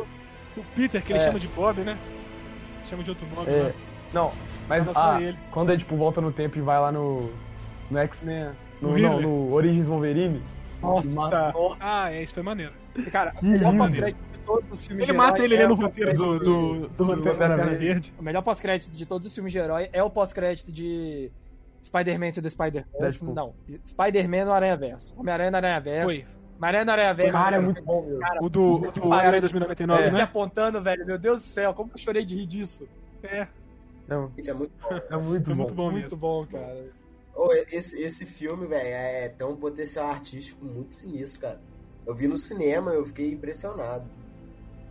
Speaker 1: O Peter, que ele
Speaker 3: É.
Speaker 1: chama de Bob, né? Chama de outro nome.
Speaker 3: É.
Speaker 1: né?
Speaker 3: Não, mas
Speaker 1: Era é só
Speaker 3: ah,
Speaker 1: ele.
Speaker 3: quando o Deadpool volta no tempo e vai lá no. No X-Men.
Speaker 1: No
Speaker 3: No, não,
Speaker 1: Hitler.
Speaker 3: no Origins Wolverine.
Speaker 4: Nossa,
Speaker 3: Mata-
Speaker 1: Ah, é, isso foi maneiro.
Speaker 4: cara,
Speaker 3: Que
Speaker 4: o melhor
Speaker 3: lindo.
Speaker 4: pós-crédito de todos os filmes
Speaker 1: Ele
Speaker 4: de
Speaker 1: mata
Speaker 4: herói
Speaker 1: ele lendo
Speaker 4: é
Speaker 1: o roteiro do, do, do,
Speaker 3: do
Speaker 1: Lanterna
Speaker 3: Lanterna
Speaker 1: Verde.
Speaker 4: O melhor pós-crédito de todos os filmes de herói é o pós-crédito de Spider-Man e do Spider-Man.
Speaker 3: Deadpool.
Speaker 4: Não, Spider-Man no Aranha Verso. Homem-Aranha no Aranha Verso.
Speaker 1: Foi.
Speaker 4: Homem-Aranha no Aranha Verso.
Speaker 3: É, Cara, é muito bom, meu.
Speaker 4: Cara,
Speaker 1: O do, o do Aranha
Speaker 4: Ele
Speaker 1: 2099,
Speaker 4: se
Speaker 1: né?
Speaker 4: apontando, velho. Meu Deus do céu, como que eu chorei de rir disso?
Speaker 1: É,
Speaker 3: Não,
Speaker 2: Isso é muito bom.
Speaker 3: é muito
Speaker 1: foi
Speaker 3: bom.
Speaker 1: muito bom
Speaker 4: muito
Speaker 1: mesmo.
Speaker 4: bom, cara.
Speaker 2: Ô, esse, esse filme, velho, é, tem um potencial artístico muito sinistro, cara. Eu vi no cinema, eu fiquei impressionado.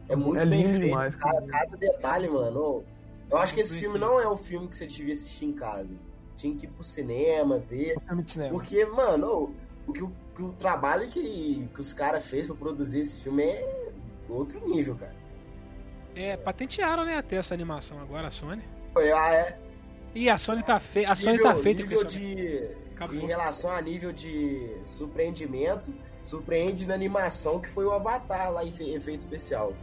Speaker 2: É muito
Speaker 3: É
Speaker 2: bem
Speaker 3: lindo
Speaker 2: feito,
Speaker 3: demais,
Speaker 2: cara.
Speaker 3: cara.
Speaker 2: Cada detalhe, mano. Ô, Eu acho que esse filme não é um filme que você devia assistir em casa. Tinha que ir pro cinema, ver.
Speaker 4: Filme de cinema.
Speaker 2: Porque, mano, o, o que, o, que o trabalho que, que os caras fez pra produzir esse filme é outro nível, cara.
Speaker 1: É, patentearam, né, até essa animação agora, a Sony.
Speaker 2: Foi, ah, é,
Speaker 1: Ih, a Sony tá, fe... a Sony
Speaker 2: nível,
Speaker 1: tá feita né?
Speaker 2: nível
Speaker 1: pessoal.
Speaker 2: de.
Speaker 1: Acabou.
Speaker 2: Em relação a nível de surpreendimento, surpreende na animação que foi o Avatar lá em fe- efeito especial.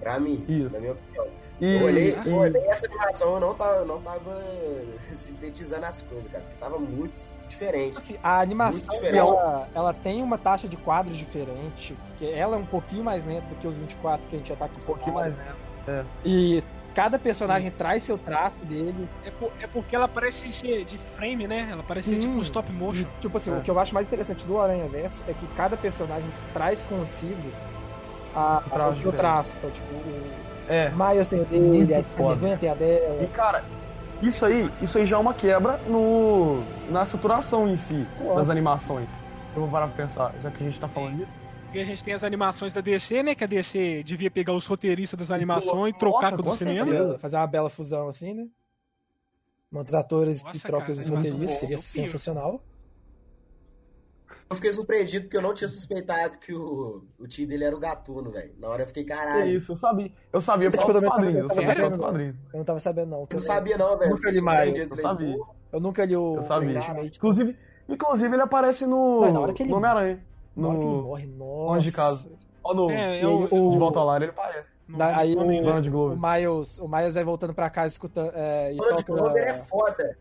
Speaker 2: Pra mim,
Speaker 3: Isso.
Speaker 2: na minha opinião.
Speaker 3: E,
Speaker 2: Eu olhei,
Speaker 1: ah.
Speaker 2: eu olhei essa animação, eu não tava, eu não tava sintetizando as coisas, cara, porque tava muito diferente.
Speaker 4: Assim, a animação,
Speaker 2: Muito diferente.
Speaker 4: ela, ela tem uma taxa de quadros diferente, porque ela é um pouquinho mais lenta do que os 24 que a gente já tá com
Speaker 3: um pouquinho mais é. lento.
Speaker 4: E cada personagem traz seu traço dele.
Speaker 1: É, por- é porque ela parece ser de frame, né? Ela parece ser
Speaker 4: Sim.
Speaker 1: tipo um stop
Speaker 4: E,
Speaker 1: motion.
Speaker 4: tipo assim,
Speaker 3: É.
Speaker 4: o que eu acho mais interessante do Aranha Verso é que cada personagem traz consigo a,
Speaker 3: O traço
Speaker 4: o seu
Speaker 3: diferente.
Speaker 4: traço. Então, tipo, o
Speaker 3: É.
Speaker 4: Miles tem o dele,
Speaker 3: Muito
Speaker 4: a
Speaker 3: foda.
Speaker 4: Spider-Man tem a dela.
Speaker 3: E cara, isso aí, isso aí já é uma quebra no na saturação em si
Speaker 4: Claro.
Speaker 3: das animações. Se eu vou parar pra pensar, já que a gente tá falando disso.
Speaker 1: Porque a gente tem as animações da DC, né? Que a DC devia pegar os roteiristas das animações e
Speaker 3: Nossa,
Speaker 1: trocar com o do
Speaker 3: com
Speaker 1: cinema.
Speaker 3: certeza.
Speaker 4: Fazer- Fazer uma bela fusão assim, né? Monta os atores
Speaker 1: Nossa,
Speaker 4: e troca
Speaker 1: cara,
Speaker 4: os
Speaker 1: essa animação
Speaker 4: roteiristas,
Speaker 1: é
Speaker 4: seria
Speaker 1: horrível.
Speaker 4: sensacional.
Speaker 2: Eu fiquei surpreendido porque eu não tinha suspeitado que o, o tio dele era o gatuno, velho. Na hora eu fiquei,
Speaker 3: É
Speaker 2: caralho.
Speaker 3: isso, eu sabia. Eu sabia por
Speaker 4: Eu
Speaker 3: causa dos
Speaker 4: também
Speaker 3: quadrinhos, eu
Speaker 4: tava
Speaker 3: sabia por causa
Speaker 4: sabendo.
Speaker 3: dos quadrinhos.
Speaker 4: Eu não tava sabendo, não.
Speaker 2: Eu não sabia, não, velho. Eu
Speaker 4: Nunca
Speaker 2: fiquei
Speaker 4: li mais,
Speaker 2: surpreendido.
Speaker 3: Eu
Speaker 2: Falei,
Speaker 3: sabia.
Speaker 2: pô,
Speaker 4: Eu nunca li o.
Speaker 3: Eu sabia.
Speaker 4: Ultimate.
Speaker 3: Inclusive, inclusive ele aparece no
Speaker 4: Não, na hora que ele-
Speaker 3: no Homem-Aranha,
Speaker 4: Na hora que ele
Speaker 3: no
Speaker 4: morre, nossa.
Speaker 3: Longe de casa. ó, no
Speaker 1: É,
Speaker 4: E
Speaker 1: eu,
Speaker 4: aí,
Speaker 1: eu-
Speaker 4: o-
Speaker 3: de volta ao lar ele aparece.
Speaker 1: não-
Speaker 4: da- aí
Speaker 1: não lembro.
Speaker 4: o-
Speaker 3: Donald
Speaker 4: O
Speaker 3: Glover.
Speaker 4: Miles, o Miles vai voltando pra casa escutando. É, e
Speaker 2: O Donald
Speaker 4: toca-
Speaker 2: Glover é foda.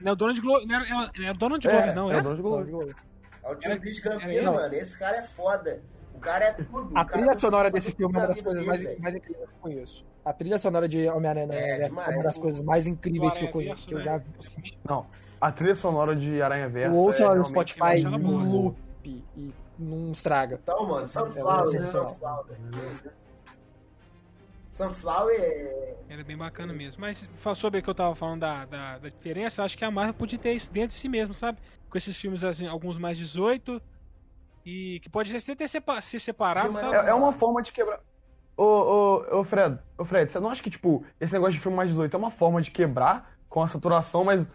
Speaker 1: Não, é o Donald Glover. Não era, era o Donald Glover, não,
Speaker 3: é o
Speaker 1: era?
Speaker 3: Donald
Speaker 4: Donald
Speaker 3: Glover.
Speaker 4: Glover.
Speaker 2: É o tio Bicho
Speaker 1: é ele?
Speaker 2: Campino, mano. Esse cara é foda. O cara é tudo. o
Speaker 4: A
Speaker 2: cara
Speaker 4: trilha
Speaker 2: consegue
Speaker 4: sonora
Speaker 2: fazer
Speaker 4: desse
Speaker 2: tudo
Speaker 4: filme é uma
Speaker 2: na
Speaker 4: das
Speaker 2: vida
Speaker 4: coisas
Speaker 2: dele,
Speaker 4: mais,
Speaker 2: velho.
Speaker 4: mais incríveis que eu conheço. A trilha sonora de Homem-Aranha
Speaker 2: É,
Speaker 4: é
Speaker 2: demais.
Speaker 4: uma das coisas mais incríveis que eu conheço, que eu já vi.
Speaker 2: né?
Speaker 4: assim.
Speaker 3: Não, a trilha sonora de Aranha
Speaker 4: Eu
Speaker 3: Verso.
Speaker 4: ouço
Speaker 3: é
Speaker 4: ela no
Speaker 3: realmente-
Speaker 4: Spotify
Speaker 1: eu acho ela
Speaker 4: em
Speaker 1: boa.
Speaker 4: loop e não estraga.
Speaker 2: Então, mano,
Speaker 4: Ela é
Speaker 2: Sunflower,
Speaker 4: sensacional.
Speaker 2: Sunflower. Sunflower é.
Speaker 1: Era bem bacana mesmo. Mas fa- sobre o que eu tava falando da, da, da diferença, eu acho que a Marvel podia ter isso dentro de si mesmo, sabe? Com esses filmes, assim, alguns mais 18, E que pode ser até sepa- se separado,
Speaker 2: Sim, mas
Speaker 1: sabe?
Speaker 3: É, é uma forma de quebrar. Ô, ô, ô, Fred, ô, Fred, você não acha que, tipo, esse negócio de filme mais 18 é uma forma de quebrar com a saturação, mas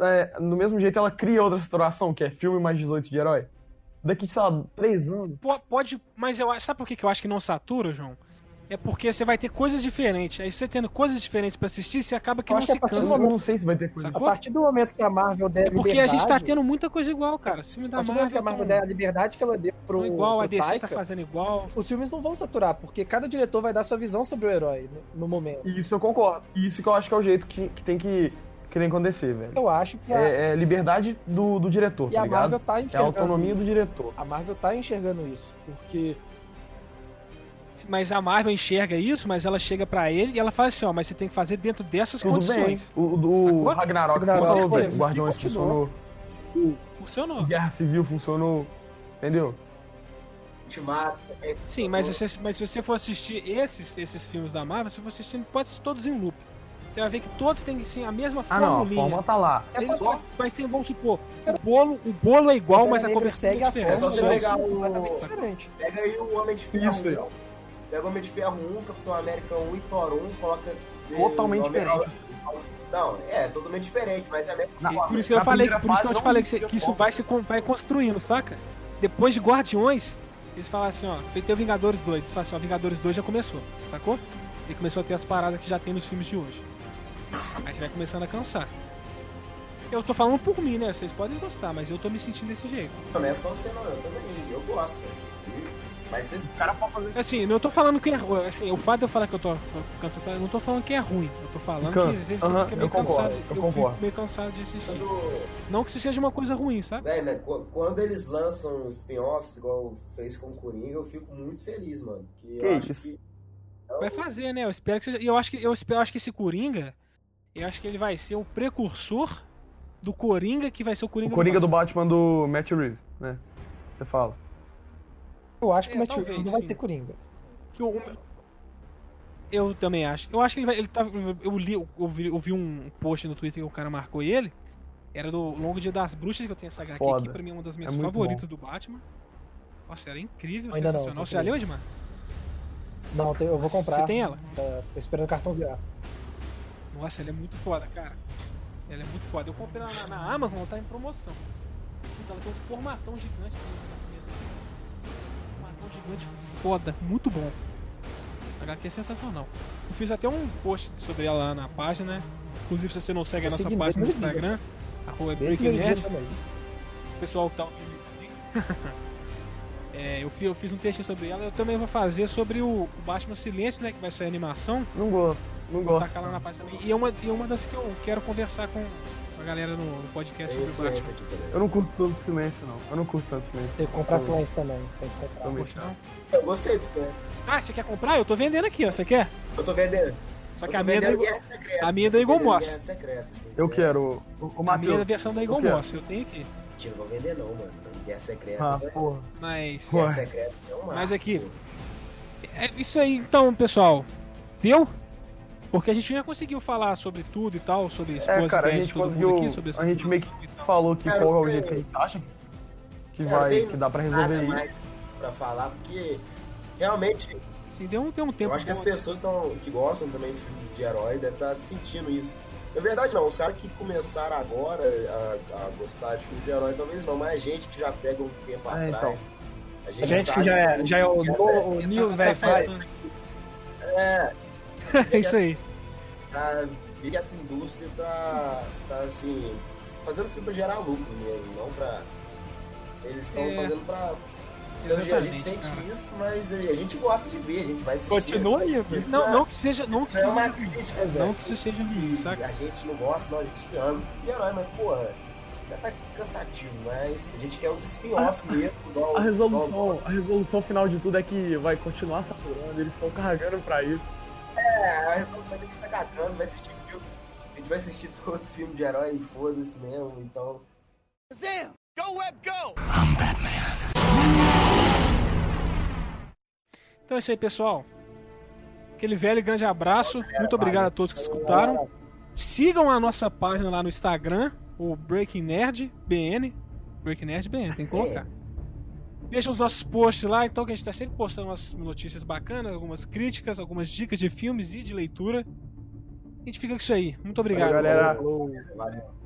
Speaker 3: é, do mesmo jeito ela cria outra saturação, que é filme mais 18 de herói? Daqui, sei lá, três anos.
Speaker 1: Po- Pode, mas eu acho, sabe por que que eu acho que não satura, João? É porque você vai ter coisas diferentes. Aí você tendo coisas diferentes pra assistir, você acaba que
Speaker 4: Eu
Speaker 1: não
Speaker 4: acho que é
Speaker 1: se
Speaker 4: a partir do
Speaker 3: tipo, Eu
Speaker 1: cansa.
Speaker 4: momento-
Speaker 3: não sei se vai ter coisa.
Speaker 4: A
Speaker 1: Sacou?
Speaker 4: partir do momento que a Marvel der
Speaker 1: É porque a
Speaker 4: liberdade,
Speaker 1: gente tá tendo muita coisa igual, cara. Esse filme
Speaker 4: a
Speaker 1: da
Speaker 4: partir do momento que
Speaker 1: Marvel.
Speaker 4: a Marvel
Speaker 1: tão-
Speaker 4: der a liberdade que ela deu pro,
Speaker 1: tão igual, a
Speaker 4: pro
Speaker 1: DC
Speaker 4: Taika,
Speaker 1: tá fazendo igual.
Speaker 4: os filmes não vão saturar, porque cada diretor vai dar sua visão sobre o herói no- no momento.
Speaker 3: E Isso eu concordo. E Isso que eu acho que é o jeito que, que tem que, que tem que acontecer, velho.
Speaker 4: Eu acho que a,
Speaker 3: É, é liberdade do, do diretor,
Speaker 4: e
Speaker 3: tá
Speaker 4: a
Speaker 3: ligado?
Speaker 4: Marvel tá
Speaker 3: É a
Speaker 4: enxergando
Speaker 3: autonomia do diretor.
Speaker 4: A Marvel tá enxergando isso, porque
Speaker 1: Mas a Marvel enxerga isso, mas ela chega pra ele e ela fala assim, ó, mas você tem que fazer dentro dessas
Speaker 3: Tudo bem.
Speaker 1: condições.
Speaker 3: O, o do
Speaker 1: Sacou?
Speaker 3: Ragnarok
Speaker 4: Ragnarok
Speaker 3: funcionou,
Speaker 1: foi-
Speaker 3: velho. Guardiões
Speaker 4: continuou.
Speaker 3: funcionou.
Speaker 1: Funcionou.
Speaker 3: Guerra Civil funcionou. Entendeu?
Speaker 2: Ultimato. é,
Speaker 1: Sim, mas se, você- mas se você for assistir esses, esses filmes da Marvel, se você for assistindo, pode ser todos em loop. Você vai ver que todos têm sim, a mesma
Speaker 3: Ah, não, a
Speaker 1: formulinha.
Speaker 3: forma tá lá.
Speaker 1: Tem
Speaker 4: É
Speaker 1: só- mas tem, vamos supor, o bolo, o bolo é igual, mas a
Speaker 4: Negra
Speaker 1: cobertura
Speaker 4: Então segue a
Speaker 1: diferente.
Speaker 2: É só você
Speaker 4: fórmula né?
Speaker 2: pegar o-
Speaker 4: completamente diferente.
Speaker 2: Pega aí o Homem de Ferro.
Speaker 3: Isso,
Speaker 2: um. Pega o Homem de Ferro 1, Capitão América 1 e Thor 1, coloca. eh,
Speaker 3: Totalmente
Speaker 2: o Homem-
Speaker 3: diferente.
Speaker 2: Não, é totalmente diferente, mas é a é mesma
Speaker 3: Na-
Speaker 2: forma.
Speaker 1: Por isso que eu
Speaker 3: Na
Speaker 1: falei,
Speaker 3: primeira
Speaker 1: por isso que eu
Speaker 3: fase é um
Speaker 1: te falei
Speaker 3: não
Speaker 1: que, você-
Speaker 3: tinha
Speaker 1: que isso
Speaker 3: forma.
Speaker 1: vai se con- vai construindo, saca? Depois de Guardiões, eles falaram assim, ó, tem tem o Vingadores 2, eles falaram assim, ó, Vingadores 2 já começou, sacou? E começou a ter as paradas que já tem nos filmes de hoje. Aí você vai começando a cansar. Eu tô falando por mim, né? Vocês podem gostar, mas eu tô me sentindo desse jeito.
Speaker 2: Não é só você, não. Eu também. Eu gosto, velho. Mas vocês.
Speaker 3: O cara um pode fazer.
Speaker 1: Assim, não tô falando que é ruim. Assim, o fato de eu falar que eu tô cansado, eu não tô falando que é ruim. Eu tô falando
Speaker 3: Cansa.
Speaker 1: que às vezes
Speaker 3: Aham,
Speaker 1: você fica meio
Speaker 3: eu concordo,
Speaker 1: cansado.
Speaker 3: eu
Speaker 1: fico
Speaker 3: concordo.
Speaker 1: meio cansado de assistir.
Speaker 2: Quando,
Speaker 1: Não que isso seja uma coisa ruim, sabe?
Speaker 2: Véi, mas né, qu- quando eles lançam um spin-offs, igual fez com o Coringa, eu fico muito feliz, mano. Que, eu
Speaker 3: Que
Speaker 2: acho
Speaker 3: isso?
Speaker 2: que
Speaker 1: Vai fazer, né? Eu espero que seja. E eu acho que eu, espero, eu acho que esse Coringa, eu acho que ele vai ser o precursor do Coringa que vai ser o
Speaker 3: O
Speaker 1: Coringa,
Speaker 3: Coringa do Batman do Matt Reeves, né? Você fala.
Speaker 4: Eu acho que
Speaker 1: É,
Speaker 4: o Matt
Speaker 1: talvez,
Speaker 4: Reeves não vai
Speaker 1: sim.
Speaker 4: ter Coringa.
Speaker 1: Que eu, eu também acho. Eu acho que ele vai. Ele tá, eu, li, eu, vi, eu vi um post no Twitter que o cara marcou ele. Era do Longo Dia das Bruxas, que eu tenho essa HQ aqui,
Speaker 3: Foda.
Speaker 1: que pra mim é uma das minhas
Speaker 3: muito
Speaker 1: favoritas do Batman. Nossa, era incrível,
Speaker 4: Ainda não,
Speaker 1: sensacional.
Speaker 4: tô
Speaker 1: Você já leu,
Speaker 4: querendo.
Speaker 1: Edmar?
Speaker 4: Não, tem- eu vou comprar.
Speaker 1: Você tem ela?
Speaker 4: Tá, tô esperando o cartão virar.
Speaker 1: Nossa, ela é muito foda, cara. Ela é muito foda. Eu comprei ela na, na Amazon, ela tá em promoção. Puta, ela tem um formatão gigante. né, Formatão gigante foda, muito bom. A HQ é sensacional. Eu fiz até um post sobre ela lá na página. Inclusive, se você não segue a
Speaker 4: Eu
Speaker 1: nossa
Speaker 4: segui
Speaker 1: página no
Speaker 4: Tá mesmo,
Speaker 1: Instagram, arroba
Speaker 4: Desde
Speaker 1: Breaking
Speaker 4: o dia
Speaker 1: Nerd,
Speaker 4: também.
Speaker 1: o pessoal que tá ouvindo aí. É, eu, fiz, eu fiz um texto sobre ela. Eu também vou fazer sobre o, o Batman Silêncio, né? Que vai sair a animação
Speaker 3: Não gosto, não gosto.
Speaker 1: tacar lá na página também. E é uma, e é uma das que eu quero conversar com a galera no, no
Speaker 2: é
Speaker 1: podcast sobre o
Speaker 2: isso
Speaker 1: Batman.
Speaker 2: esse aqui também.
Speaker 3: Eu não curto tanto silêncio, não. Eu não curto tanto silêncio.
Speaker 4: Tem que
Speaker 1: Hum.
Speaker 4: comprar silêncio também. Tem que comprar.
Speaker 3: Também.
Speaker 1: Poxa, não.
Speaker 2: Eu gostei disso, né?
Speaker 1: Ah, você quer comprar? Eu tô vendendo aqui, ó. Você quer?
Speaker 2: Eu tô vendendo.
Speaker 1: Só
Speaker 2: eu
Speaker 1: que
Speaker 2: tô
Speaker 1: a minha, é da
Speaker 2: vendendo
Speaker 1: Eagle-
Speaker 2: Guerra Secreta.
Speaker 1: a minha é da
Speaker 2: Tô
Speaker 1: Eagle
Speaker 2: vendendo
Speaker 1: Moss.
Speaker 2: Guerra Secreta. assim.
Speaker 3: Eu
Speaker 2: É,
Speaker 3: quero. O, o
Speaker 1: a minha é da
Speaker 3: Matheus.
Speaker 1: versão da Eagle
Speaker 3: Eu quero.
Speaker 1: Moss. Eu tenho aqui.
Speaker 2: Tio, não vou vender, não, mano. Guerra Secreta.
Speaker 3: Ah,
Speaker 1: É,
Speaker 2: né?
Speaker 3: porra.
Speaker 1: tipo, Mas.
Speaker 3: Ué.
Speaker 2: Guerra Secreta é um
Speaker 1: Mas
Speaker 2: marco,
Speaker 1: aqui-
Speaker 2: pô.
Speaker 1: É isso aí, então, pessoal. Deu? Porque a gente já conseguiu falar sobre tudo e tal, sobre expor
Speaker 3: É,
Speaker 1: as
Speaker 3: cara, a
Speaker 1: ideias
Speaker 3: gente
Speaker 1: de todo
Speaker 3: conseguiu.
Speaker 1: mundo aqui, sobre essa
Speaker 3: A gente meio
Speaker 1: produção e
Speaker 3: que
Speaker 1: tal.
Speaker 3: falou que
Speaker 2: Cara,
Speaker 3: qual é o
Speaker 2: eu-
Speaker 3: jeito que a gente acha que
Speaker 2: Cara,
Speaker 3: vai.
Speaker 2: tem
Speaker 3: que dá pra
Speaker 2: Nada
Speaker 3: resolver isso.
Speaker 2: mais pra falar, porque realmente
Speaker 1: Assim, deu, um- deu um tempo.
Speaker 2: Eu acho que as
Speaker 1: bom.
Speaker 2: pessoas tão, que gostam também de filme de herói devem estar sentindo isso. Na verdade, não. Os caras que começaram agora a, a gostar de filme de herói, talvez não, mas a gente que já pega um tempo
Speaker 3: É,
Speaker 2: atrás. A
Speaker 4: então. A gente que já é, já é o novo, o new
Speaker 1: Tá
Speaker 4: velho
Speaker 1: faltando.
Speaker 4: faz.
Speaker 1: É isso aí.
Speaker 2: Tá, vê que essa indústria tá, tá assim, fazendo filme pra gerar lucro mesmo, não pra. Eles estão
Speaker 1: É.
Speaker 2: fazendo pra. Então, a gente
Speaker 1: Exatamente.
Speaker 2: sente
Speaker 1: cara.
Speaker 2: isso, mas é, a gente gosta de ver, a gente vai assistir.
Speaker 1: Continua aí, velho. Não, não que seja. Não que
Speaker 2: Isso é uma
Speaker 1: seja, um-
Speaker 2: crítica, velho.
Speaker 1: não que isso seja ruim, saca?
Speaker 2: A gente não gosta, não, a gente ama de herói, mas porra, já tá cansativo, mas a gente quer os spin-off mesmo. Igual,
Speaker 3: A
Speaker 2: igual-
Speaker 3: resolução, a resolução final de tudo é que vai continuar saturando, eles estão carregando pra isso.
Speaker 2: é, a resolução tem que estar cagando, mas a gente, viu, a gente vai assistir todos os filmes de herói e foda-se mesmo, então.
Speaker 1: Então é isso aí, pessoal. Aquele velho e grande abraço. Muito obrigado a todos que escutaram. Sigam a nossa página lá no Instagram, o Breaking Nerd BN. Breaking Nerd BN, tem que colocar. Deixa os nossos posts lá, então, que a gente tá sempre postando umas notícias bacanas, algumas críticas, algumas dicas de filmes e de leitura. A gente fica com isso aí. Muito obrigado.
Speaker 3: Valeu, galera.
Speaker 2: Valeu.